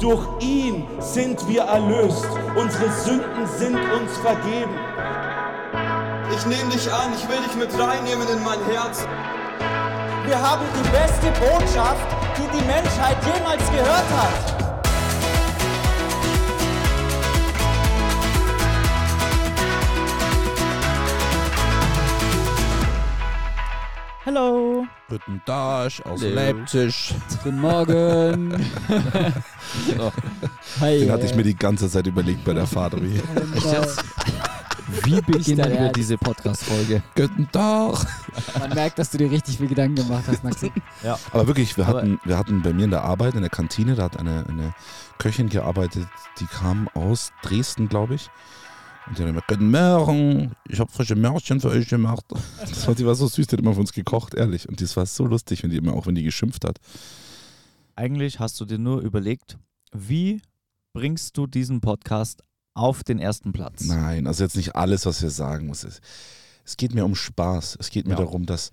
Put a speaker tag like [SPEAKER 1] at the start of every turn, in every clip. [SPEAKER 1] Durch ihn sind wir erlöst. Unsere Sünden sind uns vergeben.
[SPEAKER 2] Ich nehme dich an, ich will dich mit reinnehmen in mein Herz.
[SPEAKER 3] Wir haben die beste Botschaft, die die Menschheit jemals gehört hat.
[SPEAKER 4] Hallo.
[SPEAKER 5] Guten Tag aus Leipzig.
[SPEAKER 4] Guten Morgen. Hi.
[SPEAKER 5] Den hatte ich mir die ganze Zeit überlegt bei der Fahrt. Wie.
[SPEAKER 4] Wie beginnen
[SPEAKER 6] der
[SPEAKER 4] wir
[SPEAKER 6] Ernst?
[SPEAKER 4] diese Podcast-Folge?
[SPEAKER 5] Guten Tag.
[SPEAKER 6] Man merkt, dass du dir richtig viel Gedanken gemacht hast, Maxi.
[SPEAKER 5] Aber wirklich, wir
[SPEAKER 4] Aber-
[SPEAKER 5] hatten, wir hatten bei mir in der Arbeit, in der Kantine, da hat eine, eine Köchin gearbeitet, die kam aus Dresden, glaube ich. Und die hat immer, guten Morgen, ich habe frische Märchen für euch gemacht. Das war, die war so süß, die hat immer für uns gekocht, ehrlich. Und das war so lustig, wenn die immer, auch wenn die geschimpft hat.
[SPEAKER 7] Eigentlich hast du dir nur überlegt, wie bringst du diesen Podcast auf den ersten Platz?
[SPEAKER 5] Nein, also jetzt nicht alles, was wir sagen muss. Es, es geht mir um Spaß. Es geht mir
[SPEAKER 7] Ja.
[SPEAKER 5] darum, dass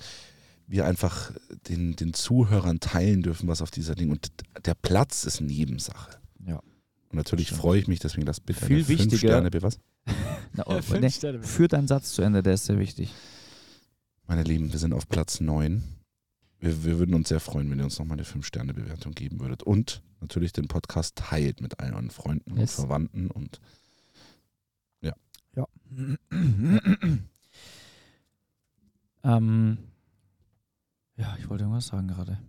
[SPEAKER 5] wir einfach den, den Zuhörern teilen dürfen, was auf dieser Ding. Und der Platz ist Nebensache.
[SPEAKER 7] Ja.
[SPEAKER 5] Und natürlich
[SPEAKER 7] Das stimmt.
[SPEAKER 5] freue ich mich, deswegen das bitte
[SPEAKER 7] Viel
[SPEAKER 5] eine fünf
[SPEAKER 7] wichtiger-
[SPEAKER 5] Sterne be- was?
[SPEAKER 7] Na, oh, nee, führ deinen Satz zu Ende, der ist sehr wichtig.
[SPEAKER 5] Meine Lieben, wir sind auf Platz 9. Wir, wir würden uns sehr freuen, wenn ihr uns nochmal eine 5-Sterne-Bewertung geben würdet. Und natürlich den Podcast teilt mit all euren Freunden
[SPEAKER 6] Yes.
[SPEAKER 5] und Verwandten. Und
[SPEAKER 7] ähm, ja, ich wollte irgendwas sagen gerade.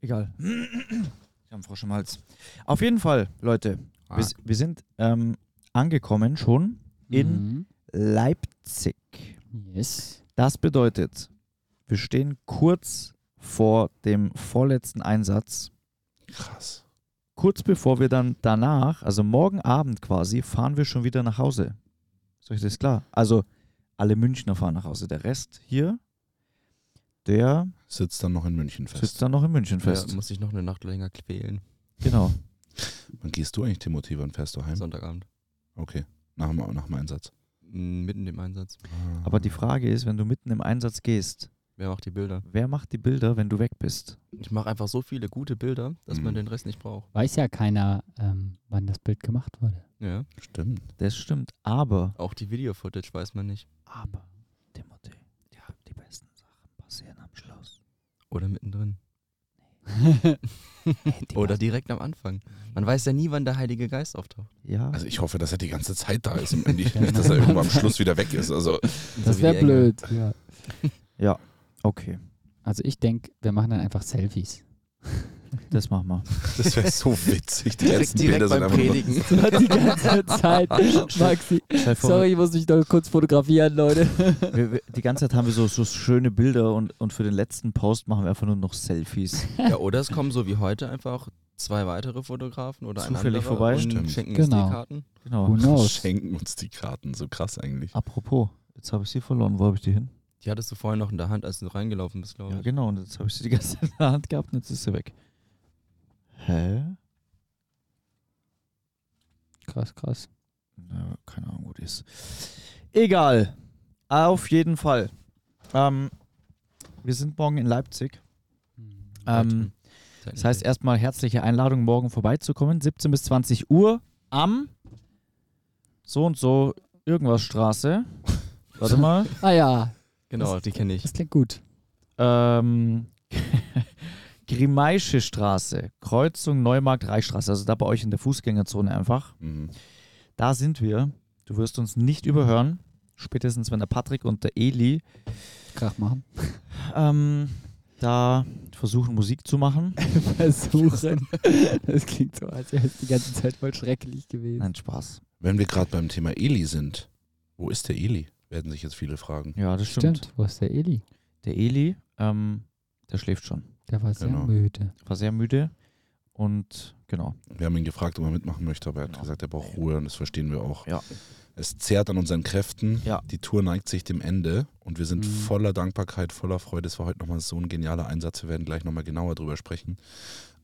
[SPEAKER 7] Egal. Ich habe einen Frosch im Hals. Auf jeden Fall, Leute, wir, s- wir sind ähm, angekommen schon in
[SPEAKER 6] Mhm.
[SPEAKER 7] Leipzig.
[SPEAKER 6] Yes.
[SPEAKER 7] Das bedeutet, wir stehen kurz vor dem vorletzten Einsatz.
[SPEAKER 5] krass.
[SPEAKER 7] kurz bevor wir dann danach, also morgen Abend quasi, fahren wir schon wieder nach Hause. Ist euch das klar? Also alle Münchner fahren nach Hause. Der Rest hier, der
[SPEAKER 5] Sitzt dann noch in München fest.
[SPEAKER 7] sitzt dann noch in München
[SPEAKER 8] Ja,
[SPEAKER 7] fest.
[SPEAKER 8] muss ich noch eine Nacht länger quälen.
[SPEAKER 7] genau.
[SPEAKER 5] Wann gehst du eigentlich, Timothy? Wann fährst
[SPEAKER 8] Mhm.
[SPEAKER 5] du heim?
[SPEAKER 8] Sonntagabend.
[SPEAKER 5] Okay, nach dem, nach dem Einsatz. Ah,
[SPEAKER 8] M, Mitten im Einsatz.
[SPEAKER 7] Aber die Frage ist, wenn du mitten im Einsatz gehst,
[SPEAKER 8] Wer macht die Bilder?
[SPEAKER 7] wer macht die Bilder, wenn du weg bist?
[SPEAKER 8] Ich mache einfach so viele gute Bilder, dass
[SPEAKER 5] Mhm.
[SPEAKER 8] man den Rest nicht braucht.
[SPEAKER 6] Weiß ja keiner, ähm, wann das Bild gemacht wurde.
[SPEAKER 8] Ja.
[SPEAKER 5] Stimmt.
[SPEAKER 7] Das stimmt, aber.
[SPEAKER 8] Auch die Video-Footage weiß man nicht.
[SPEAKER 7] Aber, Timothy, ja, die besten Sachen passieren am Schluss.
[SPEAKER 8] Oder mittendrin. Oder direkt am Anfang. Man weiß ja nie, wann der Heilige Geist auftaucht.
[SPEAKER 7] Ja,
[SPEAKER 5] Also ich hoffe, dass er die ganze Zeit da ist und nicht, nicht, dass er irgendwann am Schluss wieder weg ist. Also
[SPEAKER 6] Das
[SPEAKER 8] wie
[SPEAKER 6] wäre
[SPEAKER 8] die Engel.
[SPEAKER 6] blöd. Ja.
[SPEAKER 7] okay,
[SPEAKER 6] Also ich denke, wir machen dann einfach Selfies.
[SPEAKER 7] das machen wir.
[SPEAKER 5] das wäre so witzig. Die ganzen Bilder sind einfach nur,
[SPEAKER 8] Predigen.
[SPEAKER 6] Du hast die ganze Zeit, Maxi.
[SPEAKER 7] Stell vor,
[SPEAKER 6] Sorry, ich muss mich noch kurz fotografieren, Leute.
[SPEAKER 7] Wir, wir, die ganze Zeit haben wir so, so schöne Bilder und, und für den letzten Post machen wir einfach nur noch Selfies.
[SPEAKER 8] Ja, oder es kommen so wie heute einfach zwei weitere Fotografen oder ein
[SPEAKER 7] Zufällig
[SPEAKER 8] anderer
[SPEAKER 7] vorbei.
[SPEAKER 8] und
[SPEAKER 5] Stimmt.
[SPEAKER 8] schenken
[SPEAKER 6] Genau.
[SPEAKER 8] uns die Karten.
[SPEAKER 6] Who
[SPEAKER 7] Genau.
[SPEAKER 6] knows?
[SPEAKER 5] schenken uns die Karten. So krass eigentlich.
[SPEAKER 7] Apropos, jetzt habe ich sie verloren. Wo habe ich die hin?
[SPEAKER 8] Die hattest du vorhin noch in der Hand, als du reingelaufen bist, glaube
[SPEAKER 7] Ja,
[SPEAKER 8] ich.
[SPEAKER 7] genau. Und jetzt habe ich sie die ganze Zeit in der Hand gehabt und jetzt ist sie weg. Hä?
[SPEAKER 6] Krass, krass.
[SPEAKER 7] Na, keine Ahnung, wo die ist. Egal. Auf jeden Fall. Ähm, wir sind morgen in Leipzig. Ähm, das heißt erstmal herzliche Einladung, morgen vorbeizukommen. 17 bis 20 Uhr am so und so irgendwas Straße. Warte mal.
[SPEAKER 6] Ah ja,
[SPEAKER 8] genau, die kenne ich.
[SPEAKER 6] das klingt gut.
[SPEAKER 7] ähm, Grimaische Straße, Kreuzung Neumarkt Reichstraße, also da bei euch in der Fußgängerzone einfach.
[SPEAKER 5] Mhm.
[SPEAKER 7] Da sind wir. Du wirst uns nicht überhören. Spätestens wenn der Patrick und der Eli
[SPEAKER 6] Krach machen.
[SPEAKER 7] ähm, da versuchen Musik zu machen.
[SPEAKER 6] Versuchen. Das klingt so, als wäre es die ganze Zeit voll schrecklich gewesen.
[SPEAKER 7] Nein, Spaß.
[SPEAKER 5] Wenn wir gerade beim Thema Eli sind, wo ist der Eli? Werden sich jetzt viele fragen.
[SPEAKER 7] Ja, das stimmt.
[SPEAKER 6] Stimmt. wo ist der Eli?
[SPEAKER 7] Der Eli, ähm, der schläft schon.
[SPEAKER 6] Der war sehr
[SPEAKER 5] Genau.
[SPEAKER 6] müde.
[SPEAKER 7] War sehr müde und genau.
[SPEAKER 5] Wir haben ihn gefragt, ob er mitmachen möchte, aber er hat
[SPEAKER 7] Genau.
[SPEAKER 5] gesagt, er braucht Ruhe und das verstehen wir auch.
[SPEAKER 7] Ja.
[SPEAKER 5] Es zehrt an unseren Kräften.
[SPEAKER 7] Ja.
[SPEAKER 5] Die Tour neigt sich dem Ende und wir sind
[SPEAKER 6] Mhm.
[SPEAKER 5] voller Dankbarkeit, voller Freude. Es war heute nochmal so ein genialer Einsatz. Wir werden gleich nochmal genauer drüber sprechen.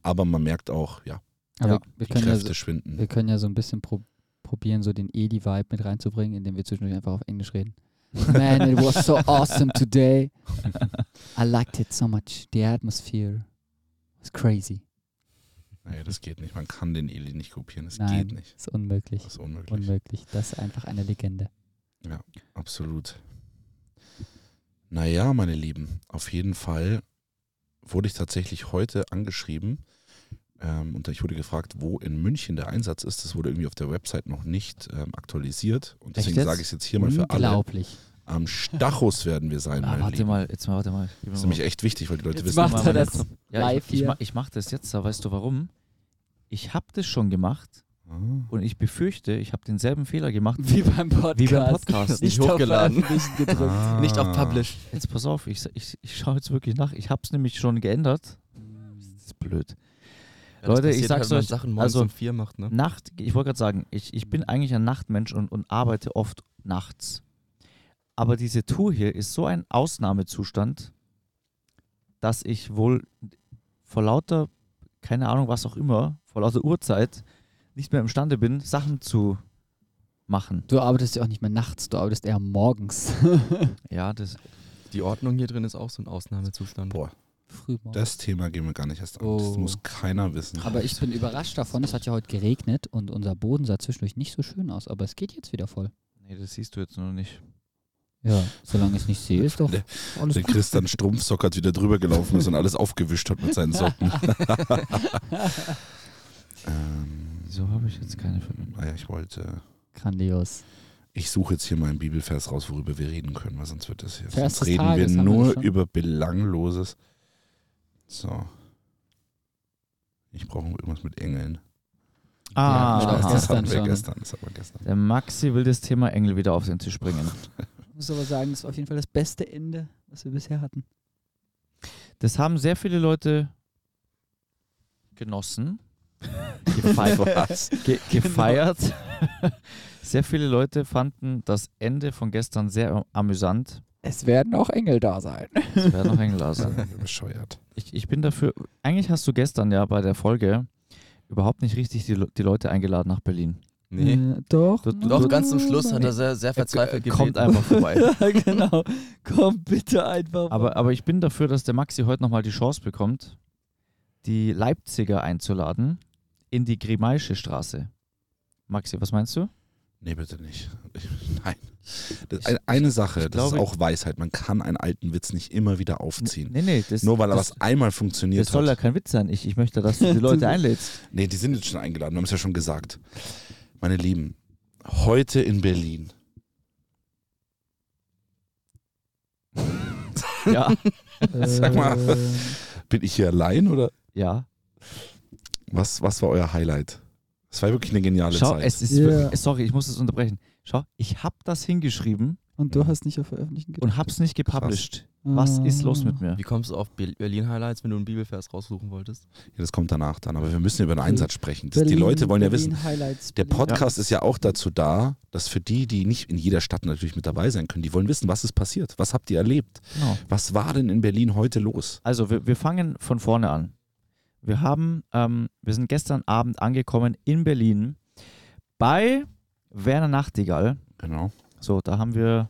[SPEAKER 5] Aber man merkt auch, ja,
[SPEAKER 6] Aber
[SPEAKER 7] Ja,
[SPEAKER 6] wir,
[SPEAKER 5] die
[SPEAKER 6] können ja
[SPEAKER 5] Kräfte
[SPEAKER 6] so,
[SPEAKER 5] schwinden.
[SPEAKER 6] wir können ja so ein bisschen pro probieren, so den Eli-Vibe mit reinzubringen, indem wir zwischendurch einfach auf Englisch reden. Man, it was so awesome today. I liked it so much. The atmosphere was crazy.
[SPEAKER 5] Nee, das geht nicht. Man kann den Eli nicht kopieren. Das
[SPEAKER 6] Nein.
[SPEAKER 5] geht nicht.
[SPEAKER 6] Ist unmöglich.
[SPEAKER 5] Das ist unmöglich.
[SPEAKER 6] Unmöglich. Das ist einfach eine Legende.
[SPEAKER 5] Absolut. Naja, meine Lieben, auf jeden Fall wurde ich tatsächlich heute angeschrieben ähm, und ich wurde gefragt, wo in München der Einsatz ist. Das wurde irgendwie auf der Website noch nicht ähm, aktualisiert und
[SPEAKER 7] Echt
[SPEAKER 5] deswegen
[SPEAKER 7] jetzt?
[SPEAKER 5] sage ich es jetzt hier mal für alle.
[SPEAKER 6] Unglaublich.
[SPEAKER 5] Am Stachus werden wir sein,
[SPEAKER 7] Ah,
[SPEAKER 5] meine
[SPEAKER 7] warte
[SPEAKER 5] Lieben.
[SPEAKER 7] mal, jetzt mal, warte mal. Gib mir
[SPEAKER 5] Das ist
[SPEAKER 7] mal-
[SPEAKER 5] nämlich echt wichtig, weil die Leute
[SPEAKER 6] Jetzt
[SPEAKER 5] wissen,
[SPEAKER 6] macht er
[SPEAKER 7] mal
[SPEAKER 6] das
[SPEAKER 7] ja,
[SPEAKER 6] live
[SPEAKER 7] ich, ich,
[SPEAKER 6] hier.
[SPEAKER 7] ma- ich mache das jetzt, da weißt du warum? Ich habe das schon gemacht
[SPEAKER 5] Ah,
[SPEAKER 7] und ich befürchte, ich habe denselben Fehler gemacht.
[SPEAKER 6] Wie beim Podcast.
[SPEAKER 7] Wie beim Podcast.
[SPEAKER 6] Nicht
[SPEAKER 8] Nicht hochgeladen.
[SPEAKER 6] Auf veröffentlichen gedrückt.
[SPEAKER 5] Ah.
[SPEAKER 8] Also Nicht auf Publish.
[SPEAKER 7] Jetzt pass auf, ich, sa- ich, ich schaue jetzt wirklich nach. Ich habe es nämlich schon geändert. Das ist blöd.
[SPEAKER 8] Ja, das
[SPEAKER 7] Leute, ich
[SPEAKER 8] passiert
[SPEAKER 7] sag's
[SPEAKER 8] wenn man
[SPEAKER 7] euch,
[SPEAKER 8] Sachen morgens
[SPEAKER 7] also-
[SPEAKER 8] um vier macht, ne?
[SPEAKER 7] Nacht, ich wollte gerade sagen, ich, ich bin eigentlich ein Nachtmensch und, und arbeite oft nachts. Aber diese Tour hier ist so ein Ausnahmezustand, dass ich wohl vor lauter, keine Ahnung, was auch immer, vor lauter Uhrzeit nicht mehr imstande bin, Sachen zu machen.
[SPEAKER 6] Du arbeitest ja auch nicht mehr nachts, du arbeitest eher morgens.
[SPEAKER 7] Ja, das.
[SPEAKER 8] Die Ordnung hier drin ist auch so ein Ausnahmezustand.
[SPEAKER 5] Boah.
[SPEAKER 6] Frühmorgens.
[SPEAKER 5] Das Thema gehen wir gar nicht erst an. Das
[SPEAKER 6] Oh.
[SPEAKER 5] muss keiner wissen.
[SPEAKER 6] Aber ich bin überrascht davon, es hat ja heute geregnet und unser Boden sah zwischendurch nicht so schön aus, aber es geht jetzt wieder voll.
[SPEAKER 7] Nee, das siehst du jetzt noch nicht.
[SPEAKER 6] Ja, solange ich es nicht sehe, ist doch
[SPEAKER 5] Der-
[SPEAKER 6] alles
[SPEAKER 5] Der
[SPEAKER 6] gut.
[SPEAKER 5] Christian Strumpfsockert wieder drüber gelaufen ist und alles aufgewischt hat mit seinen Socken. ähm,
[SPEAKER 7] Wieso habe ich jetzt keine Filme?
[SPEAKER 5] naja, ich wollte.
[SPEAKER 6] Grandios.
[SPEAKER 5] Ich suche jetzt hier mal einen Bibelvers raus, worüber wir reden können, weil sonst wird das hier.
[SPEAKER 6] Vers
[SPEAKER 5] Sonst
[SPEAKER 6] des
[SPEAKER 5] reden
[SPEAKER 6] Tages
[SPEAKER 5] wir
[SPEAKER 6] haben wir das
[SPEAKER 5] nur
[SPEAKER 6] schon.
[SPEAKER 5] über Belangloses. So. Ich brauche irgendwas mit Engeln.
[SPEAKER 7] Ah,
[SPEAKER 6] Ja,
[SPEAKER 7] aha.
[SPEAKER 6] das
[SPEAKER 5] das
[SPEAKER 6] gestern
[SPEAKER 5] hatten wir
[SPEAKER 6] schon.
[SPEAKER 5] gestern. Das aber gestern.
[SPEAKER 7] Der Maxi will das Thema Engel wieder auf den Tisch bringen.
[SPEAKER 6] Ich muss aber sagen, das war auf jeden Fall das beste Ende, was wir bisher hatten.
[SPEAKER 7] Das haben sehr viele Leute genossen, gefeiert. Ge gefeiert. Sehr viele Leute fanden das Ende von gestern sehr amüsant.
[SPEAKER 6] Es werden auch Engel da sein.
[SPEAKER 7] Das wäre noch hängen lassen.
[SPEAKER 5] Seien wir bescheuert.
[SPEAKER 7] Ich, ich bin dafür. Eigentlich hast du gestern ja bei der Folge überhaupt nicht richtig die, Le- die Leute eingeladen nach Berlin.
[SPEAKER 8] Nee.
[SPEAKER 6] Äh, doch.
[SPEAKER 7] Du- du-
[SPEAKER 8] Doch, ganz zum Schluss hat er sehr, sehr verzweifelt
[SPEAKER 7] Äh,
[SPEAKER 8] gebeten.
[SPEAKER 7] Kommt einfach vorbei.
[SPEAKER 6] genau. Komm bitte einfach.
[SPEAKER 7] Aber, aber ich bin dafür, dass der Maxi heute nochmal die Chance bekommt, die Leipziger einzuladen in die Grimaische Straße. Maxi, was meinst du?
[SPEAKER 5] Nee, bitte nicht. Ich, nein. Das, ein- eine Sache,
[SPEAKER 7] ich
[SPEAKER 5] das ist
[SPEAKER 7] glaube-
[SPEAKER 5] auch Weisheit. Man kann einen alten Witz nicht immer wieder aufziehen.
[SPEAKER 7] Nee, nee, das,
[SPEAKER 5] Nur weil er
[SPEAKER 7] das,
[SPEAKER 5] was einmal funktioniert
[SPEAKER 7] das soll ja
[SPEAKER 5] hat.
[SPEAKER 7] kein Witz sein. Ich, ich möchte, dass du die Leute einlädst.
[SPEAKER 5] Nee, die sind jetzt schon eingeladen, wir haben es ja schon gesagt. Meine Lieben, heute in Berlin.
[SPEAKER 7] Ja.
[SPEAKER 5] Sag mal,
[SPEAKER 6] Äh,
[SPEAKER 5] bin ich hier allein oder
[SPEAKER 7] Ja.
[SPEAKER 5] was, was war euer Highlight? Es war wirklich eine geniale
[SPEAKER 7] Schau,
[SPEAKER 5] Zeit.
[SPEAKER 7] es ist
[SPEAKER 6] Ja.
[SPEAKER 7] wirklich, sorry, ich muss es unterbrechen. Schau, ich hab das hingeschrieben
[SPEAKER 6] Und du hast nicht auf Veröffentlichen Ah. gedrückt.
[SPEAKER 7] und hab's nicht gepublished. Was ist los mit mir?
[SPEAKER 8] Wie kommst du auf Ber- Berlin-Highlights, wenn du einen Bibelvers raussuchen wolltest?
[SPEAKER 5] ja, das kommt danach dann, aber wir müssen über den Einsatz sprechen. Das,
[SPEAKER 6] Berlin,
[SPEAKER 5] die Leute wollen ja
[SPEAKER 6] Berlin,
[SPEAKER 5] wissen.
[SPEAKER 6] Highlights,
[SPEAKER 5] Der
[SPEAKER 6] Berlin.
[SPEAKER 5] Podcast ist ja auch dazu da, dass für die, die nicht in jeder Stadt natürlich mit dabei sein können, die wollen wissen, was ist passiert, was habt ihr erlebt,
[SPEAKER 7] Genau.
[SPEAKER 5] was war denn in Berlin heute los?
[SPEAKER 7] Also, wir, wir fangen von vorne an. Wir haben, ähm, wir sind gestern Abend angekommen in Berlin bei Werner Nachtigall.
[SPEAKER 5] Genau.
[SPEAKER 7] So, da haben wir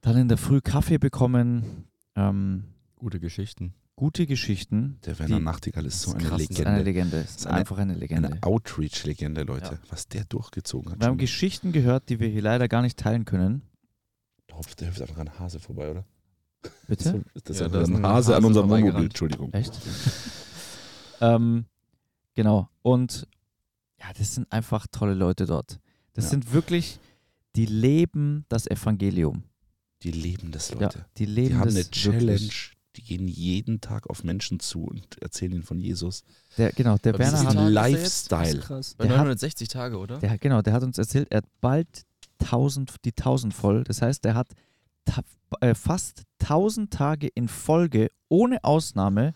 [SPEAKER 7] dann in der Früh Kaffee bekommen. Ähm,
[SPEAKER 8] Gute Geschichten.
[SPEAKER 7] gute Geschichten.
[SPEAKER 5] Der Werner
[SPEAKER 7] Die-
[SPEAKER 5] Nachtigall ist so
[SPEAKER 8] ist
[SPEAKER 5] eine
[SPEAKER 8] krass, das
[SPEAKER 7] Das ist eine
[SPEAKER 5] Legende.
[SPEAKER 7] Legende. Das ist
[SPEAKER 5] Ist eine-
[SPEAKER 7] einfach eine
[SPEAKER 5] Eine,
[SPEAKER 7] Legende.
[SPEAKER 5] Outreach-Legende, Leute. Was der durchgezogen hat.
[SPEAKER 7] Wir haben
[SPEAKER 5] schon.
[SPEAKER 7] Geschichten gehört, die wir hier leider gar nicht teilen können.
[SPEAKER 5] Da hüpft, da hüpft einfach ein Hase vorbei, oder?
[SPEAKER 7] Bitte?
[SPEAKER 5] Das ist
[SPEAKER 8] Ja,
[SPEAKER 5] einfach
[SPEAKER 8] da ist
[SPEAKER 5] ein
[SPEAKER 8] ein
[SPEAKER 5] Hase an
[SPEAKER 8] Hase
[SPEAKER 5] unserem
[SPEAKER 8] vorbeigerannt.
[SPEAKER 5] Wohnmobil, Entschuldigung.
[SPEAKER 7] Echt? ähm, genau. Und ja, das sind einfach tolle Leute dort. Das
[SPEAKER 5] Ja.
[SPEAKER 7] sind wirklich, die leben das Evangelium.
[SPEAKER 5] Die leben das,
[SPEAKER 7] Ja,
[SPEAKER 5] Leute.
[SPEAKER 7] die leben
[SPEAKER 5] die haben
[SPEAKER 7] das
[SPEAKER 5] eine Challenge.
[SPEAKER 7] Wirklich.
[SPEAKER 5] Die gehen jeden Tag auf Menschen zu und erzählen ihnen von Jesus.
[SPEAKER 7] Der, genau, der
[SPEAKER 8] Aber das
[SPEAKER 7] Werner
[SPEAKER 8] ist
[SPEAKER 7] hat,
[SPEAKER 5] ein
[SPEAKER 8] Tag ist
[SPEAKER 5] Lifestyle.
[SPEAKER 6] Krass.
[SPEAKER 8] Bei
[SPEAKER 7] Der hat-
[SPEAKER 8] 960 Tage, oder?
[SPEAKER 5] ne?
[SPEAKER 7] der, hat- genau, der hat uns erzählt, er hat bald 1000, die 1000 voll. Das heißt, er hat ta äh, fast 1000 Tage in Folge, ohne Ausnahme,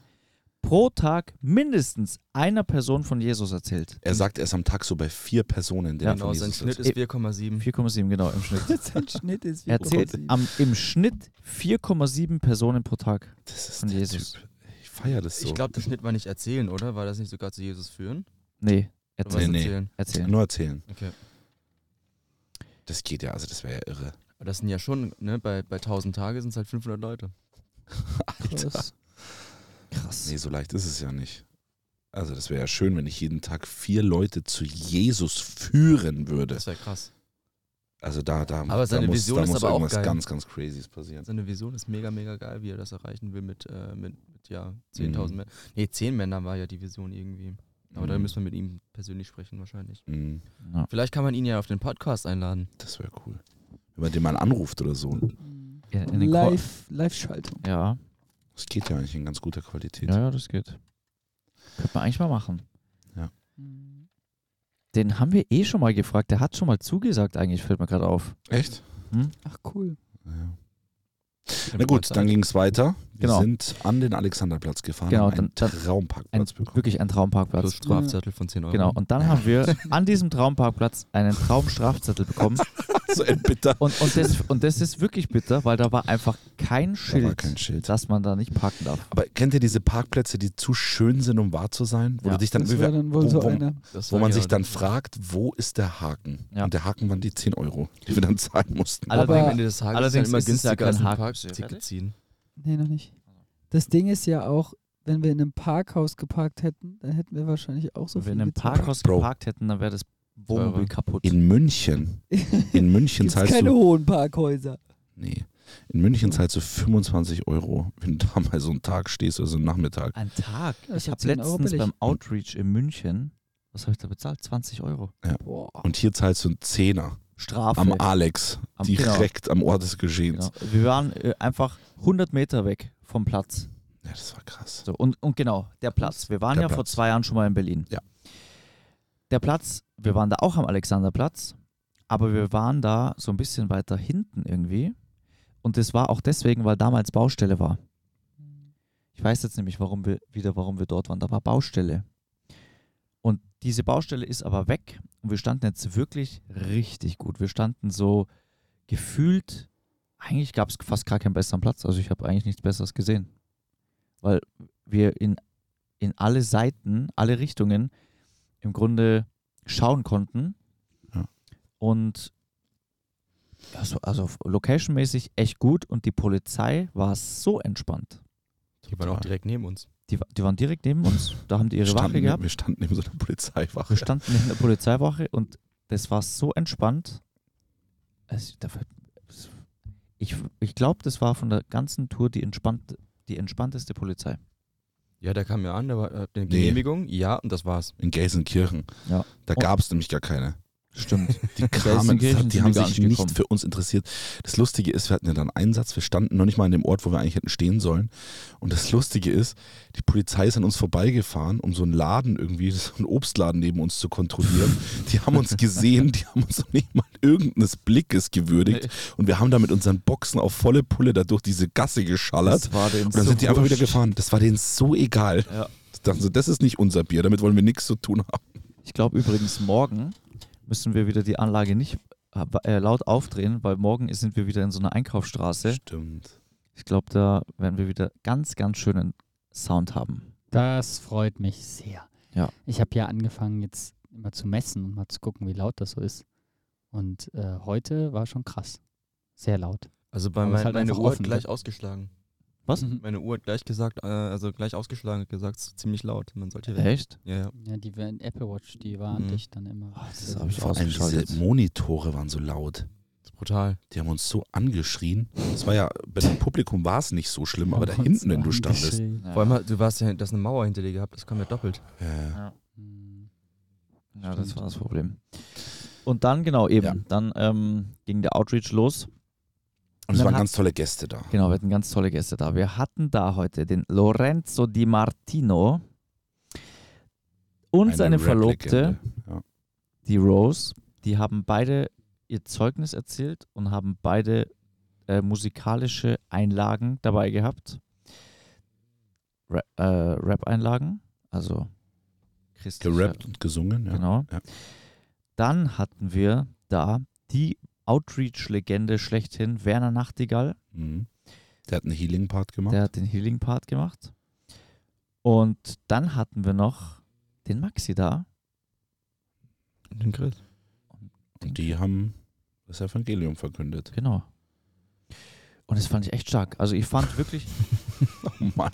[SPEAKER 7] pro Tag mindestens einer Person von Jesus erzählt.
[SPEAKER 5] Er sagt, er ist am Tag so bei vier Personen, der
[SPEAKER 8] genau,
[SPEAKER 5] von
[SPEAKER 8] sein
[SPEAKER 5] Jesus
[SPEAKER 8] Schnitt
[SPEAKER 5] erzählt.
[SPEAKER 8] ist 4,7.
[SPEAKER 7] 4,7 genau im Schnitt.
[SPEAKER 6] Sein Schnitt ist wie
[SPEAKER 7] Er erzählt am, im Schnitt 4,7 Personen pro Tag.
[SPEAKER 5] Das ist
[SPEAKER 7] von
[SPEAKER 5] der
[SPEAKER 7] Jesus.
[SPEAKER 5] Typ. Ich feiere das so.
[SPEAKER 8] Ich glaube, der Schnitt war nicht erzählen, oder? War das nicht sogar zu Jesus führen?
[SPEAKER 7] Nee,
[SPEAKER 8] Oder
[SPEAKER 7] erzählen.
[SPEAKER 5] Nee, Genau. nee.
[SPEAKER 8] erzählen?
[SPEAKER 7] erzählen.
[SPEAKER 5] Nur erzählen.
[SPEAKER 8] Okay.
[SPEAKER 5] Das geht ja, also das wäre ja irre.
[SPEAKER 8] Aber das sind ja schon, ne, bei, bei 1000 Tage sind es halt 500 Leute.
[SPEAKER 5] Alter.
[SPEAKER 6] Krass.
[SPEAKER 5] Nee, so leicht ist es ja nicht. Also das wäre ja schön, wenn ich jeden Tag vier Leute zu Jesus führen würde.
[SPEAKER 8] Das wäre krass.
[SPEAKER 5] Also da, da,
[SPEAKER 8] Aber
[SPEAKER 5] da
[SPEAKER 8] seine
[SPEAKER 5] muss,
[SPEAKER 8] Vision
[SPEAKER 5] da
[SPEAKER 8] ist
[SPEAKER 5] muss
[SPEAKER 8] aber auch
[SPEAKER 5] irgendwas
[SPEAKER 8] geil.
[SPEAKER 5] ganz, ganz Crazyes passieren.
[SPEAKER 8] Seine Vision ist mega, mega geil, wie er das erreichen will mit, äh, mit, mit ja, 10.000 Männern. Nee, 10 Männern war ja die Vision irgendwie. Aber da
[SPEAKER 5] Mhm.
[SPEAKER 8] müssen wir mit ihm persönlich sprechen wahrscheinlich.
[SPEAKER 5] Mhm,
[SPEAKER 8] Vielleicht kann man ihn ja auf den Podcast einladen.
[SPEAKER 5] das wäre cool. Wenn man den mal anruft oder so.
[SPEAKER 7] Ja, in den Ko-
[SPEAKER 6] Live- Live-Schaltung.
[SPEAKER 7] ja.
[SPEAKER 5] Das geht ja eigentlich in ganz guter Qualität.
[SPEAKER 7] ja, ja, das geht. Könnte man eigentlich mal machen. Den haben wir eh schon mal gefragt. Der hat schon mal zugesagt, eigentlich, fällt mir gerade auf.
[SPEAKER 5] Echt?
[SPEAKER 6] Ach cool.
[SPEAKER 5] Ja. Na gut, dann ging es weiter. Wir
[SPEAKER 7] Genau.
[SPEAKER 5] sind an den Alexanderplatz gefahren,
[SPEAKER 7] Genau,
[SPEAKER 5] haben einen
[SPEAKER 7] dann- Ein,
[SPEAKER 5] Traumpackplatz bekommen.
[SPEAKER 7] wirklich ein Traumparkplatz.
[SPEAKER 8] Plus Strafzettel von 10 Euro.
[SPEAKER 7] Genau, und dann haben wir an diesem Traumparkplatz einen Traumstrafzettel bekommen.
[SPEAKER 5] So ein bitter.
[SPEAKER 7] Und, und, das, und das ist wirklich bitter, weil da war einfach kein
[SPEAKER 5] Da
[SPEAKER 7] Schild,
[SPEAKER 5] war kein Schild.
[SPEAKER 7] dass man da nicht parken darf.
[SPEAKER 5] Aber kennt ihr diese Parkplätze, die zu schön sind, um wahr zu sein? Wo
[SPEAKER 7] Ja.
[SPEAKER 5] du dich dann
[SPEAKER 6] Das
[SPEAKER 5] irgendwie-
[SPEAKER 6] wäre dann wohl
[SPEAKER 5] wo,
[SPEAKER 6] so
[SPEAKER 5] wo,
[SPEAKER 6] einer.
[SPEAKER 8] Das
[SPEAKER 5] wo
[SPEAKER 8] war
[SPEAKER 5] man
[SPEAKER 8] ja-
[SPEAKER 5] sich dann fragt, wo ist der Haken?
[SPEAKER 7] Ja.
[SPEAKER 5] Und der Haken waren die 10 Euro, die wir dann zahlen mussten.
[SPEAKER 7] Alle-
[SPEAKER 8] Am
[SPEAKER 6] Aber-
[SPEAKER 8] Ende des Tages
[SPEAKER 7] Allerdings
[SPEAKER 8] ist dann immer
[SPEAKER 7] ist es ja
[SPEAKER 8] günstiger als
[SPEAKER 7] kein
[SPEAKER 8] ein
[SPEAKER 7] Haken.
[SPEAKER 8] Parkticket ziehen.
[SPEAKER 6] Nee, noch nicht. Das Ding ist ja auch, wenn wir in einem Parkhaus geparkt hätten, dann hätten wir wahrscheinlich auch so
[SPEAKER 7] Wenn wir
[SPEAKER 6] viel
[SPEAKER 7] in einem
[SPEAKER 6] gezahlt.
[SPEAKER 7] Parkhaus
[SPEAKER 5] Bro.
[SPEAKER 7] geparkt hätten, dann wäre das Wohnmobil
[SPEAKER 8] Teurer.
[SPEAKER 7] kaputt.
[SPEAKER 5] In München. In München
[SPEAKER 6] Gibt's
[SPEAKER 5] zahlst
[SPEAKER 6] keine
[SPEAKER 5] du.
[SPEAKER 6] hohen Parkhäuser.
[SPEAKER 5] Nee. In München zahlst du 25 Euro, wenn du da mal so einen Tag stehst oder so einen Nachmittag.
[SPEAKER 7] Ein Tag?
[SPEAKER 6] Ja,
[SPEAKER 7] ich
[SPEAKER 6] ist ja
[SPEAKER 7] habe
[SPEAKER 6] 10 Euro
[SPEAKER 7] letztens
[SPEAKER 6] billig.
[SPEAKER 7] beim Outreach in München, was habe ich da bezahlt? 20 Euro.
[SPEAKER 6] Boah.
[SPEAKER 5] Und hier zahlst du einen Zehner
[SPEAKER 7] Strafe.
[SPEAKER 5] am Alex,
[SPEAKER 7] Am-
[SPEAKER 5] direkt am Ort des Geschehens.
[SPEAKER 7] genau. Wir waren äh, einfach 100 Meter weg vom Platz.
[SPEAKER 5] Ja, das war krass.
[SPEAKER 7] So, und, und genau, der Platz. Wir waren
[SPEAKER 5] Der
[SPEAKER 7] ja vor
[SPEAKER 5] Platz.
[SPEAKER 7] zwei Jahren schon mal in Berlin.
[SPEAKER 5] Ja.
[SPEAKER 7] Der Platz, wir waren da auch am Alexanderplatz, aber wir waren da so ein bisschen weiter hinten irgendwie. Und das war auch deswegen, weil damals Baustelle war. Ich weiß jetzt nämlich warum wir, wieder, warum wir dort waren. Da war Baustelle. Und diese Baustelle ist aber weg. Und wir standen jetzt wirklich richtig gut. Wir standen so gefühlt, eigentlich gab es fast gar keinen besseren Platz. Also ich habe eigentlich nichts Besseres gesehen. Weil wir in, in alle Seiten, alle Richtungen im Grunde schauen konnten.
[SPEAKER 5] Ja.
[SPEAKER 7] Und ja, so, also locationmäßig echt gut. Und die Polizei war so entspannt.
[SPEAKER 8] Die waren auch direkt neben uns.
[SPEAKER 7] Die, wa- die waren direkt neben uns. Da haben die
[SPEAKER 5] Wir
[SPEAKER 7] ihre Wache
[SPEAKER 5] standen,
[SPEAKER 7] gehabt.
[SPEAKER 5] wir standen neben so einer
[SPEAKER 7] Wir
[SPEAKER 5] Polizeiwache.
[SPEAKER 7] standen in der Polizeiwache und das war so entspannt. Es, da fällt- es- ich ich glaube, das war von der ganzen Tour die, entspannt, die entspannteste Polizei.
[SPEAKER 8] Ja, der kam ja an, der war, hat eine
[SPEAKER 5] Nee.
[SPEAKER 8] Genehmigung. Ja, und das war's.
[SPEAKER 5] In Gelsenkirchen.
[SPEAKER 7] Ja.
[SPEAKER 5] Da
[SPEAKER 7] Und-
[SPEAKER 5] gab es nämlich gar keine.
[SPEAKER 7] Stimmt.
[SPEAKER 5] Die kamen, das
[SPEAKER 7] Gelsenkirchen
[SPEAKER 5] hat, die
[SPEAKER 7] sind
[SPEAKER 5] haben
[SPEAKER 7] wir gar
[SPEAKER 5] sich
[SPEAKER 7] nicht
[SPEAKER 5] nicht
[SPEAKER 7] gekommen.
[SPEAKER 5] für uns interessiert. Das Lustige ist, wir hatten ja dann einen Satz, wir standen noch nicht mal an dem Ort, wo wir eigentlich hätten stehen sollen. Und das Lustige ist, die Polizei ist an uns vorbeigefahren, um so einen Laden irgendwie, so einen Obstladen neben uns zu kontrollieren. Die haben uns gesehen, die haben uns noch nicht mal irgendeines Blickes gewürdigt. Und wir haben da mit unseren Boxen auf volle Pulle da durch diese Gasse geschallert.
[SPEAKER 7] Das war denen
[SPEAKER 5] Und dann
[SPEAKER 7] so
[SPEAKER 5] sind die einfach wieder
[SPEAKER 7] wurscht.
[SPEAKER 5] gefahren. Das war denen so egal.
[SPEAKER 7] Ja.
[SPEAKER 5] Die dachten so, das ist nicht unser Bier, damit wollen wir nichts zu tun haben.
[SPEAKER 7] Ich glaube übrigens, morgen müssen wir wieder die Anlage nicht äh, laut aufdrehen, weil morgen sind wir wieder in so einer Einkaufsstraße.
[SPEAKER 5] Stimmt.
[SPEAKER 7] Ich glaube, da werden wir wieder ganz, ganz schönen Sound haben.
[SPEAKER 6] Das freut mich sehr.
[SPEAKER 7] Ja.
[SPEAKER 6] Ich habe ja angefangen, jetzt immer zu messen und mal zu gucken, wie laut das so ist. Und äh, heute war schon krass. Sehr laut.
[SPEAKER 8] Also bei
[SPEAKER 6] Aber
[SPEAKER 8] mein,
[SPEAKER 6] ist halt
[SPEAKER 8] meine
[SPEAKER 6] einfach
[SPEAKER 8] Uhr
[SPEAKER 6] offen,
[SPEAKER 8] hat
[SPEAKER 5] ne?
[SPEAKER 8] gleich ausgeschlagen.
[SPEAKER 7] Was?
[SPEAKER 5] Mhm.
[SPEAKER 8] Meine Uhr hat gleich gesagt, äh, also gleich ausgeschlagen, hat gesagt, es ist ziemlich laut. Man sollte weg.
[SPEAKER 7] Echt?
[SPEAKER 8] Ja, ja.
[SPEAKER 6] Ja, die werden- Apple Watch, die warnt
[SPEAKER 8] Mhm.
[SPEAKER 6] dich dann immer.
[SPEAKER 7] das habe ich
[SPEAKER 5] Vor allem diese
[SPEAKER 7] ausgeschaltet.
[SPEAKER 5] Monitore waren so laut.
[SPEAKER 8] Das ist brutal.
[SPEAKER 5] Die haben uns so angeschrien. Das war ja, bei dem Publikum war es nicht so schlimm, aber da hinten, wenn du standest.
[SPEAKER 6] Ja.
[SPEAKER 8] Vor
[SPEAKER 5] Ah.
[SPEAKER 8] allem, du warst ja, dass eine Mauer hinter dir gehabt, das kam ja doppelt.
[SPEAKER 5] Ja.
[SPEAKER 6] Hm.
[SPEAKER 7] Ja, das war das Problem. Und dann, genau, eben,
[SPEAKER 5] Ja.
[SPEAKER 7] dann ähm, ging der Outreach los.
[SPEAKER 5] Und es
[SPEAKER 7] Man
[SPEAKER 5] waren
[SPEAKER 7] hat-
[SPEAKER 5] ganz tolle Gäste da.
[SPEAKER 7] Genau, wir hatten ganz tolle Gäste da. Wir hatten da heute den Lorenzo Di Martino und
[SPEAKER 5] Eine
[SPEAKER 7] seine
[SPEAKER 5] Rap-Legende.
[SPEAKER 7] Verlobte, die Rose. Die haben beide ihr Zeugnis erzählt und haben beide äh, musikalische Einlagen dabei gehabt. Ra äh, Rap-Einlagen, also christliche
[SPEAKER 5] Gerappt und gesungen, ja.
[SPEAKER 7] Genau.
[SPEAKER 5] Ja.
[SPEAKER 7] Dann hatten wir da die Outreach-Legende schlechthin, Werner Nachtigall.
[SPEAKER 5] Mhm. Der hat einen Healing-Part gemacht.
[SPEAKER 7] Der hat den Healing-Part gemacht. Und dann hatten wir noch den Maxi da.
[SPEAKER 8] Und den Grill.
[SPEAKER 5] und die haben das Evangelium verkündet.
[SPEAKER 7] Genau. Und das fand ich echt stark. Also ich fand wirklich.
[SPEAKER 5] Oh Mann.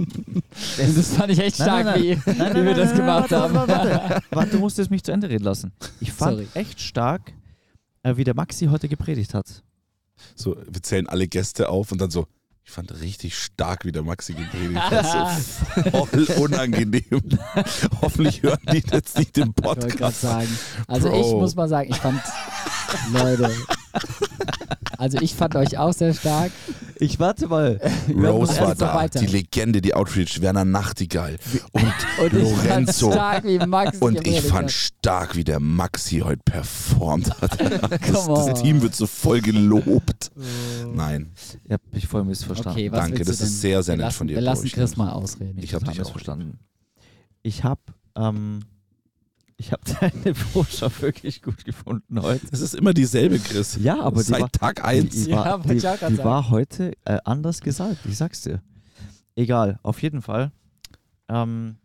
[SPEAKER 6] Das, fand ich echt stark, wie, wie wir das gemacht
[SPEAKER 7] warte,
[SPEAKER 6] haben.
[SPEAKER 7] Warte, warte, warte, du musstest mich zu Ende reden lassen. Ich fand
[SPEAKER 6] Sorry.
[SPEAKER 7] echt stark, äh, wie der Maxi heute gepredigt hat.
[SPEAKER 5] So, wir zählen alle Gäste auf und dann so. Ich fand richtig stark, wie der Maxi gepredigt hat. So voll unangenehm. Hoffentlich hören die jetzt nicht den
[SPEAKER 6] Ich wollte gerade
[SPEAKER 5] Podcast.
[SPEAKER 6] sagen. Oh Also
[SPEAKER 5] Bro.
[SPEAKER 6] ich muss mal sagen, ich fand Leute. Also ich fand euch auch sehr stark.
[SPEAKER 7] Ich warte mal.
[SPEAKER 5] Rose
[SPEAKER 6] erst
[SPEAKER 5] war
[SPEAKER 6] noch
[SPEAKER 5] da,
[SPEAKER 6] weiter.
[SPEAKER 5] die Legende, die Outreach, Werner Nachtigall und,
[SPEAKER 6] Und ich fand
[SPEAKER 5] Lorenzo.
[SPEAKER 6] stark wie Max.
[SPEAKER 5] Und
[SPEAKER 6] geredet
[SPEAKER 5] ich fand
[SPEAKER 6] hat.
[SPEAKER 5] stark, wie der Maxi heute performt hat. Das,
[SPEAKER 6] Come
[SPEAKER 5] das
[SPEAKER 6] on. Oh.
[SPEAKER 5] Team wird so voll gelobt. Nein,
[SPEAKER 7] Ich hab mich voll missverstanden.
[SPEAKER 6] Okay, was
[SPEAKER 5] danke,
[SPEAKER 6] willst du
[SPEAKER 5] das
[SPEAKER 6] denn?
[SPEAKER 5] ist sehr, sehr
[SPEAKER 6] wir
[SPEAKER 5] nett
[SPEAKER 6] lassen,
[SPEAKER 5] von dir.
[SPEAKER 6] Wir lassen
[SPEAKER 5] Chloe.
[SPEAKER 6] Chris mal ausreden.
[SPEAKER 5] Ich hab
[SPEAKER 7] total
[SPEAKER 5] dich auch.
[SPEAKER 7] missverstanden. Ich hab, ähm, ich hab deine Botschaft wirklich gut gefunden heute.
[SPEAKER 5] Das ist immer dieselbe, Chris.
[SPEAKER 7] Ja, aber die war,
[SPEAKER 5] Seit Tag 1.
[SPEAKER 7] die,
[SPEAKER 6] Ja,
[SPEAKER 7] war,
[SPEAKER 6] wollte
[SPEAKER 7] die,
[SPEAKER 6] ich auch grad
[SPEAKER 7] die
[SPEAKER 6] sagen.
[SPEAKER 7] war heute äh, anders gesagt, ich sag's dir. Egal, auf jeden Fall. Ähm,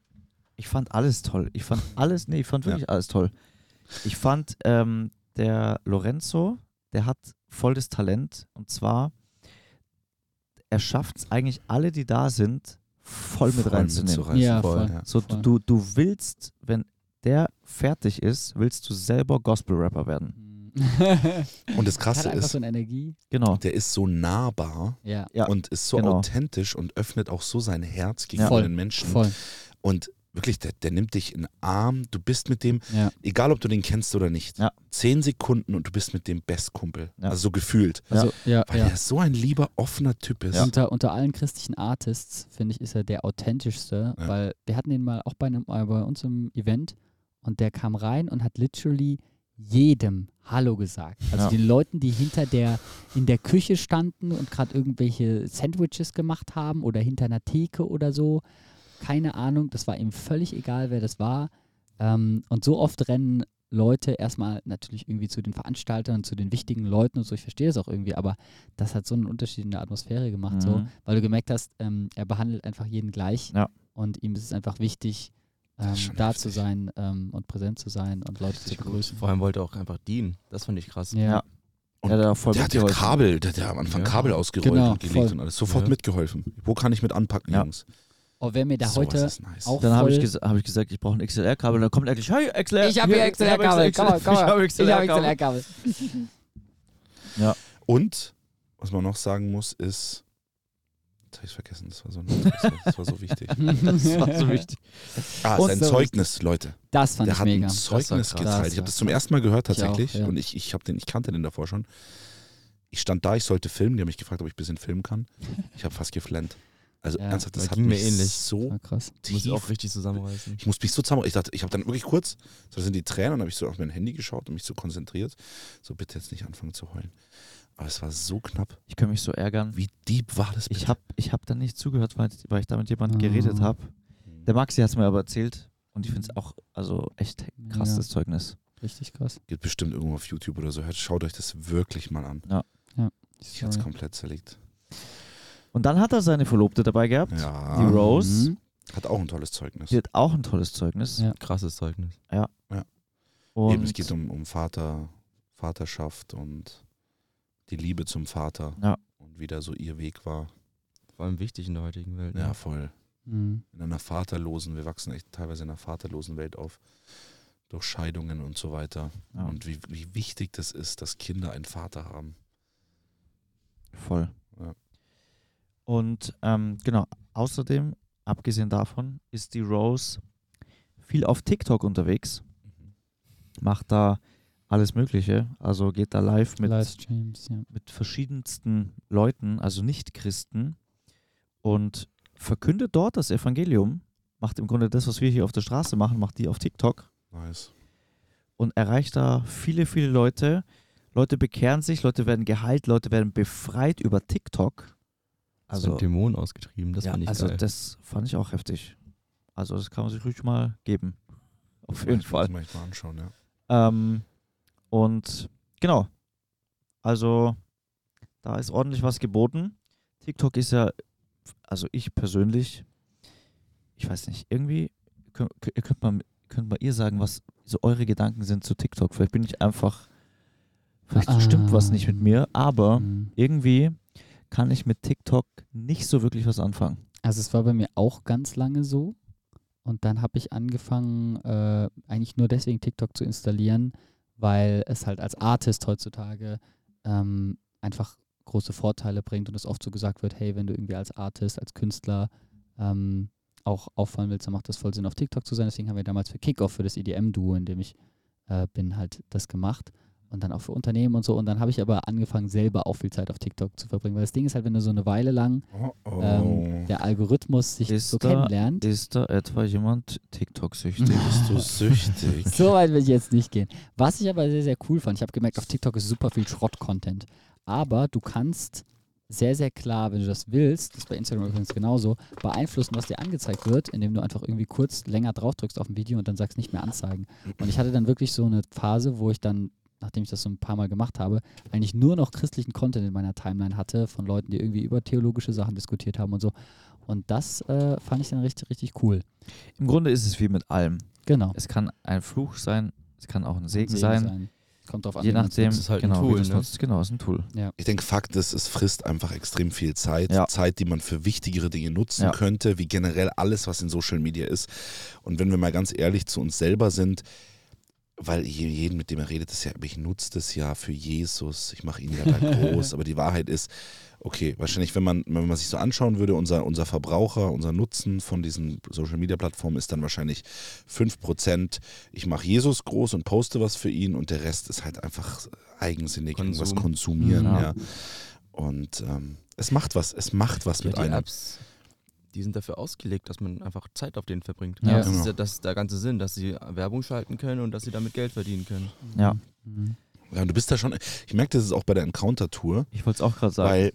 [SPEAKER 7] ich fand alles toll. Ich fand alles, nee, ich fand
[SPEAKER 5] Ja.
[SPEAKER 7] wirklich alles toll. Ich fand, ähm, der Lorenzo, der hat voll das Talent. Und zwar, er schafft es eigentlich, alle, die da sind, voll mit reinzunehmen.
[SPEAKER 6] Ja, voll.
[SPEAKER 5] ja.
[SPEAKER 7] So, du,
[SPEAKER 6] Voll.
[SPEAKER 7] du, du willst, wenn der fertig ist, willst du selber Gospel-Rapper werden.
[SPEAKER 5] Und das
[SPEAKER 6] Hat
[SPEAKER 5] Krasse
[SPEAKER 6] einfach
[SPEAKER 5] ist,
[SPEAKER 6] so eine Energie.
[SPEAKER 7] Genau.
[SPEAKER 5] der ist so nahbar
[SPEAKER 6] Ja,
[SPEAKER 7] Ja,
[SPEAKER 5] und ist so
[SPEAKER 7] genau.
[SPEAKER 5] authentisch und öffnet auch so sein Herz
[SPEAKER 6] Ja.
[SPEAKER 5] gegenüber
[SPEAKER 6] Voll,
[SPEAKER 5] den Menschen.
[SPEAKER 6] voll.
[SPEAKER 5] Und wirklich, der, der nimmt dich in den Arm, du bist mit dem,
[SPEAKER 6] Ja.
[SPEAKER 5] egal ob du den kennst oder nicht,
[SPEAKER 7] Ja.
[SPEAKER 5] zehn Sekunden und du bist mit dem Bestkumpel.
[SPEAKER 7] Ja.
[SPEAKER 5] Also so gefühlt.
[SPEAKER 6] Also, ja,
[SPEAKER 5] Weil
[SPEAKER 6] ja.
[SPEAKER 5] er so ein lieber, offener Typ ist.
[SPEAKER 6] Unter, unter allen christlichen Artists, finde ich, ist er der authentischste,
[SPEAKER 5] Ja.
[SPEAKER 6] weil wir hatten ihn mal auch bei, einem, äh, bei uns im Event und der kam rein und hat literally jedem Hallo gesagt. Also
[SPEAKER 7] Ja.
[SPEAKER 6] den Leuten, die hinter der, in der Küche standen und gerade irgendwelche Sandwiches gemacht haben oder hinter einer Theke oder so. Keine Ahnung, das war ihm völlig egal, wer das war. Ähm, und so oft rennen Leute erstmal natürlich irgendwie zu den Veranstaltern, zu den wichtigen Leuten und so, ich verstehe das auch irgendwie, aber das hat so einen Unterschied in der Atmosphäre gemacht, so,
[SPEAKER 7] Mhm.
[SPEAKER 6] weil du gemerkt hast, ähm, er behandelt einfach jeden gleich
[SPEAKER 7] Ja.
[SPEAKER 6] und ihm ist es einfach wichtig, ähm,
[SPEAKER 5] ist schon
[SPEAKER 6] da
[SPEAKER 5] heftig.
[SPEAKER 6] zu sein ähm, und präsent zu sein und Leute zu begrüßen.
[SPEAKER 8] Vor allem wollte er auch einfach dienen. Das fand ich krass.
[SPEAKER 6] Ja.
[SPEAKER 7] Ja.
[SPEAKER 5] Und
[SPEAKER 7] ja, da voll
[SPEAKER 5] Der hat ja
[SPEAKER 7] mitgeholfen.
[SPEAKER 5] Kabel, der hat ja am Anfang
[SPEAKER 8] Ja.
[SPEAKER 5] Kabel ausgerollt
[SPEAKER 6] Genau,
[SPEAKER 5] und gelegt
[SPEAKER 6] voll.
[SPEAKER 5] und alles. Sofort
[SPEAKER 8] Ja.
[SPEAKER 5] mitgeholfen. Wo kann ich mit anpacken,
[SPEAKER 7] Ja.
[SPEAKER 5] Jungs?
[SPEAKER 6] Oh, wer mir da
[SPEAKER 5] Sowas
[SPEAKER 6] heute
[SPEAKER 5] ist nice.
[SPEAKER 6] auch
[SPEAKER 7] Dann habe ich,
[SPEAKER 6] voll-
[SPEAKER 7] gesa hab ich gesagt, ich brauche ein XLR-Kabel. Dann kommt er gleich, hey, XLR.
[SPEAKER 6] Ich habe hier XLR-Kabel, komm mal, komm
[SPEAKER 7] Ich
[SPEAKER 6] mal.
[SPEAKER 7] habe
[SPEAKER 6] Ich habe
[SPEAKER 7] XLR-Kabel.
[SPEAKER 6] XLR-Kabel.
[SPEAKER 5] Und was man noch sagen muss, ist. Jetzt habe ich vergessen, das war so, das war, das war so wichtig.
[SPEAKER 7] Das war so wichtig.
[SPEAKER 5] Ah,
[SPEAKER 6] Und
[SPEAKER 5] sein
[SPEAKER 6] so
[SPEAKER 5] Zeugnis, Leute.
[SPEAKER 6] Das fand
[SPEAKER 5] Der
[SPEAKER 6] ich
[SPEAKER 5] hat
[SPEAKER 6] mega.
[SPEAKER 5] ein Zeugnis
[SPEAKER 8] krass.
[SPEAKER 5] geteilt.
[SPEAKER 6] Das
[SPEAKER 5] Ich habe
[SPEAKER 6] war
[SPEAKER 5] das zum ersten Mal gehört
[SPEAKER 6] Ich auch,
[SPEAKER 5] tatsächlich.
[SPEAKER 6] ja.
[SPEAKER 5] Und ich, ich, hab den, ich kannte den davor schon. Ich stand da, ich sollte filmen. Die haben mich gefragt, ob ich ein bisschen filmen kann. Ich habe fast geflennt. Also
[SPEAKER 6] Ja.
[SPEAKER 5] ernsthaft,
[SPEAKER 8] Ja,
[SPEAKER 5] das hat
[SPEAKER 8] ging mir
[SPEAKER 5] mich
[SPEAKER 8] ähnlich.
[SPEAKER 6] Das
[SPEAKER 5] so
[SPEAKER 6] war krass.
[SPEAKER 8] Muss
[SPEAKER 5] tief.
[SPEAKER 8] ich auch richtig zusammenreißen.
[SPEAKER 5] Ich muss mich so zusammen. Ich dachte, ich habe dann wirklich kurz, so sind die Tränen, und habe ich so auf mein Handy geschaut und mich so konzentriert. So bitte jetzt nicht anfangen zu heulen. Aber es war so knapp.
[SPEAKER 7] Ich kann mich so ärgern.
[SPEAKER 5] Wie deep war das bitte?
[SPEAKER 7] Mhm. Ich habe ich hab dann nicht zugehört, weil, weil ich da mit jemandem
[SPEAKER 6] Ah. Mhm.
[SPEAKER 7] geredet habe. Der Maxi hat es mir aber erzählt. Und ich finde es auch also echt krass,
[SPEAKER 6] Ja.
[SPEAKER 7] das Zeugnis.
[SPEAKER 6] Richtig krass.
[SPEAKER 5] Geht bestimmt irgendwo auf YouTube oder so. Hört, schaut euch das wirklich mal an. Ich hat's komplett zerlegt.
[SPEAKER 7] Und dann hat er seine Verlobte dabei gehabt. Die
[SPEAKER 5] Ja.
[SPEAKER 7] Rose.
[SPEAKER 6] Mhm.
[SPEAKER 5] Hat auch ein tolles Zeugnis.
[SPEAKER 7] Die hat auch ein tolles Zeugnis.
[SPEAKER 6] Ja.
[SPEAKER 8] Krasses Zeugnis.
[SPEAKER 7] Und
[SPEAKER 5] Eben, es geht um, um Vater, Vaterschaft und die Liebe zum Vater.
[SPEAKER 7] Ja.
[SPEAKER 5] Und wie da so ihr Weg war.
[SPEAKER 8] Vor allem wichtig in der heutigen Welt. ne?
[SPEAKER 5] Ja, voll.
[SPEAKER 6] Mhm.
[SPEAKER 5] In einer vaterlosen, wir wachsen echt teilweise in einer vaterlosen Welt auf. Durch Scheidungen und so weiter.
[SPEAKER 7] ja,
[SPEAKER 5] Und wie, wie wichtig das ist, dass Kinder einen Vater haben.
[SPEAKER 7] voll.
[SPEAKER 5] Ja.
[SPEAKER 7] Und ähm, genau, außerdem, abgesehen davon, ist die Rose viel auf TikTok unterwegs. macht da alles Mögliche. Also geht da live mit,
[SPEAKER 6] Livestreams, ja.
[SPEAKER 7] mit verschiedensten Leuten, also Nicht-Christen, und verkündet dort das Evangelium, macht im Grunde das, was wir hier auf der Straße machen, macht die auf TikTok
[SPEAKER 5] Nice.
[SPEAKER 7] und erreicht da viele, viele Leute. Leute bekehren sich, Leute werden geheilt, Leute werden befreit über TikTok.
[SPEAKER 8] Das also,
[SPEAKER 7] Also,
[SPEAKER 8] mit Dämonen ausgetrieben. Das
[SPEAKER 7] ja,
[SPEAKER 8] fand ich
[SPEAKER 7] also
[SPEAKER 8] geil.
[SPEAKER 7] das fand ich auch heftig. Also das kann man sich ruhig mal geben. Auf jeden
[SPEAKER 5] Ich
[SPEAKER 7] Fall.
[SPEAKER 5] Muss ich mal anschauen, ja.
[SPEAKER 7] Ähm, und genau. Also, da ist ordentlich was geboten. TikTok ist ja, also ich persönlich, ich weiß nicht, irgendwie könnt, könnt, man, könnt mal ihr sagen, was so eure Gedanken sind zu TikTok. Vielleicht bin ich einfach, vielleicht stimmt was nicht mit mir, aber
[SPEAKER 6] Mhm.
[SPEAKER 7] irgendwie kann ich mit TikTok nicht so wirklich was anfangen.
[SPEAKER 6] Also es war bei mir auch ganz lange so. Und dann habe ich angefangen, äh, eigentlich nur deswegen TikTok zu installieren, weil es halt als Artist heutzutage ähm, einfach große Vorteile bringt und es oft so gesagt wird, hey, wenn du irgendwie als Artist, als Künstler ähm, auch auffallen willst, dann macht das voll Sinn, auf TikTok zu sein. Deswegen haben wir damals für Kickoff, für das EDM-Duo, in dem ich äh, bin, halt das gemacht. Und dann auch für Unternehmen und so. Und dann habe ich aber angefangen, selber auch viel Zeit auf TikTok zu verbringen. Weil das Ding ist halt, wenn du so eine Weile lang
[SPEAKER 5] Oh, oh.
[SPEAKER 6] ähm, der Algorithmus sich
[SPEAKER 7] Ist
[SPEAKER 6] so
[SPEAKER 7] da-
[SPEAKER 6] kennenlernt.
[SPEAKER 7] Ist da etwa jemand TikTok-süchtig?
[SPEAKER 5] Bist du süchtig?
[SPEAKER 6] So weit will ich jetzt nicht gehen. Was ich aber sehr, sehr cool fand, ich habe gemerkt, auf TikTok ist super viel Schrott-Content. Aber du kannst sehr, sehr klar, wenn du das willst, das ist bei Instagram übrigens genauso, beeinflussen, was dir angezeigt wird, indem du einfach irgendwie kurz länger draufdrückst auf ein Video und dann sagst nicht mehr anzeigen. Und ich hatte dann wirklich so eine Phase, wo ich dann, nachdem ich das so ein paar Mal gemacht habe, eigentlich nur noch christlichen Content in meiner Timeline hatte von Leuten, die irgendwie über theologische Sachen diskutiert haben und so. Und das äh, fand ich dann richtig, richtig cool.
[SPEAKER 7] Im Grunde ist es wie mit allem.
[SPEAKER 6] Genau.
[SPEAKER 7] Es kann ein Fluch sein, es kann auch ein Segen, sein.
[SPEAKER 6] Kommt drauf an.
[SPEAKER 7] Je
[SPEAKER 6] wie man's
[SPEAKER 7] nachdem,
[SPEAKER 6] nutzt.
[SPEAKER 8] ist halt ein
[SPEAKER 7] genau, wie
[SPEAKER 8] Tool,
[SPEAKER 7] du's
[SPEAKER 8] ne?
[SPEAKER 7] nutzt. genau, ist ein Tool.
[SPEAKER 5] Ich denke, Fakt ist, es frisst einfach extrem viel Zeit.
[SPEAKER 7] Ja.
[SPEAKER 5] Zeit, die man für wichtigere Dinge nutzen
[SPEAKER 7] Ja.
[SPEAKER 5] könnte, wie generell alles, was in Social Media ist. Und wenn wir mal ganz ehrlich zu uns selber sind, weil je- jeden, mit dem er redet, ist ja, aber ich nutze das ja für Jesus, ich mache ihn ja da groß. aber die Wahrheit ist, okay, wahrscheinlich, wenn man, wenn man sich so anschauen würde, unser, unser Verbraucher, unser Nutzen von diesen Social Media Plattformen ist dann wahrscheinlich 5%. Ich mache Jesus groß und poste was für ihn und der Rest ist halt einfach eigensinnig,
[SPEAKER 8] Konsum.
[SPEAKER 5] irgendwas konsumieren.
[SPEAKER 7] Mhm.
[SPEAKER 5] Ja. Und ähm, es macht was, es macht was
[SPEAKER 8] Ja,
[SPEAKER 5] mit
[SPEAKER 8] die
[SPEAKER 5] einem.
[SPEAKER 8] Apps, die sind dafür ausgelegt, dass man einfach Zeit auf denen verbringt.
[SPEAKER 6] Ja.
[SPEAKER 8] Das, ist,
[SPEAKER 5] Genau.
[SPEAKER 8] ja- das ist der ganze Sinn, dass sie Werbung schalten können und dass sie damit Geld verdienen können.
[SPEAKER 7] Ja, Mhm.
[SPEAKER 5] Ja, und du bist da schon, ich merke das ist auch bei der Encounter-Tour,
[SPEAKER 7] ich wollte es auch gerade sagen.
[SPEAKER 5] weil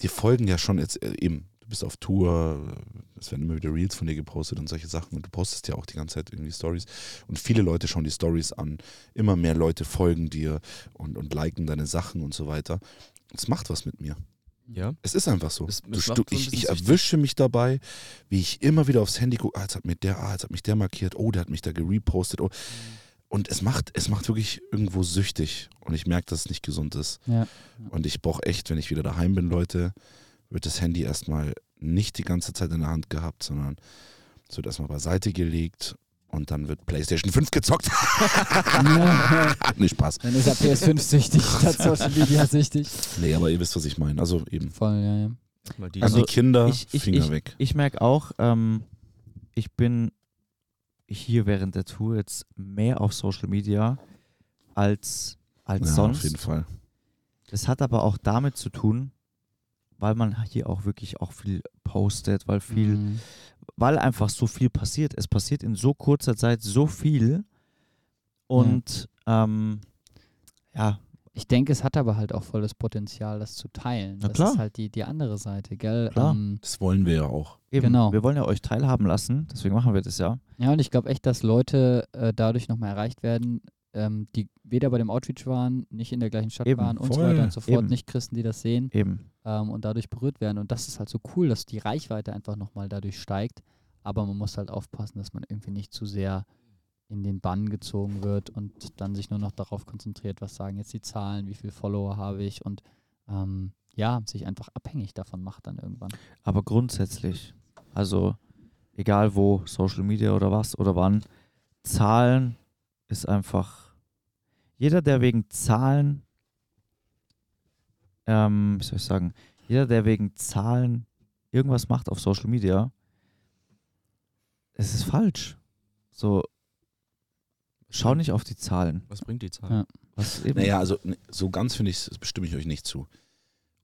[SPEAKER 5] die folgen ja schon jetzt äh, eben. Du bist auf Tour, äh, es werden immer wieder Reels von dir gepostet und solche Sachen und du postest ja auch die ganze Zeit irgendwie Stories und viele Leute schauen die Stories an, immer mehr Leute folgen dir und, und liken deine Sachen und so weiter. Es macht was mit mir.
[SPEAKER 8] Ja.
[SPEAKER 5] Es ist einfach so.
[SPEAKER 8] Es- es
[SPEAKER 5] du,
[SPEAKER 8] macht
[SPEAKER 5] stu-
[SPEAKER 8] so ein
[SPEAKER 5] ich, ich
[SPEAKER 8] bisschen süchtig.
[SPEAKER 5] erwische mich dabei, wie ich immer wieder aufs Handy gucke, ah, jetzt hat mir der, ah, jetzt hat mich der markiert, oh, der hat mich da gerepostet. Oh. Und es macht, es macht wirklich irgendwo süchtig. Und ich merke, dass es nicht gesund ist.
[SPEAKER 6] Ja.
[SPEAKER 5] Und ich brauche echt, wenn ich wieder daheim bin, Leute, wird das Handy erstmal nicht die ganze Zeit in der Hand gehabt, sondern es wird erstmal beiseite gelegt und dann wird PlayStation 5 gezockt. nicht Spaß.
[SPEAKER 6] Dann ist er PS5 süchtig statt Social Media süchtig.
[SPEAKER 5] Nee, aber ihr wisst, was ich meine. Also eben.
[SPEAKER 6] Voll, ja, ja.
[SPEAKER 8] Mal die
[SPEAKER 5] Also die Kinder,
[SPEAKER 7] Mhm. ich- ich-
[SPEAKER 5] Finger weg.
[SPEAKER 7] ich merke auch, ähm, ich bin hier während der Tour jetzt mehr auf Social Media als, als
[SPEAKER 5] Ja, auf jeden
[SPEAKER 7] sonst.
[SPEAKER 5] Fall.
[SPEAKER 7] Das hat aber auch damit zu tun, weil man hier auch wirklich auch viel postet, weil viel,
[SPEAKER 6] Mhm.
[SPEAKER 7] weil einfach so viel passiert. Es passiert in so kurzer Zeit so viel und ja, ähm, ja
[SPEAKER 6] Ich denke, es hat aber halt auch voll das Potenzial, das zu teilen.
[SPEAKER 7] Na
[SPEAKER 6] das
[SPEAKER 7] klar.
[SPEAKER 6] ist halt die, die andere Seite, gell?
[SPEAKER 7] Klar.
[SPEAKER 6] Ähm,
[SPEAKER 5] Das wollen wir ja auch.
[SPEAKER 7] eben,
[SPEAKER 6] Genau.
[SPEAKER 7] wir wollen ja euch teilhaben lassen, deswegen machen wir das ja.
[SPEAKER 6] ja, und ich glaube echt, dass Leute äh, dadurch nochmal erreicht werden, ähm, die weder bei dem Outreach waren, nicht in der gleichen Stadt
[SPEAKER 7] Eben,
[SPEAKER 6] waren und so
[SPEAKER 5] voll,
[SPEAKER 6] weiter und so fort,
[SPEAKER 7] eben.
[SPEAKER 6] nicht Christen, die das sehen
[SPEAKER 7] Eben.
[SPEAKER 6] ähm, und dadurch berührt werden. Und das ist halt so cool, dass die Reichweite einfach nochmal dadurch steigt. Aber man muss halt aufpassen, dass man irgendwie nicht zu sehr in den Bann gezogen wird und dann sich nur noch darauf konzentriert, was sagen jetzt die Zahlen, wie viel Follower habe ich und ähm, ja, sich einfach abhängig davon macht dann irgendwann.
[SPEAKER 7] Aber grundsätzlich, also egal wo, Social Media oder was oder wann, Zahlen ist einfach. Jeder, der wegen Zahlen, ähm, wie soll ich sagen, jeder, der wegen Zahlen irgendwas macht auf Social Media, es ist falsch. So, schau nicht auf die Zahlen.
[SPEAKER 8] Was bringt die Zahl?
[SPEAKER 6] Ja.
[SPEAKER 7] Was eben,
[SPEAKER 5] Naja, also ne, so ganz finde ich, das bestimme ich euch nicht zu.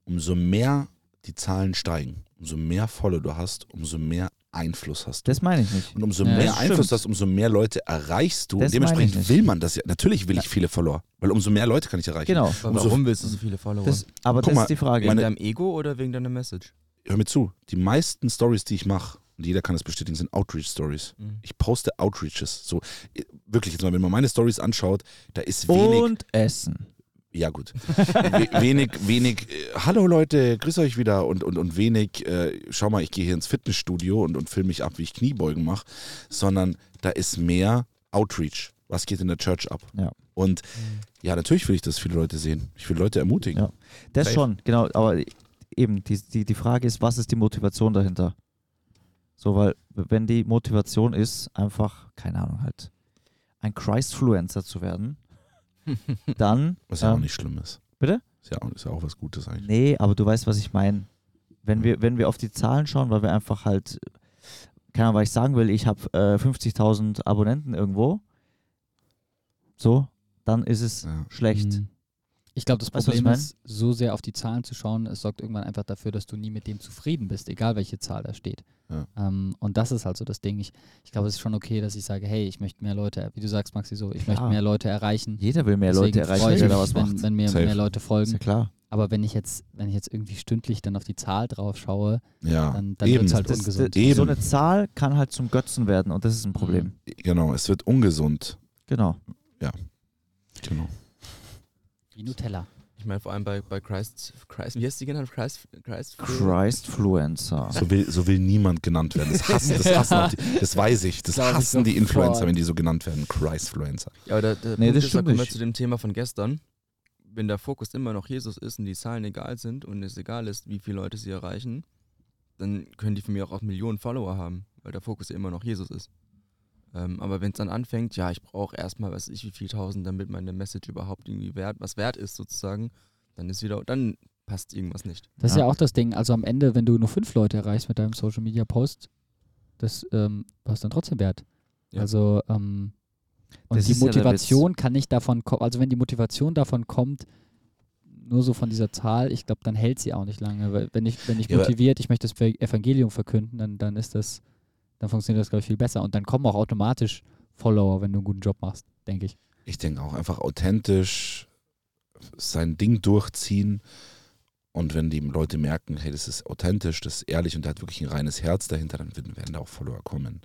[SPEAKER 5] Umso mehr die Zahlen steigen, umso mehr Follower du hast, umso mehr Einfluss hast du.
[SPEAKER 7] Das meine ich nicht.
[SPEAKER 5] Und umso
[SPEAKER 6] Ja,
[SPEAKER 5] mehr
[SPEAKER 7] das
[SPEAKER 5] Einfluss
[SPEAKER 7] stimmt.
[SPEAKER 5] du hast, umso mehr Leute erreichst du.
[SPEAKER 7] Das
[SPEAKER 5] Und
[SPEAKER 7] meine ich
[SPEAKER 5] dementsprechend
[SPEAKER 7] nicht.
[SPEAKER 5] will man das ja. Natürlich will ich viele Follower, weil umso mehr Leute kann ich erreichen.
[SPEAKER 7] Genau.
[SPEAKER 8] Aber
[SPEAKER 5] Umso-
[SPEAKER 8] warum willst du so viele Follower?
[SPEAKER 7] Das, aber
[SPEAKER 5] Guck
[SPEAKER 7] das
[SPEAKER 5] mal,
[SPEAKER 7] ist die Frage.
[SPEAKER 8] wegen
[SPEAKER 5] meine-
[SPEAKER 8] deinem Ego oder wegen deiner Message?
[SPEAKER 5] Hör mir zu, die meisten Stories, die ich mache, und jeder kann das bestätigen, sind Outreach-Stories.
[SPEAKER 8] Mhm.
[SPEAKER 5] Ich poste Outreaches. So, eh, wirklich, jetzt mal, wenn man meine Stories anschaut, da ist wenig.
[SPEAKER 7] Und Essen.
[SPEAKER 5] Ja, gut. We wenig, wenig, äh, hallo Leute, grüß euch wieder und, und, und wenig, äh, schau mal, ich gehe hier ins Fitnessstudio und, und filme mich ab, wie ich Kniebeugen mache, sondern da ist mehr Outreach. Was geht in der Church ab?
[SPEAKER 7] Ja.
[SPEAKER 5] Und ja, natürlich will ich, dass viele Leute sehen. Ich will Leute ermutigen.
[SPEAKER 7] Ja. Das
[SPEAKER 8] Safe.
[SPEAKER 7] schon, genau. Aber eben, die, die, die Frage ist, was ist die Motivation dahinter? So, weil, wenn die Motivation ist, einfach, keine Ahnung, halt, ein Christfluencer zu werden, dann.
[SPEAKER 5] Was ja auch
[SPEAKER 7] ähm,
[SPEAKER 5] nicht schlimm ist.
[SPEAKER 7] Bitte?
[SPEAKER 5] Ist ja auch, ist ja auch was Gutes eigentlich.
[SPEAKER 7] Nee, aber du weißt, was ich meine. Wenn wir, wenn wir auf die Zahlen schauen, weil wir einfach halt, keine Ahnung, was ich sagen will, ich habe äh, 50.000 Abonnenten irgendwo, so, dann ist es
[SPEAKER 5] Ja.
[SPEAKER 7] schlecht.
[SPEAKER 6] Mhm. Ich glaube, das
[SPEAKER 7] Weißt du, was ich
[SPEAKER 6] Problem ist, so sehr auf die Zahlen zu schauen, es sorgt irgendwann einfach dafür, dass du nie mit dem zufrieden bist, egal welche Zahl da steht.
[SPEAKER 5] Ja.
[SPEAKER 6] Ähm, und das ist halt so das Ding. Ich, ich glaube, es ist schon okay, dass ich sage, hey, ich möchte mehr Leute, wie du sagst, Maxi, so, ich möchte
[SPEAKER 7] Klar.
[SPEAKER 6] mehr Leute erreichen.
[SPEAKER 7] Jeder will mehr
[SPEAKER 6] Deswegen
[SPEAKER 7] Leute
[SPEAKER 6] freue
[SPEAKER 7] erreichen,
[SPEAKER 6] ich
[SPEAKER 7] der da
[SPEAKER 6] mich,
[SPEAKER 7] was
[SPEAKER 6] wenn,
[SPEAKER 7] macht.
[SPEAKER 6] wenn mir
[SPEAKER 5] Safe.
[SPEAKER 6] mehr Leute
[SPEAKER 7] Ist ja
[SPEAKER 6] folgen.
[SPEAKER 7] klar.
[SPEAKER 6] Aber wenn ich jetzt, wenn ich jetzt irgendwie stündlich dann auf die Zahl drauf schaue,
[SPEAKER 5] Ja,
[SPEAKER 6] dann, dann
[SPEAKER 5] eben.
[SPEAKER 6] wird es halt
[SPEAKER 7] Das,
[SPEAKER 6] ungesund.
[SPEAKER 7] das, so
[SPEAKER 5] Eben.
[SPEAKER 7] eine Zahl kann halt zum Götzen werden und das
[SPEAKER 6] Mhm.
[SPEAKER 7] ist ein Problem.
[SPEAKER 5] genau, es wird ungesund.
[SPEAKER 7] Genau.
[SPEAKER 5] Genau.
[SPEAKER 6] Wie Nutella.
[SPEAKER 8] Ich meine, vor allem bei, bei Christ, Christ, wie heißt die genannt? Christ, Christ,
[SPEAKER 7] Christfluencer.
[SPEAKER 5] So will, so will niemand genannt werden. Das hassen, das hassen auch die, das weiß ich, das
[SPEAKER 6] Glaub ich
[SPEAKER 5] hassen die
[SPEAKER 6] sofort.
[SPEAKER 5] Influencer, wenn die so genannt werden. Christfluencer.
[SPEAKER 8] Ja, aber da, da
[SPEAKER 7] Nee, das
[SPEAKER 8] Punkt ist, da
[SPEAKER 7] stimmt
[SPEAKER 8] kommen wir
[SPEAKER 7] nicht.
[SPEAKER 8] zu dem Thema von gestern. Wenn der Fokus immer noch Jesus ist und die Zahlen egal sind und es egal ist, wie viele Leute sie erreichen, dann können die von mir auch, auch Millionen Follower haben, weil der Fokus ja immer noch Jesus ist. Ähm, aber wenn es dann anfängt, ja, ich brauche erstmal, weiß ich, wie viel tausend, damit meine Message überhaupt irgendwie wert, was wert ist sozusagen, dann ist wieder, dann passt irgendwas nicht.
[SPEAKER 6] Das ist ja
[SPEAKER 7] Ja.
[SPEAKER 6] auch das Ding. Also am Ende, wenn du nur fünf Leute erreichst mit deinem Social Media Post, das ähm, hast dann trotzdem Wert.
[SPEAKER 8] Ja.
[SPEAKER 6] Also ähm, und
[SPEAKER 7] Das
[SPEAKER 6] die
[SPEAKER 7] ist ja der
[SPEAKER 6] Motivation kann nicht davon kommen. Also wenn die Motivation davon kommt, nur so von dieser Zahl, ich glaube, dann hält sie auch nicht lange. Weil wenn ich, wenn ich
[SPEAKER 5] Ja, aber-
[SPEAKER 6] motiviert, ich möchte das Ver- Evangelium verkünden, dann, dann ist das, dann funktioniert das, glaube ich, viel besser. Und dann kommen auch automatisch Follower, wenn du einen guten Job machst, denke ich.
[SPEAKER 5] Ich denke auch einfach authentisch sein Ding durchziehen. Und wenn die Leute merken, hey, das ist authentisch, das ist ehrlich und da hat wirklich ein reines Herz dahinter, dann werden werden da auch Follower kommen.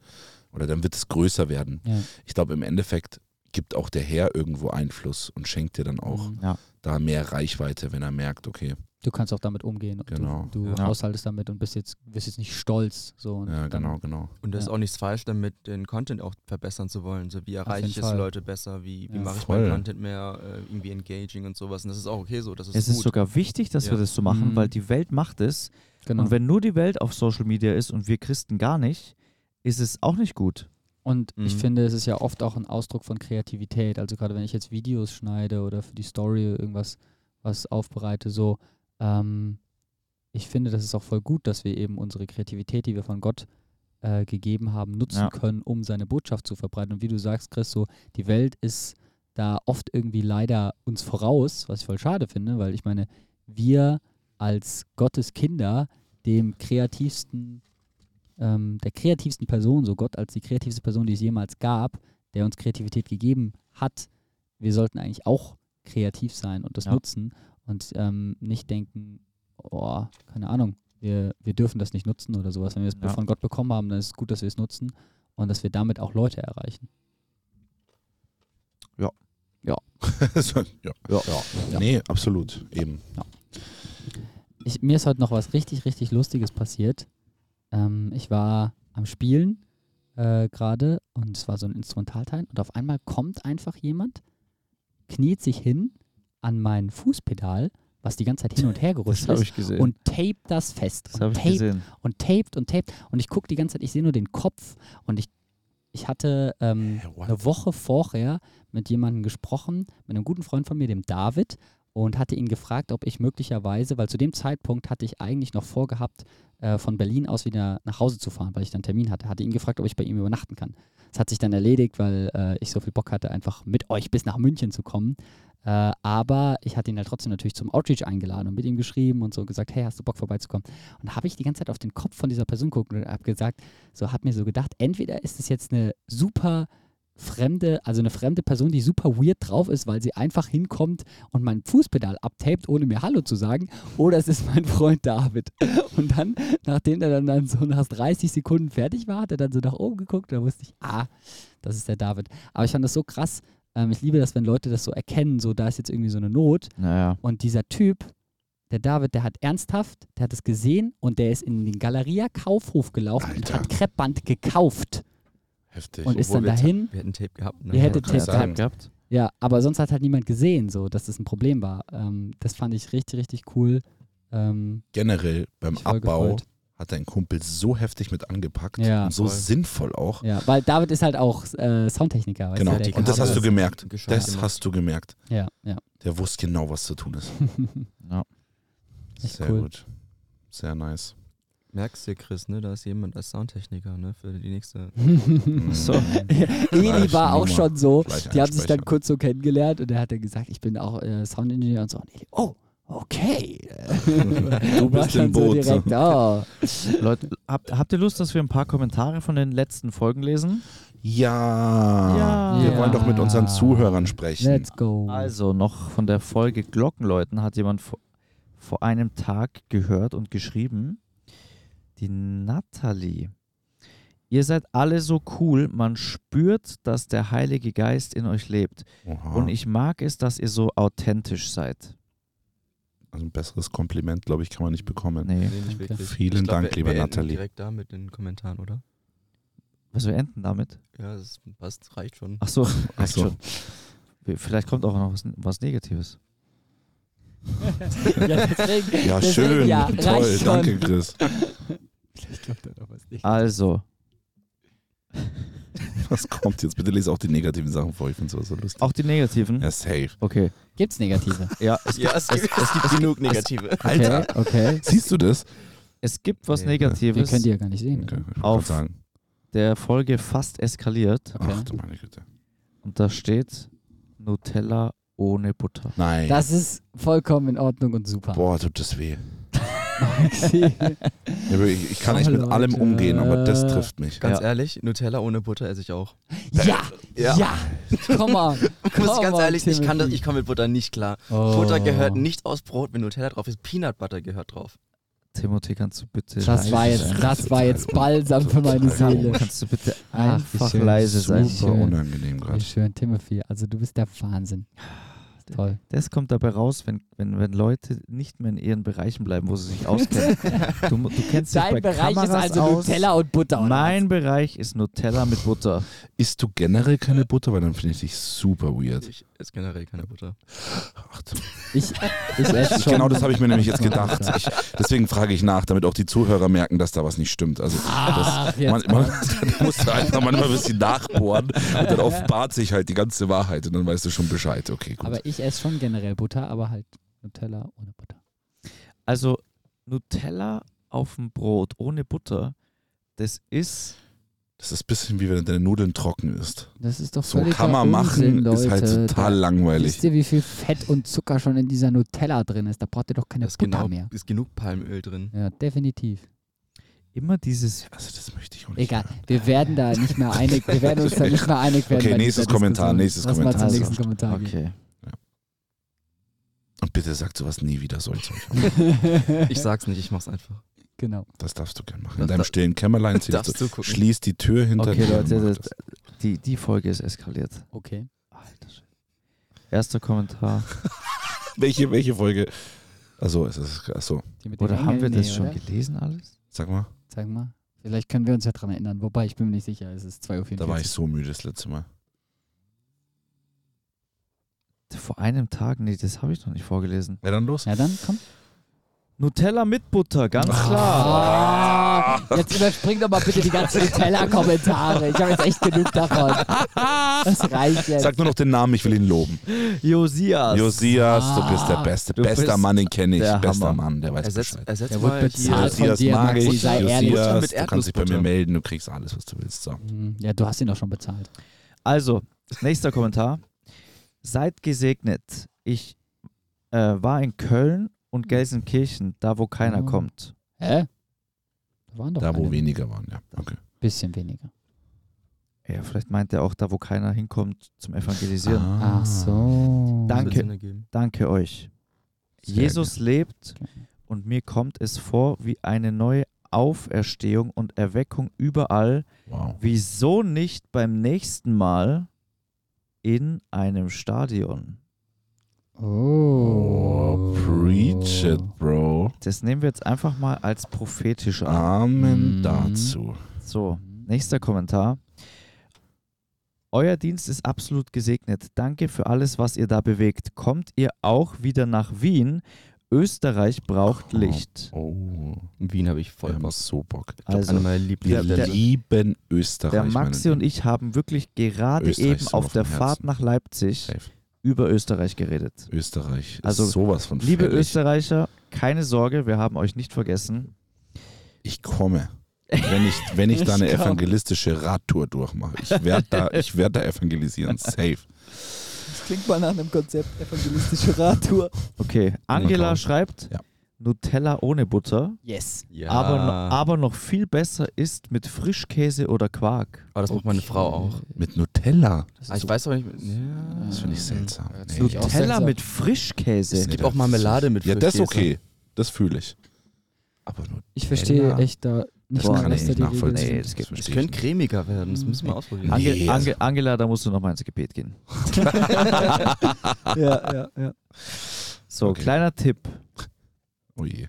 [SPEAKER 5] Oder dann wird es größer werden.
[SPEAKER 6] Ja.
[SPEAKER 5] Ich glaube, im Endeffekt gibt auch der Herr irgendwo Einfluss und schenkt dir dann auch
[SPEAKER 6] Mhm.
[SPEAKER 5] da mehr Reichweite, wenn er merkt, okay,
[SPEAKER 6] Du kannst auch damit umgehen und
[SPEAKER 5] Genau.
[SPEAKER 6] du, du
[SPEAKER 7] Ja.
[SPEAKER 6] haushaltest damit und bist jetzt, bist jetzt nicht stolz. So, und
[SPEAKER 5] ja,
[SPEAKER 6] dann-
[SPEAKER 5] genau, genau.
[SPEAKER 8] Und das
[SPEAKER 6] Ja.
[SPEAKER 8] ist auch nichts falsch damit, den Content auch verbessern zu wollen. So, wie erreiche
[SPEAKER 6] jeden
[SPEAKER 8] ich es
[SPEAKER 6] Fall.
[SPEAKER 8] Leute besser, wie, wie
[SPEAKER 6] Ja.
[SPEAKER 8] mache ich
[SPEAKER 5] Voll.
[SPEAKER 8] meinen Content mehr, äh, irgendwie engaging und sowas. Und das ist auch okay so, das ist
[SPEAKER 7] Es
[SPEAKER 8] gut.
[SPEAKER 7] ist sogar wichtig, dass
[SPEAKER 8] Ja.
[SPEAKER 7] wir das so machen,
[SPEAKER 6] Mhm.
[SPEAKER 7] weil die Welt macht es.
[SPEAKER 6] Genau.
[SPEAKER 7] Und wenn nur die Welt auf Social Media ist und wir Christen gar nicht, ist es auch nicht gut.
[SPEAKER 6] Und ich
[SPEAKER 8] Mhm.
[SPEAKER 6] finde, es ist ja oft auch ein Ausdruck von Kreativität. Also gerade wenn ich jetzt Videos schneide oder für die Story irgendwas was aufbereite, so, ähm, ich finde, das ist auch voll gut, dass wir eben unsere Kreativität, die wir von Gott äh, gegeben haben, nutzen
[SPEAKER 7] Ja.
[SPEAKER 6] können, um seine Botschaft zu verbreiten. Und wie du sagst, Chris, so, die Welt ist da oft irgendwie leider uns voraus, was ich voll schade finde, weil ich meine, wir als Gottes Kinder dem kreativsten, ähm, der kreativsten Person, so Gott als die kreativste Person, die es jemals gab, der uns Kreativität gegeben hat, wir sollten eigentlich auch kreativ sein und das
[SPEAKER 7] Ja.
[SPEAKER 6] nutzen und ähm, nicht denken, oh, keine Ahnung, wir, wir dürfen das nicht nutzen oder sowas. Wenn wir es
[SPEAKER 7] Ja.
[SPEAKER 6] von Gott bekommen haben, dann ist es gut, dass wir es nutzen und dass wir damit auch Leute erreichen.
[SPEAKER 5] So, ja.
[SPEAKER 7] Ja.
[SPEAKER 6] Ja.
[SPEAKER 5] Nee, absolut, eben.
[SPEAKER 6] ich, mir ist heute noch was richtig, richtig Lustiges passiert. Ähm, ich war am Spielen äh, gerade und es war so ein Instrumentalteil und auf einmal kommt einfach jemand, kniet sich hin an mein Fußpedal, was die ganze Zeit hin und her
[SPEAKER 7] Das
[SPEAKER 6] gerutscht
[SPEAKER 7] habe
[SPEAKER 6] ist,
[SPEAKER 7] ich gesehen.
[SPEAKER 6] und tapet das fest.
[SPEAKER 7] das habe
[SPEAKER 6] und
[SPEAKER 7] ich
[SPEAKER 6] tapet
[SPEAKER 7] gesehen.
[SPEAKER 6] und taped und taped und ich gucke die ganze Zeit, ich sehe nur den Kopf und ich, ich hatte ähm,
[SPEAKER 5] Hä, what?
[SPEAKER 6] eine Woche vorher mit jemandem gesprochen, mit einem guten Freund von mir, dem David, und hatte ihn gefragt, ob ich möglicherweise, weil zu dem Zeitpunkt hatte ich eigentlich noch vorgehabt, äh, von Berlin aus wieder nach Hause zu fahren, weil ich dann einen Termin hatte, hatte ihn gefragt, ob ich bei ihm übernachten kann. Das hat sich dann erledigt, weil äh, ich so viel Bock hatte, einfach mit euch bis nach München zu kommen. Äh, aber ich hatte ihn halt trotzdem natürlich zum Outreach eingeladen und mit ihm geschrieben und so gesagt, hey, hast du Bock vorbeizukommen? Und da habe ich die ganze Zeit auf den Kopf von dieser Person geguckt und habe gesagt, so habe mir so gedacht, entweder ist es jetzt eine super fremde, also eine fremde Person, die super weird drauf ist, weil sie einfach hinkommt und mein Fußpedal abtaped, ohne mir Hallo zu sagen, oder es ist mein Freund David. Und dann, nachdem er dann, dann so nach 30 Sekunden fertig war, hat er dann so nach oben geguckt und da wusste ich, ah, das ist der David. Aber ich fand das so krass. Ähm, ich liebe das, wenn Leute das so erkennen, so da ist jetzt irgendwie so eine Not
[SPEAKER 7] Naja.
[SPEAKER 6] und dieser Typ, der David, der hat ernsthaft, der hat es gesehen und der ist in den Galeria Kaufhof gelaufen und
[SPEAKER 5] Alter.
[SPEAKER 6] hat Kreppband gekauft
[SPEAKER 5] Heftig.
[SPEAKER 6] und ist dann
[SPEAKER 8] obwohl wir
[SPEAKER 6] dahin.
[SPEAKER 8] Wir hätten Tape gehabt. Ne?
[SPEAKER 6] Ihr hättet
[SPEAKER 5] wollte gerade
[SPEAKER 6] Tipps
[SPEAKER 5] sagen.
[SPEAKER 6] gehabt. Ja, aber sonst hat halt niemand gesehen, so, dass das ein Problem war. Ähm, das fand ich richtig, richtig cool, Ähm,
[SPEAKER 5] Generell beim
[SPEAKER 6] Ich war
[SPEAKER 5] Abbau
[SPEAKER 6] gefreut.
[SPEAKER 5] hat dein Kumpel so heftig mit angepackt
[SPEAKER 6] Ja,
[SPEAKER 5] und so
[SPEAKER 8] voll.
[SPEAKER 5] sinnvoll auch.
[SPEAKER 6] ja, weil David ist halt auch äh, Soundtechniker. Weißt
[SPEAKER 5] Genau,
[SPEAKER 6] du, der
[SPEAKER 5] und das
[SPEAKER 6] kann
[SPEAKER 5] hast du
[SPEAKER 6] alles.
[SPEAKER 5] gemerkt.
[SPEAKER 8] gescheit
[SPEAKER 5] Das
[SPEAKER 8] gemacht.
[SPEAKER 5] hast du gemerkt.
[SPEAKER 6] Ja, ja.
[SPEAKER 5] Der wusste genau, was zu tun ist.
[SPEAKER 6] Echt
[SPEAKER 5] Sehr
[SPEAKER 6] cool.
[SPEAKER 5] gut. Sehr nice.
[SPEAKER 8] Merkst du, Chris, ne? Da ist jemand als Soundtechniker, ne? Für die nächste.
[SPEAKER 5] So.
[SPEAKER 6] Eli war auch
[SPEAKER 5] Nummer.
[SPEAKER 6] schon so.
[SPEAKER 5] Gleich
[SPEAKER 6] Die haben sich dann
[SPEAKER 5] einspeichern.
[SPEAKER 6] kurz so kennengelernt und er hat dann gesagt, ich bin auch äh, Soundingenieur und so. Und Eli, oh, okay. du
[SPEAKER 5] bist im
[SPEAKER 6] so
[SPEAKER 5] Boot.
[SPEAKER 6] direkt, oh.
[SPEAKER 7] Leute, habt, habt ihr Lust, dass wir ein paar Kommentare von den letzten Folgen lesen?
[SPEAKER 5] Ja. Wir
[SPEAKER 6] Ja.
[SPEAKER 5] wollen doch mit unseren Zuhörern sprechen.
[SPEAKER 6] Let's
[SPEAKER 5] Hm.
[SPEAKER 6] go.
[SPEAKER 7] Also noch von der Folge Glockenläuten hat jemand vor, vor einem Tag gehört und geschrieben. Die Natalie. Ihr seid alle so cool, man spürt, dass der Heilige Geist in euch lebt.
[SPEAKER 5] Oha.
[SPEAKER 7] Und ich mag es, dass ihr so authentisch seid.
[SPEAKER 5] also ein besseres Kompliment, glaube ich, kann man nicht bekommen.
[SPEAKER 7] Nee.
[SPEAKER 8] Nee, nicht
[SPEAKER 6] Danke.
[SPEAKER 8] wirklich.
[SPEAKER 5] Vielen
[SPEAKER 8] Ich glaub,
[SPEAKER 5] Dank,
[SPEAKER 8] wir-
[SPEAKER 5] lieber
[SPEAKER 8] wir enden
[SPEAKER 5] Nathalie.
[SPEAKER 8] Direkt da mit den Kommentaren, oder?
[SPEAKER 7] Was wir enden damit?
[SPEAKER 8] Ja, das passt, reicht schon.
[SPEAKER 7] Ach so,
[SPEAKER 5] Ach
[SPEAKER 7] reicht
[SPEAKER 5] so.
[SPEAKER 7] schon. Vielleicht kommt auch noch was, was Negatives.
[SPEAKER 6] ja, deswegen,
[SPEAKER 5] Ja,
[SPEAKER 6] deswegen,
[SPEAKER 5] schön.
[SPEAKER 6] Ja,
[SPEAKER 5] Toll,
[SPEAKER 6] reicht schon.
[SPEAKER 5] danke, Chris.
[SPEAKER 7] Also,
[SPEAKER 5] Was kommt jetzt? Bitte lese auch die negativen Sachen vor. Ich finde sowas so lustig.
[SPEAKER 7] auch die Negativen.
[SPEAKER 5] Ja, safe.
[SPEAKER 7] Okay.
[SPEAKER 6] Gibt's Negative?
[SPEAKER 7] Ja, es
[SPEAKER 8] Ja, es gibt, es gibt genug Negative.
[SPEAKER 6] Okay, okay.
[SPEAKER 5] Siehst du das?
[SPEAKER 7] Es gibt was
[SPEAKER 8] Nee.
[SPEAKER 6] Wir
[SPEAKER 7] Negatives
[SPEAKER 6] können die ja gar nicht sehen.
[SPEAKER 5] Okay, ich wollte
[SPEAKER 7] Auf.
[SPEAKER 5] gerade sagen.
[SPEAKER 7] der Folge fast eskaliert
[SPEAKER 6] Okay.
[SPEAKER 5] Ach du meine Güte.
[SPEAKER 7] und da steht Nutella ohne Butter.
[SPEAKER 5] Nein.
[SPEAKER 6] Das ist vollkommen in Ordnung und super.
[SPEAKER 5] Boah, tut das weh.
[SPEAKER 6] Maxi.
[SPEAKER 5] Ja, wirklich, Ich kann
[SPEAKER 6] Oh,
[SPEAKER 5] nicht mit allem
[SPEAKER 6] Leute.
[SPEAKER 5] umgehen, aber das trifft mich.
[SPEAKER 8] Ganz
[SPEAKER 7] Ja.
[SPEAKER 8] ehrlich, Nutella ohne Butter esse ich auch.
[SPEAKER 6] ja,
[SPEAKER 8] Ja.
[SPEAKER 6] ja, komm on.
[SPEAKER 8] Muss ich
[SPEAKER 6] Come
[SPEAKER 8] ganz
[SPEAKER 6] on,
[SPEAKER 8] ehrlich, ich, kann das,
[SPEAKER 6] Timothy.
[SPEAKER 8] ich komme mit Butter nicht klar.
[SPEAKER 6] Oh.
[SPEAKER 8] Butter gehört nicht aufs Brot, wenn Nutella drauf ist. Peanut Butter gehört drauf.
[SPEAKER 7] Timothy, kannst du bitte
[SPEAKER 6] Oh, Das war
[SPEAKER 7] leise
[SPEAKER 6] jetzt,
[SPEAKER 7] sein?
[SPEAKER 6] das war jetzt Balsam für meine
[SPEAKER 7] Samu,
[SPEAKER 6] Seele.
[SPEAKER 7] kannst du bitte
[SPEAKER 6] Ach,
[SPEAKER 7] einfach
[SPEAKER 6] wie schön.
[SPEAKER 7] leise sein?
[SPEAKER 5] Super
[SPEAKER 6] schön.
[SPEAKER 5] unangenehm
[SPEAKER 6] Wie
[SPEAKER 5] gerade.
[SPEAKER 6] schön, Timothy. Also du bist der Wahnsinn. Toll.
[SPEAKER 7] Das kommt dabei raus, wenn, wenn, wenn Leute nicht mehr in ihren Bereichen bleiben, wo sie sich auskennen. Du, mu- du kennst dich bei
[SPEAKER 6] Dein Bereich
[SPEAKER 7] Kameras
[SPEAKER 6] ist also
[SPEAKER 7] aus.
[SPEAKER 6] Nutella und Butter. oder
[SPEAKER 7] Mein Bereich ist Nutella mit Butter.
[SPEAKER 5] Isst du generell keine Butter, weil dann finde ich dich super weird.
[SPEAKER 8] Also Ich esse generell keine Butter.
[SPEAKER 5] Ach, du-
[SPEAKER 6] was? Ich, ich esse schon.
[SPEAKER 5] genau das habe ich mir nämlich jetzt
[SPEAKER 6] Ja.
[SPEAKER 5] gedacht. Ich, deswegen frage ich nach, damit auch die Zuhörer merken, dass da was nicht stimmt. Also
[SPEAKER 6] Ach,
[SPEAKER 5] das,
[SPEAKER 6] jetzt
[SPEAKER 5] man, man da musst du einfach manchmal ein bisschen nachbohren und dann offenbart sich halt die ganze Wahrheit und dann weißt du schon Bescheid. Okay, gut.
[SPEAKER 6] Aber ich esse schon generell Butter, aber halt Nutella ohne Butter.
[SPEAKER 7] Also Nutella auf dem Brot ohne Butter, das ist
[SPEAKER 5] Das ist ein bisschen wie wenn deine Nudeln trocken ist.
[SPEAKER 6] Das ist doch
[SPEAKER 5] So
[SPEAKER 6] völliger
[SPEAKER 5] kann man
[SPEAKER 6] Unsinn,
[SPEAKER 5] machen,
[SPEAKER 6] Leute.
[SPEAKER 5] ist halt total
[SPEAKER 6] da,
[SPEAKER 5] langweilig.
[SPEAKER 6] Wisst ihr, wie viel Fett und Zucker schon in dieser Nutella drin ist? Da braucht ihr doch keine
[SPEAKER 8] Da ist,
[SPEAKER 6] Butter
[SPEAKER 8] genau,
[SPEAKER 6] mehr.
[SPEAKER 8] ist genug Palmöl drin.
[SPEAKER 6] Ja, definitiv.
[SPEAKER 7] immer dieses
[SPEAKER 5] Also das möchte ich auch nicht.
[SPEAKER 6] Egal,
[SPEAKER 5] hören.
[SPEAKER 6] wir werden da nicht mehr einig, wir werden uns da nicht mehr einig werden.
[SPEAKER 5] Okay,
[SPEAKER 6] bei
[SPEAKER 5] nächstes
[SPEAKER 6] dieser
[SPEAKER 5] Kommentar,
[SPEAKER 6] Diskussion.
[SPEAKER 5] nächstes
[SPEAKER 6] Lass
[SPEAKER 5] Kommentar.
[SPEAKER 6] mal zum
[SPEAKER 7] Also,
[SPEAKER 6] nächsten Kommentar gehen.
[SPEAKER 7] Okay.
[SPEAKER 5] Und bitte sag sowas nie wieder, so ein Zeug.
[SPEAKER 8] Ich sag's nicht, ich mach's einfach.
[SPEAKER 6] Genau.
[SPEAKER 5] Das darfst du gerne machen.
[SPEAKER 8] Das
[SPEAKER 5] In deinem
[SPEAKER 8] darf-
[SPEAKER 5] stillen Kämmerlein ziehst du.
[SPEAKER 8] Darfst du gucken.
[SPEAKER 5] Schließ die Tür hinter
[SPEAKER 7] Okay,
[SPEAKER 5] dir.
[SPEAKER 7] Leute,
[SPEAKER 5] mach
[SPEAKER 7] das, die, die Folge ist eskaliert.
[SPEAKER 6] Okay.
[SPEAKER 7] Alter Schwede. Erster Kommentar.
[SPEAKER 5] Welche, welche Folge? Achso, es ist. Achso,
[SPEAKER 6] Die mit den
[SPEAKER 7] Oder haben wir
[SPEAKER 6] Engeln?
[SPEAKER 7] das
[SPEAKER 6] Nee,
[SPEAKER 7] schon
[SPEAKER 6] Oder?
[SPEAKER 7] gelesen alles?
[SPEAKER 5] sag mal.
[SPEAKER 6] Sag mal. Vielleicht können wir uns ja dran erinnern. Wobei, ich bin mir nicht sicher. Es ist 2.44 Uhr.
[SPEAKER 5] Da war ich so müde das letzte Mal.
[SPEAKER 7] Vor einem Tag? Nee, das habe ich noch nicht vorgelesen.
[SPEAKER 5] Ja, dann los.
[SPEAKER 6] Ja, dann komm.
[SPEAKER 7] Nutella mit Butter, ganz klar.
[SPEAKER 6] Ah, jetzt überspring doch mal bitte die ganzen Nutella-Kommentare. Ich habe jetzt echt genug davon. Das reicht jetzt.
[SPEAKER 5] Sag nur noch den Namen, ich will ihn loben.
[SPEAKER 7] Josias.
[SPEAKER 5] Josias, du bist der Beste.
[SPEAKER 7] Du
[SPEAKER 5] bester
[SPEAKER 7] bist
[SPEAKER 5] Mann, den kenne ich.
[SPEAKER 7] der
[SPEAKER 5] Bester
[SPEAKER 7] Hammer.
[SPEAKER 5] Mann, der weiß
[SPEAKER 8] Ersetz,
[SPEAKER 5] Bescheid.
[SPEAKER 8] ersetz
[SPEAKER 6] Der
[SPEAKER 8] mal
[SPEAKER 6] wird
[SPEAKER 8] hier.
[SPEAKER 6] bezahlt von
[SPEAKER 5] Josias
[SPEAKER 6] dir,
[SPEAKER 5] mag
[SPEAKER 6] Maxi,
[SPEAKER 5] ich.
[SPEAKER 6] sei ehrlich.
[SPEAKER 5] Josias,
[SPEAKER 8] Mit
[SPEAKER 5] du kannst dich bei mir
[SPEAKER 8] Erdnussbutter.
[SPEAKER 5] melden, du kriegst alles, was du willst. So.
[SPEAKER 6] Hm, Ja, du hast ihn doch schon bezahlt.
[SPEAKER 7] Also, nächster Kommentar. Seid gesegnet. Ich äh, war in Köln und Gelsenkirchen, da wo keiner
[SPEAKER 6] Oh.
[SPEAKER 7] kommt.
[SPEAKER 6] Hä? Da waren doch
[SPEAKER 5] Da, wo
[SPEAKER 6] keine.
[SPEAKER 5] weniger waren, ja. Okay.
[SPEAKER 6] Bisschen weniger.
[SPEAKER 7] Ja, vielleicht meint er auch da, wo keiner hinkommt zum Evangelisieren.
[SPEAKER 5] Ah.
[SPEAKER 6] Ach so.
[SPEAKER 7] Danke.
[SPEAKER 8] Wird's Sinn ergeben.
[SPEAKER 7] Danke euch.
[SPEAKER 5] Sehr
[SPEAKER 7] Jesus lebt
[SPEAKER 6] Okay.
[SPEAKER 7] und mir kommt es vor wie eine neue Auferstehung und Erweckung überall.
[SPEAKER 5] Wow.
[SPEAKER 7] Wieso nicht beim nächsten Mal in einem Stadion?
[SPEAKER 6] Oh.
[SPEAKER 5] Oh, preach it, bro.
[SPEAKER 7] Das nehmen wir jetzt einfach mal als prophetisch
[SPEAKER 5] Ah.
[SPEAKER 7] an.
[SPEAKER 5] Amen
[SPEAKER 6] Mhm.
[SPEAKER 5] dazu.
[SPEAKER 7] So, nächster Kommentar. Euer Dienst ist absolut gesegnet. Danke für alles, was ihr da bewegt. Kommt ihr auch wieder nach Wien? Österreich braucht Licht.
[SPEAKER 5] Oh,
[SPEAKER 8] In Wien habe ich
[SPEAKER 5] wir
[SPEAKER 8] voll
[SPEAKER 5] haben
[SPEAKER 8] Bock.
[SPEAKER 5] so Bock.
[SPEAKER 8] Einer
[SPEAKER 7] Also,
[SPEAKER 8] meiner
[SPEAKER 5] Wir
[SPEAKER 7] der-
[SPEAKER 8] Lieblingsländer.
[SPEAKER 5] lieben Österreich.
[SPEAKER 7] der
[SPEAKER 5] meine
[SPEAKER 7] Maxi
[SPEAKER 5] Lieben.
[SPEAKER 7] und ich haben wirklich gerade
[SPEAKER 5] Österreich
[SPEAKER 7] eben
[SPEAKER 5] so
[SPEAKER 7] auf
[SPEAKER 5] auf
[SPEAKER 7] der
[SPEAKER 5] dem
[SPEAKER 7] Fahrt
[SPEAKER 5] Herzen.
[SPEAKER 7] nach Leipzig
[SPEAKER 5] Safe.
[SPEAKER 7] über Österreich geredet.
[SPEAKER 5] Österreich ist
[SPEAKER 7] Also,
[SPEAKER 5] sowas von
[SPEAKER 7] Liebe
[SPEAKER 5] fällig.
[SPEAKER 7] Österreicher, keine Sorge, wir haben euch nicht vergessen.
[SPEAKER 5] Ich komme. Wenn ich, wenn ich da eine evangelistische Radtour durchmache. Ich werde da, ich werd da evangelisieren. Safe.
[SPEAKER 6] Das klingt mal nach einem Konzept evangelistische Radtour.
[SPEAKER 7] Okay, Angela
[SPEAKER 5] klar.
[SPEAKER 7] schreibt,
[SPEAKER 5] Ja.
[SPEAKER 7] Nutella ohne Butter,
[SPEAKER 6] Yes.
[SPEAKER 8] Ja.
[SPEAKER 7] aber, no, aber noch viel besser ist mit Frischkäse oder Quark.
[SPEAKER 8] Aber das macht meine Frau auch.
[SPEAKER 5] Mit Nutella.
[SPEAKER 8] Ah, ich Ah, weiß aber nicht.
[SPEAKER 6] äh,
[SPEAKER 8] Ja.
[SPEAKER 5] Das
[SPEAKER 7] Mhm.
[SPEAKER 5] finde ich seltsam. Nee.
[SPEAKER 6] finde ich auch
[SPEAKER 7] Nutella
[SPEAKER 6] seltsam.
[SPEAKER 7] mit
[SPEAKER 8] Es
[SPEAKER 7] Frischkäse.
[SPEAKER 8] gibt auch Marmelade mit
[SPEAKER 5] Ja, das ist
[SPEAKER 8] Frischkäse.
[SPEAKER 5] okay. Das fühle ich. Aber nur
[SPEAKER 6] Ich verstehe
[SPEAKER 5] Ja.
[SPEAKER 6] echt da nicht
[SPEAKER 7] Boah,
[SPEAKER 6] mal,
[SPEAKER 7] kann
[SPEAKER 6] was
[SPEAKER 7] ich
[SPEAKER 6] da die
[SPEAKER 5] nicht
[SPEAKER 6] Regel
[SPEAKER 5] nachvollziehen.
[SPEAKER 7] Nee,
[SPEAKER 6] ist.
[SPEAKER 7] das gibt
[SPEAKER 8] Es
[SPEAKER 5] verstehe ich
[SPEAKER 8] könnte cremiger werden, das müssen wir ausprobieren.
[SPEAKER 7] Ange
[SPEAKER 5] Nee,
[SPEAKER 7] Ange Angela, da musst du nochmal ins Gebet gehen.
[SPEAKER 6] Ja, ja, ja.
[SPEAKER 7] So,
[SPEAKER 5] Okay.
[SPEAKER 7] kleiner Tipp.
[SPEAKER 5] Oh je.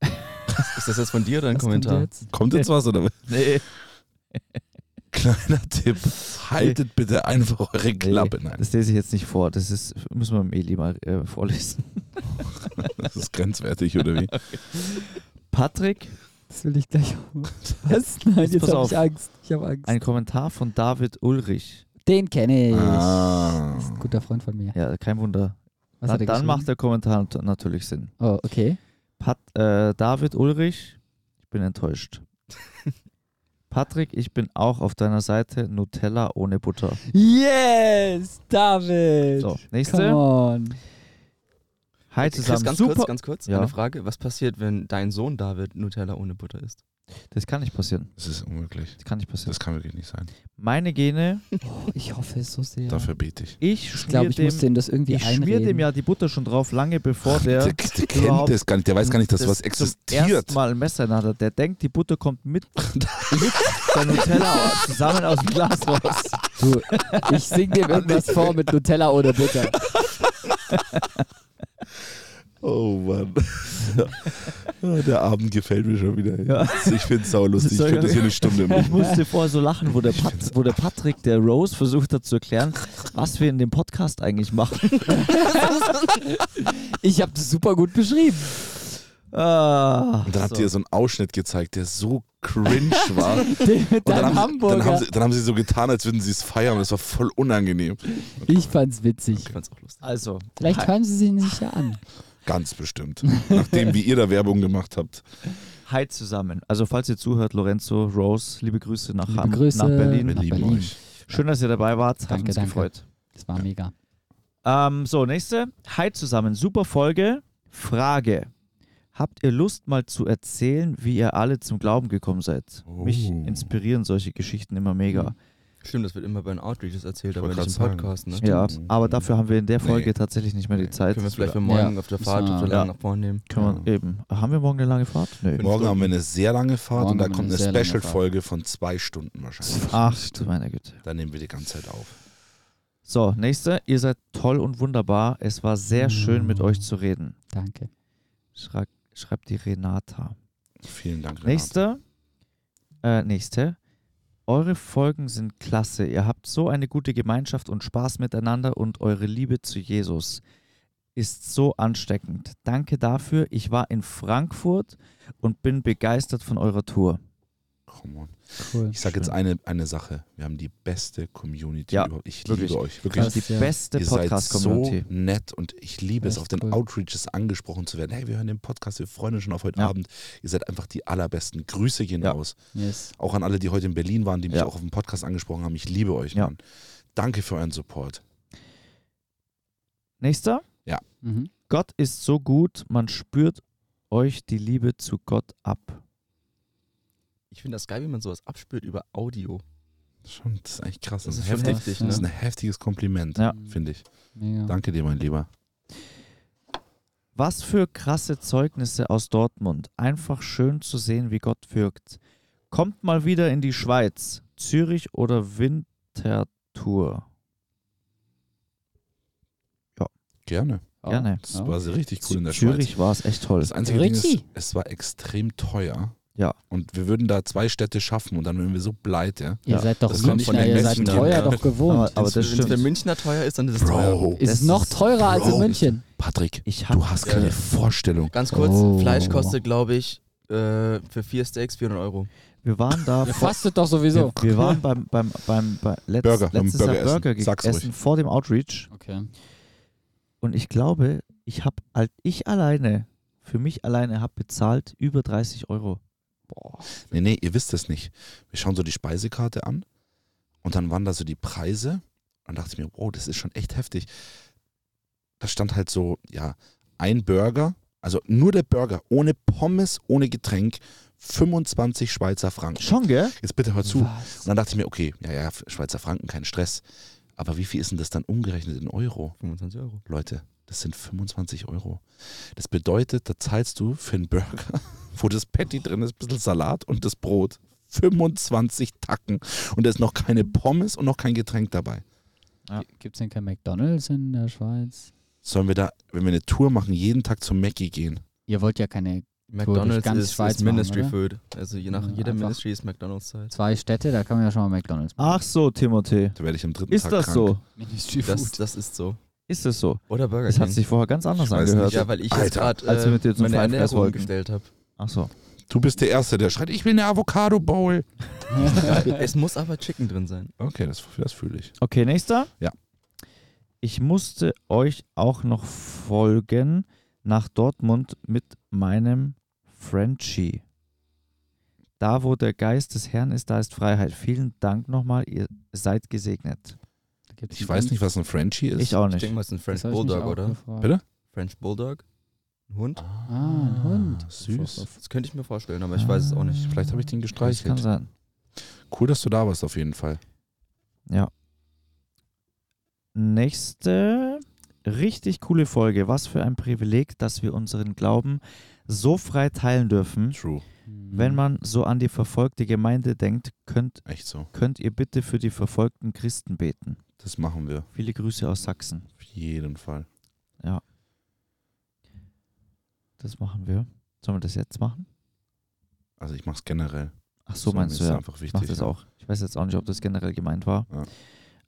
[SPEAKER 8] Ist das jetzt von dir oder ein
[SPEAKER 6] Was kommt
[SPEAKER 8] Kommentar?
[SPEAKER 6] jetzt?
[SPEAKER 5] Kommt jetzt was oder was?
[SPEAKER 7] Nee.
[SPEAKER 5] Kleiner Tipp. Haltet bitte einfach eure Klappe. Nein,
[SPEAKER 7] Das lese ich jetzt nicht vor. Das ist, müssen wir im Eli mal äh, vorlesen.
[SPEAKER 5] das ist grenzwertig oder wie?
[SPEAKER 7] Patrick,
[SPEAKER 6] Das will ich gleich auch. Was? Nein, jetzt
[SPEAKER 7] pass
[SPEAKER 6] habe
[SPEAKER 7] auf.
[SPEAKER 6] ich Angst. Ich habe Angst.
[SPEAKER 7] ein Kommentar von David Ulrich.
[SPEAKER 6] Den kenne ich.
[SPEAKER 5] Ah.
[SPEAKER 6] Ist ein guter Freund von mir.
[SPEAKER 7] Ja, kein Wunder.
[SPEAKER 6] Was
[SPEAKER 7] Na,
[SPEAKER 6] hat er
[SPEAKER 7] dann
[SPEAKER 6] geschrieben?
[SPEAKER 7] macht der Kommentar nat- natürlich Sinn.
[SPEAKER 6] Oh, okay.
[SPEAKER 7] Pat äh, David Ulrich, ich bin enttäuscht. Patrick, ich bin auch auf deiner Seite. Nutella ohne Butter.
[SPEAKER 6] Yes, David.
[SPEAKER 7] So,
[SPEAKER 6] Come
[SPEAKER 7] nächste.
[SPEAKER 6] on.
[SPEAKER 7] Hi
[SPEAKER 8] Chris,
[SPEAKER 7] zusammen.
[SPEAKER 8] ganz
[SPEAKER 7] Super.
[SPEAKER 8] kurz, ganz kurz,
[SPEAKER 7] Ja.
[SPEAKER 8] eine Frage. Was passiert, wenn dein Sohn David Nutella ohne Butter isst?
[SPEAKER 7] Das kann nicht passieren.
[SPEAKER 5] Das ist unmöglich.
[SPEAKER 7] Das kann nicht passieren.
[SPEAKER 5] Das kann wirklich nicht sein.
[SPEAKER 7] Meine Gene,
[SPEAKER 6] Oh, ich hoffe es so sehr.
[SPEAKER 5] Dafür bete ich.
[SPEAKER 7] ich
[SPEAKER 6] ich glaube,
[SPEAKER 7] schmier
[SPEAKER 6] ich muss
[SPEAKER 7] dem,
[SPEAKER 6] dem das irgendwie
[SPEAKER 7] ich schmier
[SPEAKER 6] einreden.
[SPEAKER 7] dem ja die Butter schon drauf, lange bevor der
[SPEAKER 5] der, der
[SPEAKER 7] überhaupt
[SPEAKER 5] kennt das gar nicht. Der weiß gar nicht, dass
[SPEAKER 7] das
[SPEAKER 5] was
[SPEAKER 7] Zum
[SPEAKER 5] existiert.
[SPEAKER 7] ersten Mal ein Messer in der Hand hat. Der denkt, die Butter kommt mit, mit der Nutella zusammen aus dem Glas raus.
[SPEAKER 6] Du, ich sing dem irgendwas vor mit Nutella ohne Butter.
[SPEAKER 5] Oh Mann. Ja, Der Abend gefällt mir schon wieder. Ich finde es saulustig. Ich
[SPEAKER 7] Soll ich-
[SPEAKER 5] könnte das hier eine Stunde
[SPEAKER 7] Ich
[SPEAKER 5] machen.
[SPEAKER 7] musste vorher so lachen, wo der, Pat, wo der Patrick, der Rose, versucht hat zu erklären, was wir in dem Podcast eigentlich machen.
[SPEAKER 6] Ich habe das super gut beschrieben.
[SPEAKER 7] Ah,
[SPEAKER 5] Und dann habt
[SPEAKER 7] so.
[SPEAKER 5] ihr so einen Ausschnitt gezeigt, der so cringe war. Und
[SPEAKER 6] Mit
[SPEAKER 5] dann
[SPEAKER 6] deinem
[SPEAKER 5] haben, sie,
[SPEAKER 6] Hamburger.
[SPEAKER 5] dann, haben sie, dann haben sie so getan, als würden sie es feiern. Das war voll unangenehm.
[SPEAKER 6] ich fand's witzig.
[SPEAKER 8] Ich fand's auch lustig.
[SPEAKER 7] also,
[SPEAKER 6] Vielleicht hören sie sich nicht ja an.
[SPEAKER 5] Ganz bestimmt. Nachdem, wie ihr da Werbung gemacht habt.
[SPEAKER 7] hi zusammen. Also, falls ihr zuhört, Lorenzo, Rose, liebe Grüße nach,
[SPEAKER 6] Liebe
[SPEAKER 7] Ham,
[SPEAKER 6] Grüße.
[SPEAKER 7] nach Berlin.
[SPEAKER 5] Wir
[SPEAKER 6] Nach
[SPEAKER 5] lieben
[SPEAKER 6] Berlin.
[SPEAKER 5] euch.
[SPEAKER 7] Schön, dass ihr dabei wart. Hat
[SPEAKER 6] Danke,
[SPEAKER 7] uns
[SPEAKER 6] danke.
[SPEAKER 7] gefreut.
[SPEAKER 6] Das war mega.
[SPEAKER 7] Ähm, so, nächste. Hi zusammen, super Folge. Frage. Habt ihr Lust mal zu erzählen, wie ihr alle zum Glauben gekommen seid? Mich
[SPEAKER 5] Oh.
[SPEAKER 7] inspirieren solche Geschichten immer mega.
[SPEAKER 8] Stimmt, das wird immer bei den Outreaches erzählt, aber
[SPEAKER 5] wollte
[SPEAKER 8] nicht im
[SPEAKER 5] grad
[SPEAKER 8] Podcast. Ne?
[SPEAKER 7] Ja,
[SPEAKER 5] Stimmt.
[SPEAKER 7] aber dafür haben wir in der Folge
[SPEAKER 5] Nee.
[SPEAKER 7] tatsächlich nicht mehr die
[SPEAKER 5] Nee.
[SPEAKER 7] Zeit.
[SPEAKER 8] Können wir
[SPEAKER 7] Das
[SPEAKER 8] vielleicht für
[SPEAKER 7] wär-
[SPEAKER 8] morgen
[SPEAKER 6] Ja.
[SPEAKER 8] auf der
[SPEAKER 6] Müssen
[SPEAKER 8] Fahrt
[SPEAKER 6] wir-
[SPEAKER 8] auf der
[SPEAKER 7] Ja.
[SPEAKER 8] Lange nach vorne nehmen.
[SPEAKER 7] können wir eben. Haben wir morgen eine lange Fahrt? Nee.
[SPEAKER 5] Morgen haben wir eine sehr lange Fahrt
[SPEAKER 6] Morgen
[SPEAKER 5] und da
[SPEAKER 6] haben wir
[SPEAKER 5] kommt
[SPEAKER 6] eine
[SPEAKER 5] eine
[SPEAKER 6] sehr lange
[SPEAKER 5] Special-Folge von zwei Stunden wahrscheinlich.
[SPEAKER 7] Ach, du meine Güte.
[SPEAKER 5] Da nehmen wir die ganze Zeit auf.
[SPEAKER 7] So, nächste. Ihr seid toll und wunderbar. Es war sehr schön, mit euch zu reden.
[SPEAKER 6] Danke.
[SPEAKER 7] Schreibt, schreibt die Renata.
[SPEAKER 5] Vielen Dank. Renate.
[SPEAKER 7] Nächste. Äh, nächste. Eure Folgen sind klasse. Ihr habt so eine gute Gemeinschaft und Spaß miteinander und eure Liebe zu Jesus ist so ansteckend. Danke dafür. Ich war in Frankfurt und bin begeistert von eurer Tour.
[SPEAKER 5] Come on.
[SPEAKER 6] Cool.
[SPEAKER 5] Ich sage jetzt eine, eine Sache. Wir haben die beste Community
[SPEAKER 7] Ja,
[SPEAKER 5] überhaupt. Ich
[SPEAKER 7] wirklich.
[SPEAKER 5] liebe euch. Wirklich.
[SPEAKER 6] Krass,
[SPEAKER 7] die
[SPEAKER 6] ja.
[SPEAKER 7] beste
[SPEAKER 5] Ihr seid so
[SPEAKER 7] Podcast-Community.
[SPEAKER 5] nett und ich liebe es,
[SPEAKER 6] Echt
[SPEAKER 5] auf den
[SPEAKER 6] cool.
[SPEAKER 5] Outreaches angesprochen zu werden. Hey, wir hören den Podcast, wir freuen uns schon auf heute
[SPEAKER 7] Ja.
[SPEAKER 5] Abend. Ihr seid einfach die allerbesten. Grüße gehen
[SPEAKER 7] Ja.
[SPEAKER 5] raus.
[SPEAKER 6] Yes.
[SPEAKER 5] Auch an alle, die heute in Berlin waren, die mich
[SPEAKER 7] Ja.
[SPEAKER 5] auch auf dem Podcast angesprochen haben. Ich liebe euch,
[SPEAKER 7] Ja.
[SPEAKER 5] Mann. Danke für euren Support.
[SPEAKER 7] Nächster.
[SPEAKER 6] Mhm.
[SPEAKER 7] Gott ist so gut, man spürt euch die Liebe zu Gott ab.
[SPEAKER 8] Ich finde das geil, wie man sowas abspürt über Audio.
[SPEAKER 5] Schon, das ist eigentlich krass.
[SPEAKER 8] Das
[SPEAKER 5] Das,
[SPEAKER 8] ist
[SPEAKER 5] ist,
[SPEAKER 8] schon
[SPEAKER 5] heftig.
[SPEAKER 8] heftig,
[SPEAKER 6] Ja.
[SPEAKER 5] Das ist
[SPEAKER 8] ne?
[SPEAKER 5] ein heftiges Kompliment,
[SPEAKER 7] Ja.
[SPEAKER 5] finde ich.
[SPEAKER 6] Mega.
[SPEAKER 5] Danke dir, mein Lieber.
[SPEAKER 7] Was für krasse Zeugnisse aus Dortmund. Einfach schön zu sehen, wie Gott wirkt. Kommt mal wieder in die Schweiz. Zürich oder Winterthur.
[SPEAKER 5] Gerne.
[SPEAKER 6] Oh,
[SPEAKER 7] Gerne.
[SPEAKER 5] Das war sehr richtig cool in der Schweiz.
[SPEAKER 7] Zürich war es echt toll.
[SPEAKER 5] Das einzige Ding
[SPEAKER 6] Richtig.
[SPEAKER 5] ist, es war extrem teuer.
[SPEAKER 7] Ja.
[SPEAKER 5] Und wir würden da zwei Städte schaffen und dann wären wir so pleite.
[SPEAKER 6] Ihr
[SPEAKER 7] Ja,
[SPEAKER 6] seid doch
[SPEAKER 5] das kommt von
[SPEAKER 6] Münchner,
[SPEAKER 5] den
[SPEAKER 6] ihr seid
[SPEAKER 5] Messen, die-
[SPEAKER 6] teuer doch gewohnt.
[SPEAKER 7] aber das
[SPEAKER 8] Wenn es für
[SPEAKER 7] stimmt.
[SPEAKER 8] Münchner teuer ist, dann ist es teuer.
[SPEAKER 5] Bro,
[SPEAKER 6] ist es
[SPEAKER 7] das
[SPEAKER 6] noch
[SPEAKER 7] ist-
[SPEAKER 6] teurer als in
[SPEAKER 5] Bro.
[SPEAKER 6] München?
[SPEAKER 5] Patrick,
[SPEAKER 7] Ich hab,
[SPEAKER 5] du hast keine
[SPEAKER 8] Ja.
[SPEAKER 5] Vorstellung.
[SPEAKER 8] Ganz kurz,
[SPEAKER 6] Oh.
[SPEAKER 8] Fleisch kostet, glaube ich, äh, für vier Steaks 400 Euro.
[SPEAKER 7] wir waren da
[SPEAKER 6] Ihr
[SPEAKER 7] vor,
[SPEAKER 6] fastet doch sowieso.
[SPEAKER 7] wir, wir waren beim, beim, beim, beim letzt,
[SPEAKER 5] Burger, beim
[SPEAKER 7] letztes Jahr
[SPEAKER 5] Burgeressen.
[SPEAKER 7] Burger
[SPEAKER 5] Sag's
[SPEAKER 7] gegessen vor dem Outreach
[SPEAKER 6] Okay.
[SPEAKER 7] und ich glaube, ich habe halt ich alleine, für mich alleine habe bezahlt über 30 Euro.
[SPEAKER 5] Nee, nee, ihr wisst es nicht. Wir schauen so die Speisekarte an und dann waren da so die Preise. Und dann dachte ich mir, wow, das ist schon echt heftig. Da stand halt so, ja, ein Burger, also nur der Burger, ohne Pommes, ohne Getränk, 25 Schweizer Franken.
[SPEAKER 7] Schon, gell?
[SPEAKER 5] Jetzt bitte hör zu.
[SPEAKER 6] Was?
[SPEAKER 5] Und dann dachte ich mir, okay, ja, ja, Schweizer Franken, kein Stress. Aber wie viel ist denn das dann umgerechnet in Euro?
[SPEAKER 8] 25 Euro.
[SPEAKER 5] Leute, das sind 25 Euro. Das bedeutet, da zahlst du für einen Burger, wo das Patty drin ist, ein bisschen Salat und das Brot. 25 Tacken. Und da ist noch keine Pommes und noch kein Getränk dabei.
[SPEAKER 6] Gibt es denn kein McDonalds in der Schweiz?
[SPEAKER 5] Sollen wir da, wenn wir eine Tour machen, jeden Tag zum Mackie gehen?
[SPEAKER 6] Ihr wollt ja keine
[SPEAKER 8] McDonalds
[SPEAKER 6] ganz
[SPEAKER 8] ist,
[SPEAKER 6] Schweiz
[SPEAKER 8] ist Ministry
[SPEAKER 6] machen,
[SPEAKER 8] Food. Also je nach
[SPEAKER 6] Ja,
[SPEAKER 8] jeder
[SPEAKER 6] einfach.
[SPEAKER 8] Ministry ist McDonalds halt. Zeit.
[SPEAKER 6] zwei Städte, da kann man ja schon mal McDonalds machen.
[SPEAKER 7] Ach so, Timothée.
[SPEAKER 5] Da werde ich am dritten
[SPEAKER 7] Ist
[SPEAKER 5] Tag
[SPEAKER 7] das
[SPEAKER 5] krank.
[SPEAKER 7] so?
[SPEAKER 6] Ministry
[SPEAKER 8] Das, das ist so.
[SPEAKER 7] Ist das so?
[SPEAKER 8] Oder Burger
[SPEAKER 7] Das
[SPEAKER 8] King.
[SPEAKER 7] hat sich vorher ganz anders
[SPEAKER 5] Ich weiß
[SPEAKER 7] angehört.
[SPEAKER 8] ja, weil ich jetzt
[SPEAKER 5] Alter,
[SPEAKER 8] gerade
[SPEAKER 7] als wir mit dir
[SPEAKER 8] äh,
[SPEAKER 7] zum
[SPEAKER 8] meine
[SPEAKER 7] Five Guys
[SPEAKER 8] Ernährung
[SPEAKER 7] wollten.
[SPEAKER 8] umgestellt habe.
[SPEAKER 7] Ach so.
[SPEAKER 5] Du bist der Erste, der schreit, ich will eine Avocado Bowl.
[SPEAKER 8] es muss aber Chicken drin sein.
[SPEAKER 5] Okay, das, das fühle ich.
[SPEAKER 7] Okay, nächster.
[SPEAKER 5] Ja.
[SPEAKER 7] Ich musste euch auch noch folgen nach Dortmund mit meinem Frenchie. Da, wo der Geist des Herrn ist, da ist Freiheit. Vielen Dank nochmal, ihr seid gesegnet.
[SPEAKER 5] Ich weiß nicht, was ein Frenchie ist.
[SPEAKER 7] Mhm. Ich auch
[SPEAKER 8] Ich
[SPEAKER 7] nicht.
[SPEAKER 8] denke mal, es ist ein French Bulldog, oder?
[SPEAKER 5] Bitte?
[SPEAKER 8] French Bulldog? Ein Hund?
[SPEAKER 6] Ah, ein Hund.
[SPEAKER 5] Süß.
[SPEAKER 8] Das könnte ich mir vorstellen, aber ich weiß es auch nicht.
[SPEAKER 5] Vielleicht habe ich den
[SPEAKER 7] Das kann
[SPEAKER 5] gestreichelt.
[SPEAKER 7] sein.
[SPEAKER 5] Cool, dass du da warst, auf jeden Fall.
[SPEAKER 7] Nächste richtig coole Folge. Was für ein Privileg, dass wir unseren Glauben so frei teilen dürfen.
[SPEAKER 5] True.
[SPEAKER 6] Hm.
[SPEAKER 5] Mhm.
[SPEAKER 7] Wenn man so an die verfolgte Gemeinde denkt, könnt,
[SPEAKER 5] Echt so.
[SPEAKER 7] könnt ihr bitte für die verfolgten Christen beten.
[SPEAKER 5] Das machen wir.
[SPEAKER 7] Viele Grüße aus Sachsen.
[SPEAKER 5] Auf jeden Fall.
[SPEAKER 7] Das machen wir. Sollen wir das jetzt machen?
[SPEAKER 5] Also ich mache es generell.
[SPEAKER 7] Ach so,
[SPEAKER 5] So,
[SPEAKER 7] meinst
[SPEAKER 5] mir
[SPEAKER 7] du
[SPEAKER 5] ist
[SPEAKER 7] ja.
[SPEAKER 5] einfach
[SPEAKER 7] Ich
[SPEAKER 5] wichtig.
[SPEAKER 7] mach das auch. Ich weiß jetzt auch nicht, ob das generell gemeint war.
[SPEAKER 5] Ja.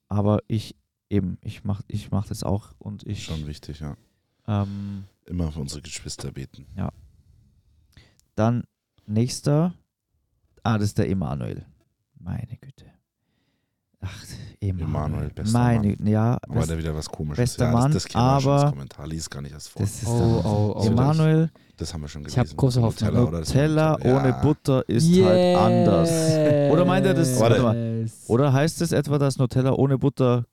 [SPEAKER 7] Aber ich eben, ich mach, ich mach das auch und ich.
[SPEAKER 5] Schon wichtig, ja.
[SPEAKER 7] Ähm,
[SPEAKER 5] Immer für unsere Geschwister beten.
[SPEAKER 7] dann nächster. Ah, das ist der Emanuel. Meine Güte. Ach, Emanuel.
[SPEAKER 5] Emanuel, bester
[SPEAKER 7] Meine, ja,
[SPEAKER 5] Aber
[SPEAKER 7] best,
[SPEAKER 5] da wieder was komisches.
[SPEAKER 7] bester
[SPEAKER 5] ja, das,
[SPEAKER 7] Mann,
[SPEAKER 5] das kennen wir schon,
[SPEAKER 7] aber-
[SPEAKER 5] das Kommentar liest gar nicht erst vor. Das,
[SPEAKER 7] das ist
[SPEAKER 6] Oh,
[SPEAKER 7] der
[SPEAKER 6] oh, oh.
[SPEAKER 7] Wahnsinn. Emanuel,
[SPEAKER 5] haben wir schon
[SPEAKER 6] Ich
[SPEAKER 5] gelesen.
[SPEAKER 6] hab große Hoffnung.
[SPEAKER 5] Nutella, oder? Das
[SPEAKER 7] Teller
[SPEAKER 5] Nutella.
[SPEAKER 7] ohne
[SPEAKER 5] Ja.
[SPEAKER 7] Butter ist halt anders. Oder meint er das-
[SPEAKER 5] Warte
[SPEAKER 7] Oder heißt es etwa, dass Nutella ohne Butter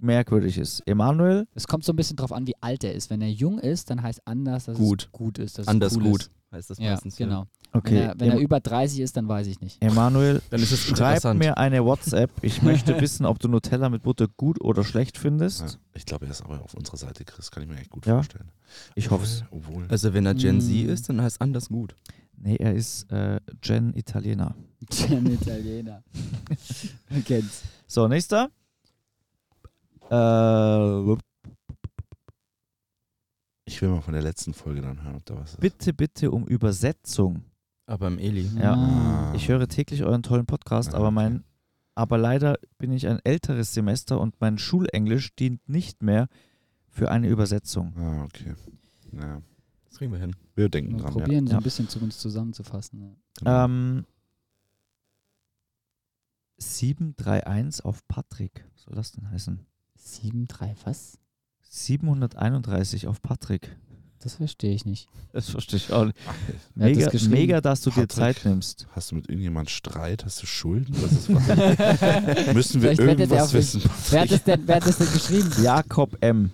[SPEAKER 7] merkwürdig ist? Emanuel,
[SPEAKER 6] Es kommt so ein bisschen drauf an, wie alt er ist. Wenn er jung ist, dann heißt anders, dass es
[SPEAKER 8] Gut.
[SPEAKER 6] gut ist. Dass
[SPEAKER 8] Anders
[SPEAKER 6] es cool
[SPEAKER 8] gut
[SPEAKER 6] Ist.
[SPEAKER 8] heißt das
[SPEAKER 6] Ja,
[SPEAKER 8] meistens. ja.
[SPEAKER 6] genau.
[SPEAKER 7] okay.
[SPEAKER 6] Wenn, er, wenn er
[SPEAKER 7] Em-
[SPEAKER 6] über 30 ist, dann weiß ich nicht.
[SPEAKER 7] Emanuel,
[SPEAKER 8] Dann ist es
[SPEAKER 7] schreib
[SPEAKER 8] interessant.
[SPEAKER 7] mir eine WhatsApp. Ich möchte wissen, ob du Nutella mit Butter gut oder schlecht findest.
[SPEAKER 5] Ja, ich glaube, er ist aber auf unserer Seite, Chris. Kann ich mir echt gut
[SPEAKER 7] Ja.
[SPEAKER 5] vorstellen.
[SPEAKER 7] Ich hoffe es.
[SPEAKER 5] Obwohl,
[SPEAKER 8] Also wenn er Gen Z
[SPEAKER 7] Hm.
[SPEAKER 6] Mm.
[SPEAKER 8] ist, dann heißt anders gut.
[SPEAKER 7] Nee, er ist äh, Gen Italiener.
[SPEAKER 6] Ein Italiener. Man kennt's.
[SPEAKER 7] So, nächster. Äh,
[SPEAKER 5] ich will mal von der letzten Folge dann hören, ob da was ist.
[SPEAKER 7] bitte, bitte um Übersetzung.
[SPEAKER 8] Aber im Eli.
[SPEAKER 7] Ja.
[SPEAKER 6] Ah.
[SPEAKER 7] Ich höre täglich euren tollen Podcast,
[SPEAKER 5] Ah,
[SPEAKER 7] aber
[SPEAKER 5] okay.
[SPEAKER 7] mein, aber leider bin ich ein älteres Semester und mein Schulenglisch dient nicht mehr für eine Übersetzung.
[SPEAKER 5] Ah, okay. Ja,
[SPEAKER 8] Das kriegen wir hin.
[SPEAKER 5] wir denken
[SPEAKER 6] Wir
[SPEAKER 5] dran.
[SPEAKER 6] probieren so
[SPEAKER 7] Ja.
[SPEAKER 6] ein bisschen zu uns zusammenzufassen. ne?
[SPEAKER 5] Ja.
[SPEAKER 7] Ähm, 731 auf Patrick. Was soll das denn heißen?
[SPEAKER 6] 7, 3, was?
[SPEAKER 7] 731 auf Patrick.
[SPEAKER 6] Das verstehe ich nicht.
[SPEAKER 7] Das verstehe ich auch nicht.
[SPEAKER 6] Wer hat
[SPEAKER 7] Mega,
[SPEAKER 6] das geschrieben?
[SPEAKER 7] mega dass du dir
[SPEAKER 5] Patrick.
[SPEAKER 7] Zeit nimmst.
[SPEAKER 5] Hast du mit irgendjemand Streit? Hast du Schulden? Was ist was? Müssen wir
[SPEAKER 6] Vielleicht wettet er
[SPEAKER 5] irgendwas
[SPEAKER 6] auf mich.
[SPEAKER 5] wissen?
[SPEAKER 6] Wer hat das denn, wer hat das denn geschrieben?
[SPEAKER 7] Jakob M.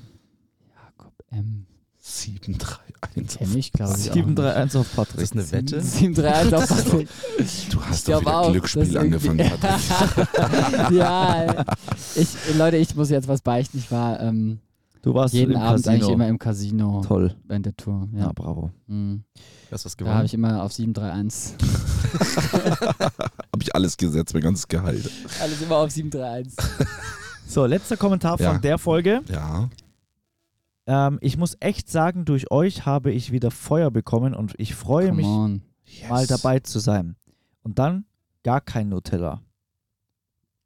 [SPEAKER 6] Jakob M.
[SPEAKER 5] 731.
[SPEAKER 6] Kenne ich, glaube ich. auch nicht.
[SPEAKER 7] 731 auf
[SPEAKER 8] Ist
[SPEAKER 7] Patrick.
[SPEAKER 8] das eine Wette?
[SPEAKER 6] 731 auf Patrick.
[SPEAKER 5] Du hast doch
[SPEAKER 6] glaub
[SPEAKER 5] wieder
[SPEAKER 6] auch, dass
[SPEAKER 5] Glücksspiel
[SPEAKER 6] irgendwie-
[SPEAKER 5] angefangen, Patrick.
[SPEAKER 6] ja, ich, Leute, ich muss jetzt was beichten. Ich war ähm,
[SPEAKER 7] Du warst
[SPEAKER 6] jeden
[SPEAKER 7] im
[SPEAKER 6] Abend
[SPEAKER 7] Casino.
[SPEAKER 6] eigentlich immer im Casino
[SPEAKER 7] Toll.
[SPEAKER 6] während der Tour.
[SPEAKER 7] Ja,
[SPEAKER 6] Ja.
[SPEAKER 7] bravo.
[SPEAKER 6] Mhm.
[SPEAKER 8] Hast du was
[SPEAKER 6] Da habe
[SPEAKER 8] gewonnen?
[SPEAKER 6] ich immer auf 731.
[SPEAKER 5] Habe ich alles gesetzt, mein ganzes Gehalt.
[SPEAKER 6] Alles immer auf 731.
[SPEAKER 7] So, letzter Kommentar
[SPEAKER 5] Ja.
[SPEAKER 7] von der Folge.
[SPEAKER 5] Ja.
[SPEAKER 7] Ähm, ich muss echt sagen, durch euch habe ich wieder Feuer bekommen und ich freue
[SPEAKER 6] Come
[SPEAKER 7] mich
[SPEAKER 6] on.
[SPEAKER 5] Yes.
[SPEAKER 7] mal dabei zu sein. Und dann gar kein Nutella.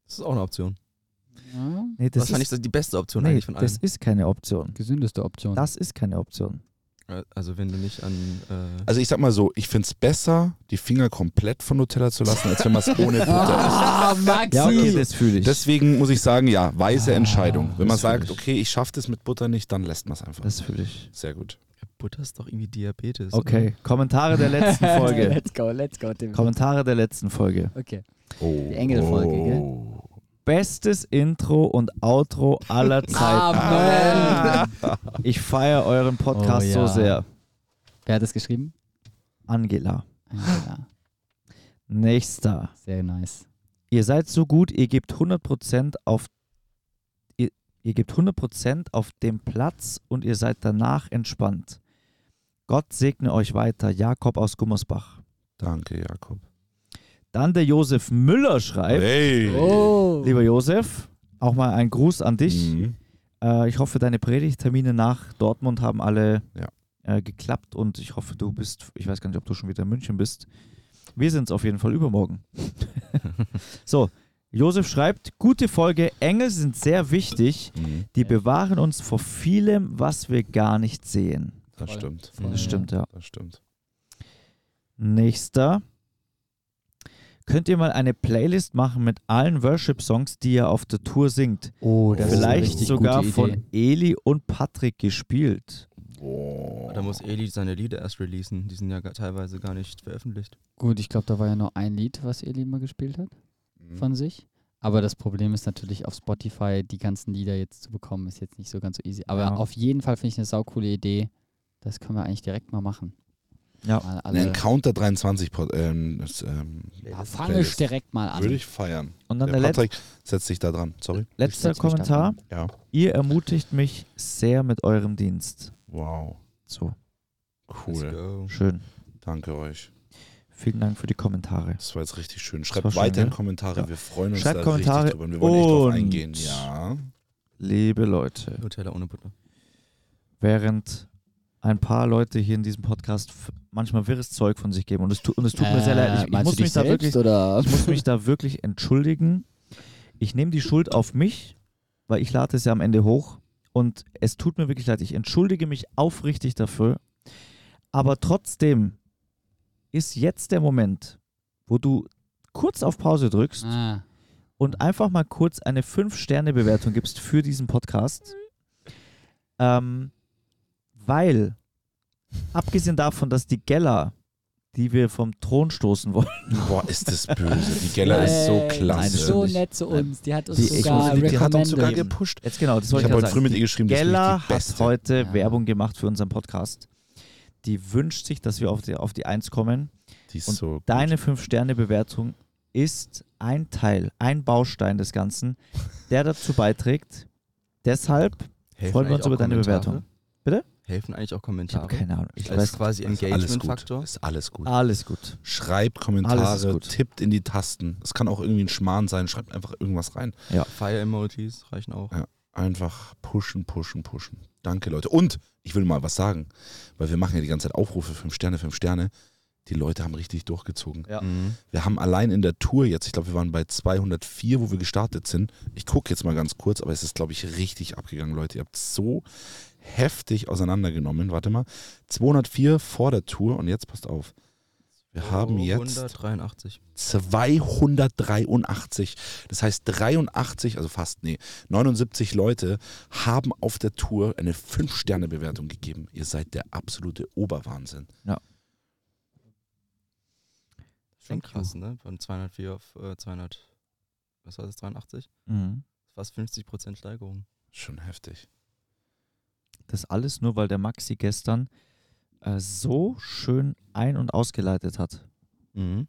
[SPEAKER 8] Das ist auch eine Option.
[SPEAKER 6] Ja,
[SPEAKER 7] Nee, das
[SPEAKER 8] Wahrscheinlich
[SPEAKER 7] ist,
[SPEAKER 8] ist die beste Option
[SPEAKER 7] nee,
[SPEAKER 8] eigentlich von
[SPEAKER 7] das
[SPEAKER 8] allen.
[SPEAKER 7] ist keine Option.
[SPEAKER 6] gesündeste Option.
[SPEAKER 7] Das ist keine Option.
[SPEAKER 8] Also wenn du nicht an... Äh,
[SPEAKER 5] Also ich sag mal so, ich find's besser, die Finger komplett von Nutella zu lassen, als wenn man es ohne Butter isst.
[SPEAKER 6] Ah, Maxi!
[SPEAKER 7] Ja, okay, das fühle ich.
[SPEAKER 5] Deswegen muss ich sagen, ja, weise
[SPEAKER 6] Ah,
[SPEAKER 5] Entscheidung. Wenn man
[SPEAKER 7] das
[SPEAKER 5] sagt,
[SPEAKER 7] fühl ich.
[SPEAKER 5] okay, ich schaff das mit Butter nicht, dann lässt man es einfach.
[SPEAKER 7] das fühle ich.
[SPEAKER 5] Sehr gut.
[SPEAKER 8] Butter ist doch irgendwie Diabetes.
[SPEAKER 7] Okay, Kommentare der letzten Folge.
[SPEAKER 6] let's go, let's go, Tim.
[SPEAKER 7] Kommentare der letzten Folge.
[SPEAKER 6] Okay.
[SPEAKER 5] Oh.
[SPEAKER 6] Die Engelfolge, gell?
[SPEAKER 7] Bestes Intro und Outro aller Zeiten. Ah.
[SPEAKER 6] Amen!
[SPEAKER 7] Ich feiere euren Podcast
[SPEAKER 6] Oh, ja.
[SPEAKER 7] so sehr.
[SPEAKER 6] Wer hat das geschrieben?
[SPEAKER 7] Angela.
[SPEAKER 6] Angela.
[SPEAKER 7] Nächster.
[SPEAKER 6] Sehr nice.
[SPEAKER 7] Ihr seid so gut, ihr gebt 100% auf ihr, ihr gebt 100% auf dem Platz und ihr seid danach entspannt. Gott segne euch weiter. Jakob aus Gummersbach.
[SPEAKER 5] Danke, Jakob.
[SPEAKER 7] Dann der Josef Müller schreibt,
[SPEAKER 5] Hey.
[SPEAKER 7] Äh,
[SPEAKER 6] Oh!
[SPEAKER 7] lieber Josef, auch mal ein Gruß an dich.
[SPEAKER 5] Mhm.
[SPEAKER 7] Äh, ich hoffe, deine Predigttermine nach Dortmund haben alle
[SPEAKER 5] Ja.
[SPEAKER 7] äh, geklappt und ich hoffe, du bist, ich weiß gar nicht, ob du schon wieder in München bist. Wir sind es auf jeden Fall übermorgen. so, Josef schreibt, gute Folge, Engel sind sehr wichtig,
[SPEAKER 5] Mhm.
[SPEAKER 7] die bewahren uns vor vielem, was wir gar nicht sehen.
[SPEAKER 5] Das
[SPEAKER 6] Voll.
[SPEAKER 5] stimmt. Mhm.
[SPEAKER 6] Voll.
[SPEAKER 7] Das stimmt, ja.
[SPEAKER 5] Das stimmt.
[SPEAKER 7] Nächster. Könnt ihr mal eine Playlist machen mit allen Worship-Songs, die ihr auf der Tour singt?
[SPEAKER 6] Oh,
[SPEAKER 5] das ist eine
[SPEAKER 7] Vielleicht
[SPEAKER 5] richtig
[SPEAKER 7] sogar
[SPEAKER 6] gute Idee.
[SPEAKER 7] von Eli und Patrick gespielt.
[SPEAKER 8] Da muss Eli seine Lieder erst releasen. Die sind ja gar, teilweise gar nicht veröffentlicht.
[SPEAKER 6] Gut, ich glaube, da war ja nur ein Lied, was Eli mal gespielt hat
[SPEAKER 5] Mhm.
[SPEAKER 6] von sich. Aber das Problem ist natürlich, auf Spotify die ganzen Lieder jetzt zu bekommen, ist jetzt nicht so ganz so easy. Aber
[SPEAKER 7] Ja.
[SPEAKER 6] auf jeden Fall finde ich eine saukoole Idee. Das können wir eigentlich direkt mal machen.
[SPEAKER 7] Ja.
[SPEAKER 6] Mal
[SPEAKER 5] Eine
[SPEAKER 6] alle,
[SPEAKER 5] Encounter 23 Pod ähm, das, ähm,
[SPEAKER 6] ja fange ich direkt mal an.
[SPEAKER 5] würde ich feiern.
[SPEAKER 7] Und dann
[SPEAKER 5] Der
[SPEAKER 7] der, letzte.
[SPEAKER 5] Patrick setzt sich da dran. Sorry.
[SPEAKER 7] Letzter
[SPEAKER 6] setz mich da
[SPEAKER 7] Kommentar.
[SPEAKER 5] Ja.
[SPEAKER 7] Ihr ermutigt mich sehr mit eurem Dienst.
[SPEAKER 5] Wow.
[SPEAKER 7] So, Oh
[SPEAKER 8] Let's
[SPEAKER 5] Cool.
[SPEAKER 8] go.
[SPEAKER 7] schön.
[SPEAKER 5] Danke euch.
[SPEAKER 7] Vielen Dank für die Kommentare.
[SPEAKER 5] Das war jetzt richtig schön.
[SPEAKER 7] war
[SPEAKER 5] Schreibt
[SPEAKER 7] schön,
[SPEAKER 5] weiterhin
[SPEAKER 7] gell?
[SPEAKER 5] Kommentare.
[SPEAKER 7] Ja.
[SPEAKER 5] Wir freuen uns
[SPEAKER 7] Schreibt
[SPEAKER 5] da
[SPEAKER 7] Kommentare
[SPEAKER 5] richtig drüber. Und wir wollen echt drauf
[SPEAKER 7] und-
[SPEAKER 5] eingehen. Ja.
[SPEAKER 7] Liebe Leute,
[SPEAKER 8] Nutella ohne Butter.
[SPEAKER 7] während ein paar Leute hier in diesem Podcast f- manchmal wirres Zeug von sich geben und es, tu und es tut mir
[SPEAKER 6] Äh,
[SPEAKER 7] sehr leid. Ich, ich
[SPEAKER 6] meinst
[SPEAKER 7] muss
[SPEAKER 6] du dich
[SPEAKER 7] mich da
[SPEAKER 6] selbst
[SPEAKER 7] wirklich,
[SPEAKER 6] oder?
[SPEAKER 7] ich muss mich da wirklich entschuldigen. Ich nehme die Schuld auf mich, weil ich lade es ja am Ende hoch. Und es tut mir wirklich leid. Ich entschuldige mich aufrichtig dafür. Aber trotzdem ist jetzt der Moment, wo du kurz auf Pause drückst
[SPEAKER 6] Ah,
[SPEAKER 7] und einfach mal kurz eine 5-Sterne-Bewertung gibst für diesen Podcast. Ähm, weil, abgesehen davon, dass die Geller, die wir vom Thron stoßen wollen,
[SPEAKER 5] Boah, ist das böse. Die Geller ist so
[SPEAKER 6] Ey,
[SPEAKER 5] klasse.
[SPEAKER 6] die ist so
[SPEAKER 7] Nein.
[SPEAKER 6] nett zu uns. Die hat uns
[SPEAKER 7] Die- ich
[SPEAKER 6] sogar
[SPEAKER 7] muss-
[SPEAKER 5] die hat uns
[SPEAKER 6] recommended.
[SPEAKER 5] sogar gepusht.
[SPEAKER 7] jetzt genau, das
[SPEAKER 5] Ich
[SPEAKER 7] wollte ich
[SPEAKER 5] habe
[SPEAKER 7] gerade
[SPEAKER 5] heute
[SPEAKER 7] sagen.
[SPEAKER 5] früh mit
[SPEAKER 7] Die
[SPEAKER 5] ihr geschrieben, das ist
[SPEAKER 7] Geller
[SPEAKER 5] nämlich die
[SPEAKER 7] hat
[SPEAKER 5] beste.
[SPEAKER 7] heute
[SPEAKER 6] Ja.
[SPEAKER 7] Werbung gemacht für unseren Podcast. Die wünscht sich, dass wir auf die, auf die 1 kommen.
[SPEAKER 5] die ist
[SPEAKER 7] Und
[SPEAKER 5] so gut.
[SPEAKER 7] Deine 5-Sterne-Bewertung ist ein Teil, ein Baustein des Ganzen, der dazu beiträgt. Deshalb,
[SPEAKER 8] Helfen
[SPEAKER 7] Freuen wir uns
[SPEAKER 8] eigentlich auch
[SPEAKER 7] über deine
[SPEAKER 8] Kommentare?
[SPEAKER 7] Bewertung. Bitte?
[SPEAKER 8] Helfen eigentlich
[SPEAKER 7] ich
[SPEAKER 8] auch
[SPEAKER 7] habe
[SPEAKER 8] Kommentare?
[SPEAKER 7] keine Ahnung, ich
[SPEAKER 8] Als
[SPEAKER 7] weiß
[SPEAKER 8] quasi
[SPEAKER 5] Ist alles
[SPEAKER 8] Engagement-Faktor?
[SPEAKER 5] gut. Ist alles gut.
[SPEAKER 7] alles gut.
[SPEAKER 5] Schreibt
[SPEAKER 7] Alles ist
[SPEAKER 5] Kommentare,
[SPEAKER 7] gut.
[SPEAKER 5] tippt in die Tasten. Es kann auch irgendwie ein Schmarrn sein. Schreibt einfach irgendwas rein.
[SPEAKER 8] Fire-Emojis reichen auch.
[SPEAKER 5] Einfach pushen, pushen, pushen. Danke, Leute. Und ich will mal was sagen, weil wir machen ja die ganze Zeit Aufrufe, fünf Sterne, fünf Sterne. Die Leute haben richtig durchgezogen.
[SPEAKER 7] Ja.
[SPEAKER 8] Mhm.
[SPEAKER 5] Wir haben allein in der Tour jetzt, ich glaube, wir waren bei 204, wo wir gestartet sind. Ich gucke jetzt mal ganz kurz, aber es ist, glaube ich, richtig abgegangen, Leute. Ihr habt so heftig auseinandergenommen. Warte mal. 204 vor der Tour und jetzt passt auf. Wir haben jetzt
[SPEAKER 8] 183.
[SPEAKER 5] 283. Das heißt 83, also fast, nee, 79 Leute haben auf der Tour eine 5-Sterne-Bewertung gegeben. Ihr seid der absolute Oberwahnsinn.
[SPEAKER 8] Schon
[SPEAKER 7] Thank you.
[SPEAKER 8] krass, ne? Von 204 auf äh, 200, was war das, 83?
[SPEAKER 7] Mhm.
[SPEAKER 8] Fast 50% Steigerung.
[SPEAKER 5] Schon heftig.
[SPEAKER 7] Das alles nur, weil der Maxi gestern äh, so schön ein- und ausgeleitet hat.
[SPEAKER 8] Mhm.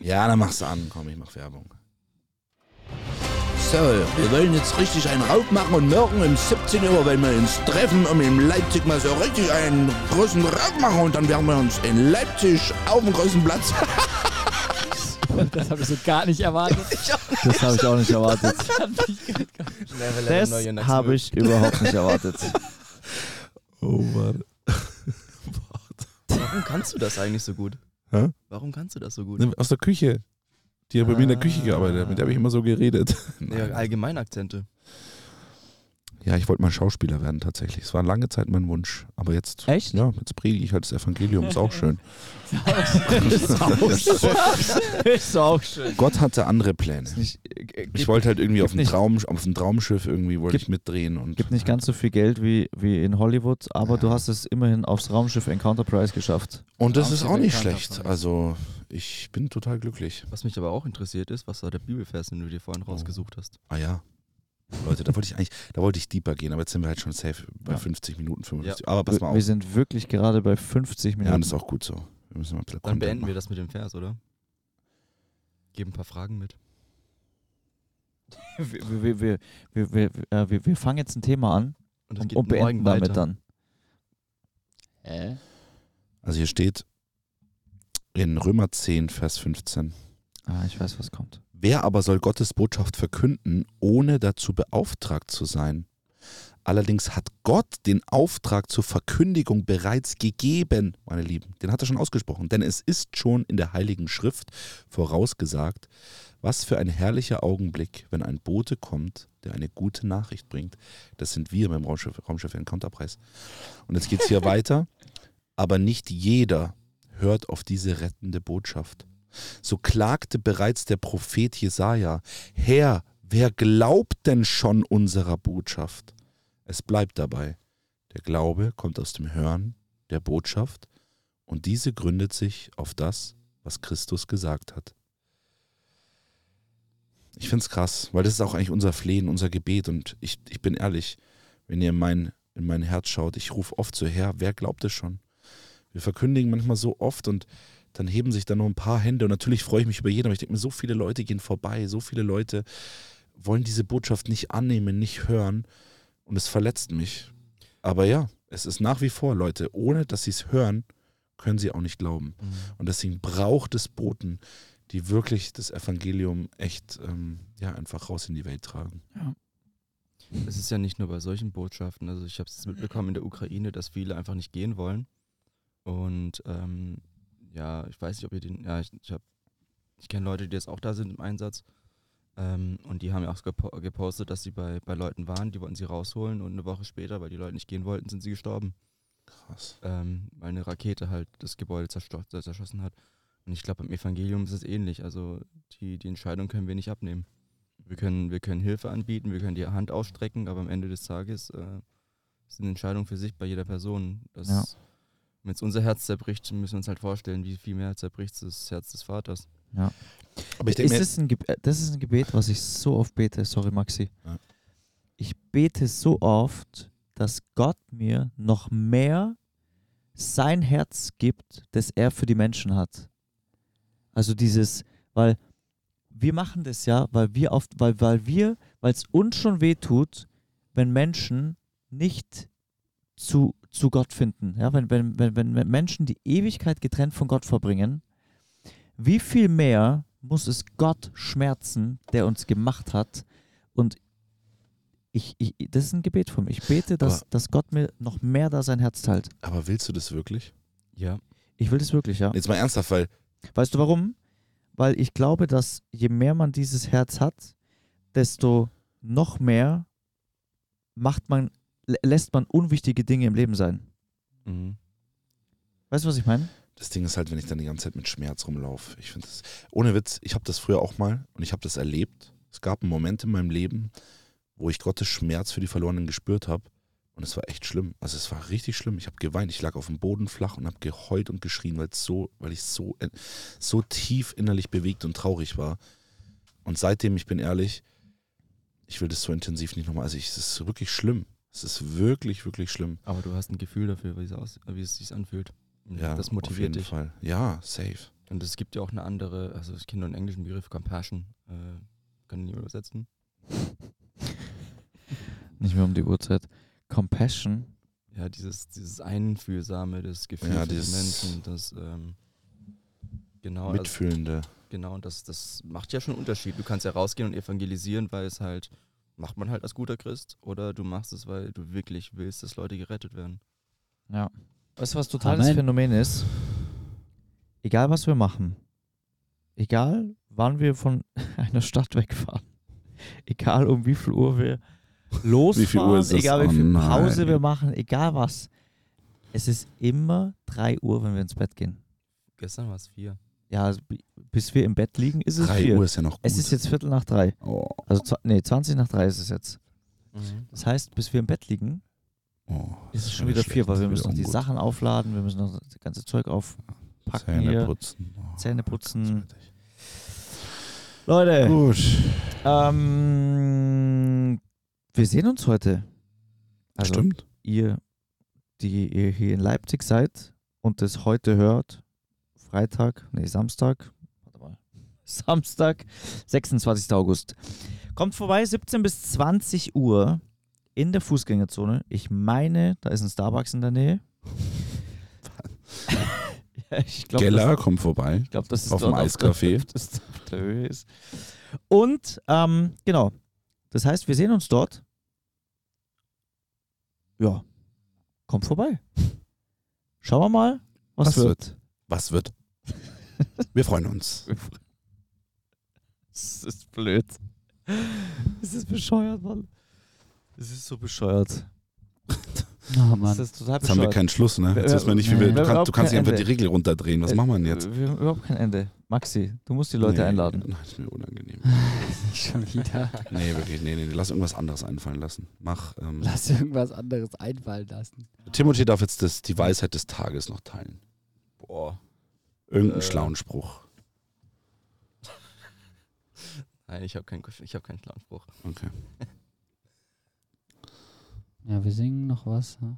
[SPEAKER 5] Ja, dann machst du an. Komm, ich mach Werbung.
[SPEAKER 9] So, wir wollen jetzt richtig einen Raub machen und morgen um 17 Uhr wollen wir uns treffen und in Leipzig mal so richtig einen großen Raub machen und dann werden wir uns in Leipzig auf dem großen Platz.
[SPEAKER 6] Das habe ich so gar nicht erwartet.
[SPEAKER 7] Das habe ich auch nicht erwartet. Das
[SPEAKER 8] neue Next
[SPEAKER 7] habe ich überhaupt nicht erwartet.
[SPEAKER 5] Oh Mann.
[SPEAKER 8] Warum kannst du das eigentlich so gut?
[SPEAKER 5] Hä?
[SPEAKER 8] Warum kannst du das so gut?
[SPEAKER 5] Ne, Aus der Küche. Die hat bei mir in der Küche
[SPEAKER 8] Ah.
[SPEAKER 5] gearbeitet, mit der habe ich immer so geredet.
[SPEAKER 8] Nee, allgemein Akzente.
[SPEAKER 5] Ja, ich wollte mal Schauspieler werden tatsächlich. Es war lange Zeit mein Wunsch. Aber jetzt,
[SPEAKER 7] Echt?
[SPEAKER 5] ja, jetzt predige ich halt das Evangelium, ist auch schön.
[SPEAKER 7] ist auch schön.
[SPEAKER 5] Gott hatte andere Pläne.
[SPEAKER 7] Nicht, äh,
[SPEAKER 5] Ich
[SPEAKER 7] gibt,
[SPEAKER 5] wollte halt irgendwie auf
[SPEAKER 7] gibt
[SPEAKER 5] dem,
[SPEAKER 7] nicht-
[SPEAKER 5] Traum, auf dem Traumschiff irgendwie wollte
[SPEAKER 7] gibt-
[SPEAKER 5] ich mitdrehen und
[SPEAKER 7] gibt nicht ganz so viel Geld wie, wie in Hollywood, aber du hast es immerhin aufs Raumschiff Encounterprise geschafft.
[SPEAKER 5] und das ist
[SPEAKER 7] Traumschiff
[SPEAKER 5] auch nicht
[SPEAKER 7] erkannt
[SPEAKER 5] schlecht.
[SPEAKER 7] davon.
[SPEAKER 5] Also ich bin total glücklich.
[SPEAKER 8] Was mich aber auch interessiert ist, was war der Bibelvers, den du dir
[SPEAKER 7] Oh.
[SPEAKER 8] vorhin rausgesucht hast?
[SPEAKER 5] Ah ja. Leute, da wollte ich eigentlich, da wollte ich deeper gehen, aber jetzt sind wir halt schon safe bei
[SPEAKER 7] Ja.
[SPEAKER 5] 50 Minuten, 55.
[SPEAKER 8] Ja.
[SPEAKER 5] Aber pass
[SPEAKER 7] Wir-
[SPEAKER 5] mal
[SPEAKER 7] Wir
[SPEAKER 5] auf.
[SPEAKER 7] sind wirklich gerade bei 50
[SPEAKER 5] Ja,
[SPEAKER 7] Minuten.
[SPEAKER 5] das ist auch gut so. Wir müssen mal ein bisschen
[SPEAKER 8] Dann
[SPEAKER 5] Content
[SPEAKER 8] beenden wir
[SPEAKER 5] machen.
[SPEAKER 8] das mit dem Vers, oder? Geben ein paar Fragen mit.
[SPEAKER 7] wir, wir, wir, wir, wir, äh, wir, wir fangen jetzt ein Thema an
[SPEAKER 8] Und das
[SPEAKER 7] und,
[SPEAKER 8] geht
[SPEAKER 7] und beenden
[SPEAKER 8] morgen
[SPEAKER 7] damit
[SPEAKER 8] weiter.
[SPEAKER 7] dann.
[SPEAKER 6] Äh?
[SPEAKER 5] Also hier steht in Römer 10, Vers 15.
[SPEAKER 7] Ah, ich weiß, was kommt.
[SPEAKER 5] Wer aber soll Gottes Botschaft verkünden, ohne dazu beauftragt zu sein? Allerdings hat Gott den Auftrag zur Verkündigung bereits gegeben, meine Lieben. Den hat er schon ausgesprochen, denn es ist schon in der Heiligen Schrift vorausgesagt, was für ein herrlicher Augenblick, wenn ein Bote kommt, der eine gute Nachricht bringt. Das sind wir beim Raumschiff, Raumschiff Encounterpreis. Und jetzt geht es hier weiter. Aber nicht jeder hört auf diese rettende Botschaft so klagte bereits der Prophet Jesaja: Herr, wer glaubt denn schon unserer Botschaft? Es bleibt dabei. Der Glaube kommt aus dem Hören der Botschaft und diese gründet sich auf das, was Christus gesagt hat. Ich finde es krass, weil das ist auch eigentlich unser Flehen, unser Gebet und ich, ich bin ehrlich, wenn ihr in mein, in mein Herz schaut, ich rufe oft so her, wer glaubt es schon? Wir verkündigen manchmal so oft und dann heben sich da nur ein paar Hände und natürlich freue ich mich über jeden, aber ich denke mir, so viele Leute gehen vorbei, so viele Leute wollen diese Botschaft nicht annehmen, nicht hören und es verletzt mich. Aber ja, es ist nach wie vor, Leute, ohne dass sie es hören, können sie auch nicht glauben.
[SPEAKER 8] Mhm.
[SPEAKER 5] Und deswegen braucht es Boten, die wirklich das Evangelium echt ähm, ja, einfach raus in die Welt tragen.
[SPEAKER 8] Es ist ja nicht nur bei solchen Botschaften. Also ich habe es mitbekommen in der Ukraine, dass viele einfach nicht gehen wollen. Und ähm, ja, ich weiß nicht, ob ihr den. Ja, ich, ich, hab- ich kenne Leute, die jetzt auch da sind im Einsatz. Ähm, und die haben ja auch gepo- gepostet, dass sie bei, bei Leuten waren, die wollten sie rausholen und eine Woche später, weil die Leute nicht gehen wollten, sind sie gestorben.
[SPEAKER 5] Krass.
[SPEAKER 8] ähm, weil eine Rakete halt das Gebäude zersto- äh, zerschossen hat. Und ich glaube, beim Evangelium ist es ähnlich. Also die, die Entscheidung können wir nicht abnehmen. Wir können, wir können Hilfe anbieten, wir können die Hand ausstrecken, aber am Ende des Tages äh, ist eine Entscheidung für sich bei jeder Person. Das,
[SPEAKER 7] Ja.
[SPEAKER 8] Wenn es unser Herz zerbricht, müssen wir uns halt vorstellen, wie viel mehr zerbricht das Herz des Vaters.
[SPEAKER 5] Aber ich denke mir,
[SPEAKER 7] ist es ein Ge äh, das ist ein Gebet, was ich so oft bete. Sorry, Maxi.
[SPEAKER 5] Ja.
[SPEAKER 7] Ich bete so oft, dass Gott mir noch mehr sein Herz gibt, das er für die Menschen hat. Also dieses, weil wir machen das ja, weil wir oft, weil, weil wir, weil es uns schon weh tut, wenn Menschen nicht zu, zu Gott finden. Ja, wenn, wenn, wenn, wenn wenn Menschen die Ewigkeit getrennt von Gott verbringen, wie viel mehr muss es Gott schmerzen, der uns gemacht hat? Und ich, ich, das ist ein Gebet von mir. Ich bete, dass,
[SPEAKER 5] Aber-
[SPEAKER 7] dass Gott mir noch mehr da sein Herz teilt.
[SPEAKER 5] aber willst du das wirklich?
[SPEAKER 8] Ja.
[SPEAKER 7] Ich will das wirklich, ja.
[SPEAKER 5] Jetzt mal ernsthaft, weil
[SPEAKER 7] Weißt du warum? Weil ich glaube, dass je mehr man dieses Herz hat, desto noch mehr macht man, lä- lässt man unwichtige Dinge im Leben sein.
[SPEAKER 8] Mhm.
[SPEAKER 7] Weißt du, was ich meine?
[SPEAKER 5] Das Ding ist halt, wenn ich dann die ganze Zeit mit Schmerz rumlaufe. Ich finde das, ohne Witz, ich habe das früher auch mal und ich habe das erlebt. Es gab einen Moment in meinem Leben, wo ich Gottes Schmerz für die Verlorenen gespürt habe. Und es war echt schlimm. Also es war richtig schlimm. Ich habe geweint. Ich lag auf dem Boden flach und habe geheult und geschrien, weil so, weil ich so, äh, so tief innerlich bewegt und traurig war. Und seitdem, ich bin ehrlich, ich will das so intensiv nicht nochmal. Also ich, es ist wirklich schlimm. Es ist wirklich, wirklich schlimm.
[SPEAKER 8] Aber du hast ein Gefühl dafür, wie es, aus, wie es sich anfühlt. Und
[SPEAKER 5] Ja,
[SPEAKER 8] Mhm, das
[SPEAKER 5] auf
[SPEAKER 8] motiviert
[SPEAKER 5] jeden
[SPEAKER 8] dich.
[SPEAKER 5] Fall. Ja, safe.
[SPEAKER 8] Und es gibt ja auch eine andere, also ich kenne nur einen englischen Begriff, Compassion. Äh, kann niemand übersetzen.
[SPEAKER 7] Nicht mehr um die Uhrzeit. Compassion.
[SPEAKER 8] ja, dieses, dieses Einfühlsame, das Gefühl
[SPEAKER 5] Ja,
[SPEAKER 8] für die
[SPEAKER 5] dieses-
[SPEAKER 8] Menschen, das ähm, genau, also,
[SPEAKER 5] Mitfühlende.
[SPEAKER 8] genau, und das, das macht ja schon einen Unterschied. Du kannst ja rausgehen und evangelisieren, weil es halt, macht man halt als guter Christ, oder du machst es, weil du wirklich willst, dass Leute gerettet werden.
[SPEAKER 7] Weißt du, was totales
[SPEAKER 6] Amen.
[SPEAKER 7] Phänomen ist? egal was wir machen, egal wann wir von einer Stadt wegfahren, egal um wie viel Uhr wir losfahren,
[SPEAKER 5] Wie viel Uhr ist es?
[SPEAKER 7] egal wie
[SPEAKER 5] Oh
[SPEAKER 7] viel
[SPEAKER 5] nein.
[SPEAKER 7] Pause wir machen, egal was. Es ist immer 3 Uhr, wenn wir ins Bett gehen.
[SPEAKER 8] Gestern war es vier.
[SPEAKER 7] Ja, also, bi- bis wir im Bett liegen, ist es
[SPEAKER 5] 3
[SPEAKER 7] vier.
[SPEAKER 5] Uhr ist ja noch gut.
[SPEAKER 7] Es ist jetzt Viertel nach drei.
[SPEAKER 5] oh,
[SPEAKER 7] Also, zwa- nee, 20 nach drei ist es jetzt.
[SPEAKER 5] Mhm.
[SPEAKER 7] Das heißt, bis wir im Bett liegen,
[SPEAKER 5] oh,
[SPEAKER 7] ist es
[SPEAKER 5] ist
[SPEAKER 7] schon
[SPEAKER 5] ja
[SPEAKER 7] wieder
[SPEAKER 5] schlecht,
[SPEAKER 7] vier, weil
[SPEAKER 5] ist
[SPEAKER 7] wir
[SPEAKER 5] wieder
[SPEAKER 7] müssen noch die
[SPEAKER 5] ungut.
[SPEAKER 7] Sachen aufladen, wir müssen noch das ganze Zeug aufpacken,
[SPEAKER 5] Zähne
[SPEAKER 7] hier,
[SPEAKER 5] putzen. Oh,
[SPEAKER 7] Zähne putzen. Äh.
[SPEAKER 5] ganz fertig.
[SPEAKER 7] Leute,
[SPEAKER 5] Gut,
[SPEAKER 7] ähm, wir sehen uns heute. Also
[SPEAKER 5] stimmt.
[SPEAKER 7] ihr, die ihr hier in Leipzig seid und das heute hört, Freitag, nee, Samstag, warte mal, Samstag, 26. August. Kommt vorbei, 17 bis 20 Uhr in der Fußgängerzone. Ich meine, da ist ein Starbucks in der Nähe. ja, ich glaube, das,
[SPEAKER 5] Geller kommt vorbei.
[SPEAKER 7] ich glaub, das ist
[SPEAKER 5] auf dem
[SPEAKER 7] dort
[SPEAKER 5] Eiscafé.
[SPEAKER 7] Auf der, das auf der Höhe ist. Und, ähm, genau. Das heißt, wir sehen uns dort. Ja. Kommt vorbei. Schauen wir mal, was,
[SPEAKER 5] Was
[SPEAKER 7] wird.
[SPEAKER 5] Was wird? Wir freuen uns.
[SPEAKER 7] Das ist blöd. Das ist bescheuert, Mann. Das ist so bescheuert.
[SPEAKER 6] Oh
[SPEAKER 7] Das
[SPEAKER 6] Mann.
[SPEAKER 5] Jetzt
[SPEAKER 7] ist total
[SPEAKER 5] haben wir
[SPEAKER 7] bescheuert.
[SPEAKER 5] keinen Schluss, ne? Jetzt
[SPEAKER 7] Äh,
[SPEAKER 5] wissen wir nicht, wie wir.
[SPEAKER 7] wir
[SPEAKER 5] Du
[SPEAKER 7] haben
[SPEAKER 5] kannst, du kannst nicht
[SPEAKER 7] überhaupt
[SPEAKER 5] einfach
[SPEAKER 7] kein
[SPEAKER 5] die Regel runterdrehen. Was
[SPEAKER 7] Äh,
[SPEAKER 5] machen wir denn jetzt?
[SPEAKER 7] Wir haben überhaupt kein Ende. Maxi, du musst die Leute
[SPEAKER 5] Nee,
[SPEAKER 7] einladen.
[SPEAKER 5] Nein, ist mir unangenehm.
[SPEAKER 6] Schon wieder.
[SPEAKER 5] Nee, wirklich, nee, nee, nee. Lass irgendwas anderes einfallen lassen. Mach. Ähm,
[SPEAKER 6] Lass irgendwas anderes einfallen lassen.
[SPEAKER 5] Timothy darf jetzt das, die Weisheit des Tages noch teilen.
[SPEAKER 8] Boah.
[SPEAKER 5] Irgendeinen
[SPEAKER 8] Äh.
[SPEAKER 5] schlauen Spruch.
[SPEAKER 8] Nein, ich habe keinen, ich hab keinen klaren Spruch.
[SPEAKER 5] Okay.
[SPEAKER 6] Ja, wir singen noch was. Ne?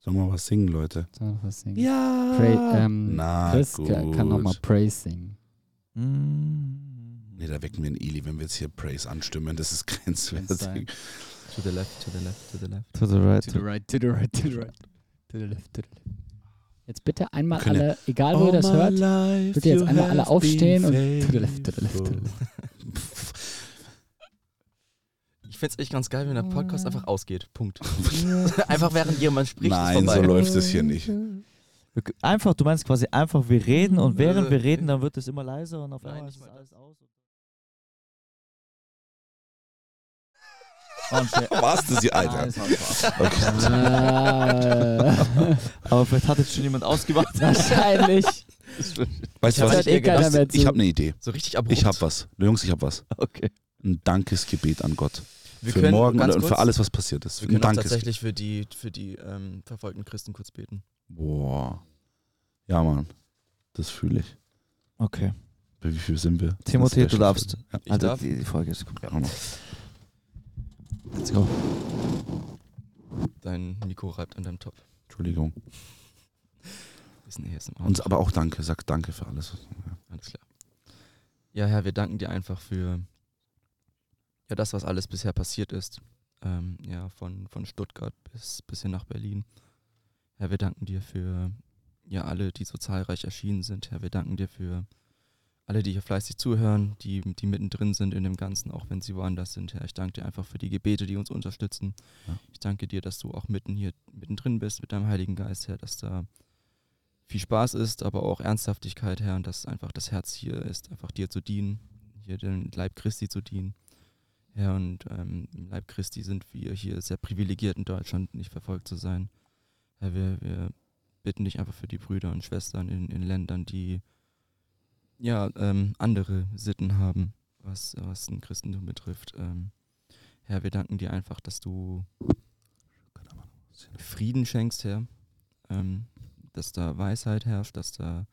[SPEAKER 5] Sollen wir mal was singen, Leute?
[SPEAKER 6] Sollen wir noch was singen?
[SPEAKER 5] Ja.
[SPEAKER 6] Pray, ähm,
[SPEAKER 5] Na
[SPEAKER 6] Chris
[SPEAKER 5] gut.
[SPEAKER 6] kann, kann nochmal Praise singen.
[SPEAKER 7] Mm.
[SPEAKER 5] Nee, da wecken wir einen Eli, wenn wir jetzt hier Praise anstimmen. Das ist grenzwertig.
[SPEAKER 8] To the left, to the left, to the left.
[SPEAKER 7] To the right.
[SPEAKER 6] right, to the right, to the right. To the left, to the left. Jetzt bitte einmal
[SPEAKER 5] Wir können
[SPEAKER 6] alle, egal wo ihr das hört, bitte jetzt einmal alle aufstehen und to the left, to the left, to the left.
[SPEAKER 8] Ich find's echt ganz geil, wenn der Podcast einfach ausgeht. Punkt. einfach während jemand spricht, ist
[SPEAKER 5] Nein,
[SPEAKER 8] vorbei.
[SPEAKER 5] so läuft es hier nicht. Oh
[SPEAKER 7] Wir k- Einfach, du meinst quasi einfach, wir reden und während
[SPEAKER 8] Äh,
[SPEAKER 7] wir reden, dann wird es immer leiser und auf
[SPEAKER 8] Nein,
[SPEAKER 7] einmal
[SPEAKER 8] nicht
[SPEAKER 7] ist
[SPEAKER 8] mal
[SPEAKER 7] alles aus. Und der-
[SPEAKER 5] Warst du sie, Alter?
[SPEAKER 7] Nein, es war Spaß.
[SPEAKER 6] Ah,
[SPEAKER 7] Aber vielleicht hat jetzt schon jemand ausgemacht.
[SPEAKER 6] Wahrscheinlich.
[SPEAKER 5] Weißt du
[SPEAKER 8] Ich
[SPEAKER 5] was?
[SPEAKER 8] hab
[SPEAKER 5] Ich,
[SPEAKER 8] halt eh keiner
[SPEAKER 5] wisst ihr,
[SPEAKER 6] mehr zu.
[SPEAKER 5] ich habe eine Idee.
[SPEAKER 8] So richtig abrupt.
[SPEAKER 5] Ich habe was. Jungs, ich habe was.
[SPEAKER 7] Okay.
[SPEAKER 5] Ein Dankesgebet an Gott.
[SPEAKER 8] Wir
[SPEAKER 5] für
[SPEAKER 8] können
[SPEAKER 5] morgen
[SPEAKER 8] ganz
[SPEAKER 5] und
[SPEAKER 8] kurz,
[SPEAKER 5] für alles, was passiert ist. Ein
[SPEAKER 8] Wir können auch
[SPEAKER 5] Dankesgebet.
[SPEAKER 8] tatsächlich für die, für die ähm, verfolgten Christen kurz beten.
[SPEAKER 5] Boah. Ja, Mann. Das fühle ich.
[SPEAKER 7] Okay.
[SPEAKER 5] Bei wie viel sind wir?
[SPEAKER 7] Timothy,
[SPEAKER 5] Das ist
[SPEAKER 7] du darfst.
[SPEAKER 5] Ja,
[SPEAKER 8] Ich darf.
[SPEAKER 7] Also die, die Folge ist
[SPEAKER 5] ja,
[SPEAKER 7] komplett.
[SPEAKER 5] auch noch.
[SPEAKER 7] Let's go.
[SPEAKER 8] Dein Mikro reibt an deinem Top.
[SPEAKER 5] Entschuldigung.
[SPEAKER 8] Ist ein ASMR.
[SPEAKER 5] Und, aber auch danke. Sag danke für alles.
[SPEAKER 8] Alles klar. Ja, Herr, wir danken dir einfach für ja, das, was alles bisher passiert ist. Ähm, ja, von, von Stuttgart bis, bis hin nach Berlin. Herr, wir danken dir für ja, alle, die so zahlreich erschienen sind. Herr, wir danken dir für alle, die hier fleißig zuhören, die, die mittendrin sind in dem Ganzen, auch wenn sie woanders sind. Herr, ich danke dir einfach für die Gebete, die uns unterstützen.
[SPEAKER 5] Ja.
[SPEAKER 8] Ich danke dir, dass du auch mitten hier mittendrin bist mit deinem Heiligen Geist, Herr, dass da viel Spaß ist, aber auch Ernsthaftigkeit, Herr, und dass einfach das Herz hier ist, einfach dir zu dienen, hier dem Leib Christi zu dienen. Herr, und ähm, im Leib Christi sind wir hier sehr privilegiert in Deutschland, nicht verfolgt zu sein. Herr, wir, wir bitten dich einfach für die Brüder und Schwestern in, in Ländern, die ja ähm, andere Sitten haben, was, was den Christentum betrifft. Ähm, Herr, wir danken dir einfach, dass du Frieden schenkst, Herr. Ähm, dass da Weisheit herrscht, dass da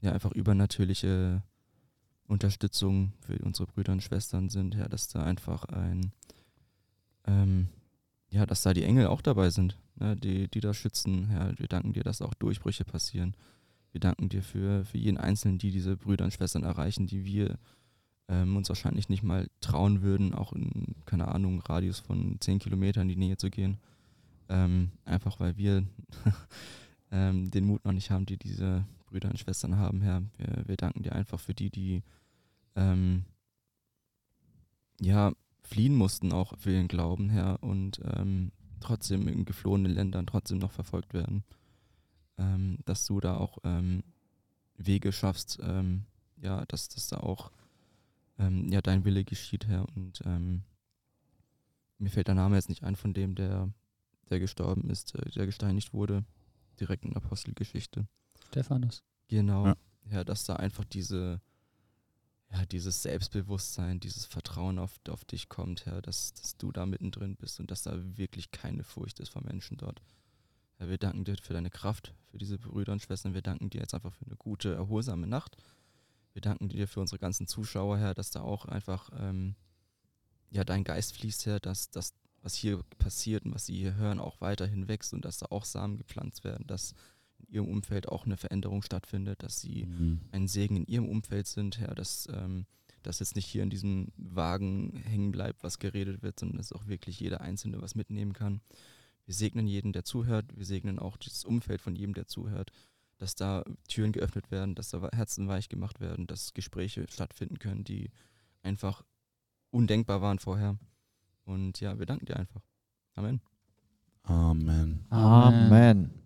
[SPEAKER 8] ja einfach übernatürliche Unterstützung für unsere Brüder und Schwestern sind, ja, dass da einfach ein, ähm, ja, dass da die Engel auch dabei sind, ne, die, die da schützen, ja, wir danken dir, dass auch Durchbrüche passieren. Wir danken dir für, für jeden Einzelnen, die diese Brüder und Schwestern erreichen, die wir ähm, uns wahrscheinlich nicht mal trauen würden, auch in, keine Ahnung, Radius von 10 Kilometern in die Nähe zu gehen. Ähm, einfach weil wir ähm, den Mut noch nicht haben, die diese Brüder und Schwestern haben, Herr. Wir, wir danken dir einfach für die, die ähm, ja, fliehen mussten, auch für ihren Glauben, Herr, und ähm, trotzdem in geflohenen Ländern trotzdem noch verfolgt werden. ähm, dass du da auch ähm, Wege schaffst, ähm, ja, dass, dass da auch ähm, ja, dein Wille geschieht, Herr. Und ähm, mir fällt der Name jetzt nicht ein von dem, der, der gestorben ist, äh, der gesteinigt wurde, direkt in Apostelgeschichte.
[SPEAKER 6] Stephanus.
[SPEAKER 8] Genau.
[SPEAKER 5] Ja.
[SPEAKER 8] Ja. dass da einfach diese, ja, dieses Selbstbewusstsein, dieses Vertrauen auf, auf dich kommt, ja, dass, dass du da mittendrin bist und dass da wirklich keine Furcht ist vor Menschen dort. Ja, wir danken dir für deine Kraft, für diese Brüder und Schwestern. Wir danken dir jetzt einfach für eine gute, erholsame Nacht. Wir danken dir für unsere ganzen Zuschauer, Herr, dass da auch einfach ähm, ja, dein Geist fließt, Herr, dass das, was hier passiert und was sie hier hören, auch weiterhin wächst und dass da auch Samen gepflanzt werden, dass in ihrem Umfeld auch eine Veränderung stattfindet, dass sie
[SPEAKER 5] Mhm.
[SPEAKER 8] ein Segen in ihrem Umfeld sind, Herr, dass ähm, das jetzt nicht hier in diesem Wagen hängen bleibt, was geredet wird, sondern dass auch wirklich jeder Einzelne was mitnehmen kann. Wir segnen jeden, der zuhört. Wir segnen auch das Umfeld von jedem, der zuhört, dass da Türen geöffnet werden, dass da Wa- Herzen weich gemacht werden, dass Gespräche stattfinden können, die einfach undenkbar waren vorher. Und ja, wir danken dir einfach. Amen.
[SPEAKER 5] Amen.
[SPEAKER 7] Amen.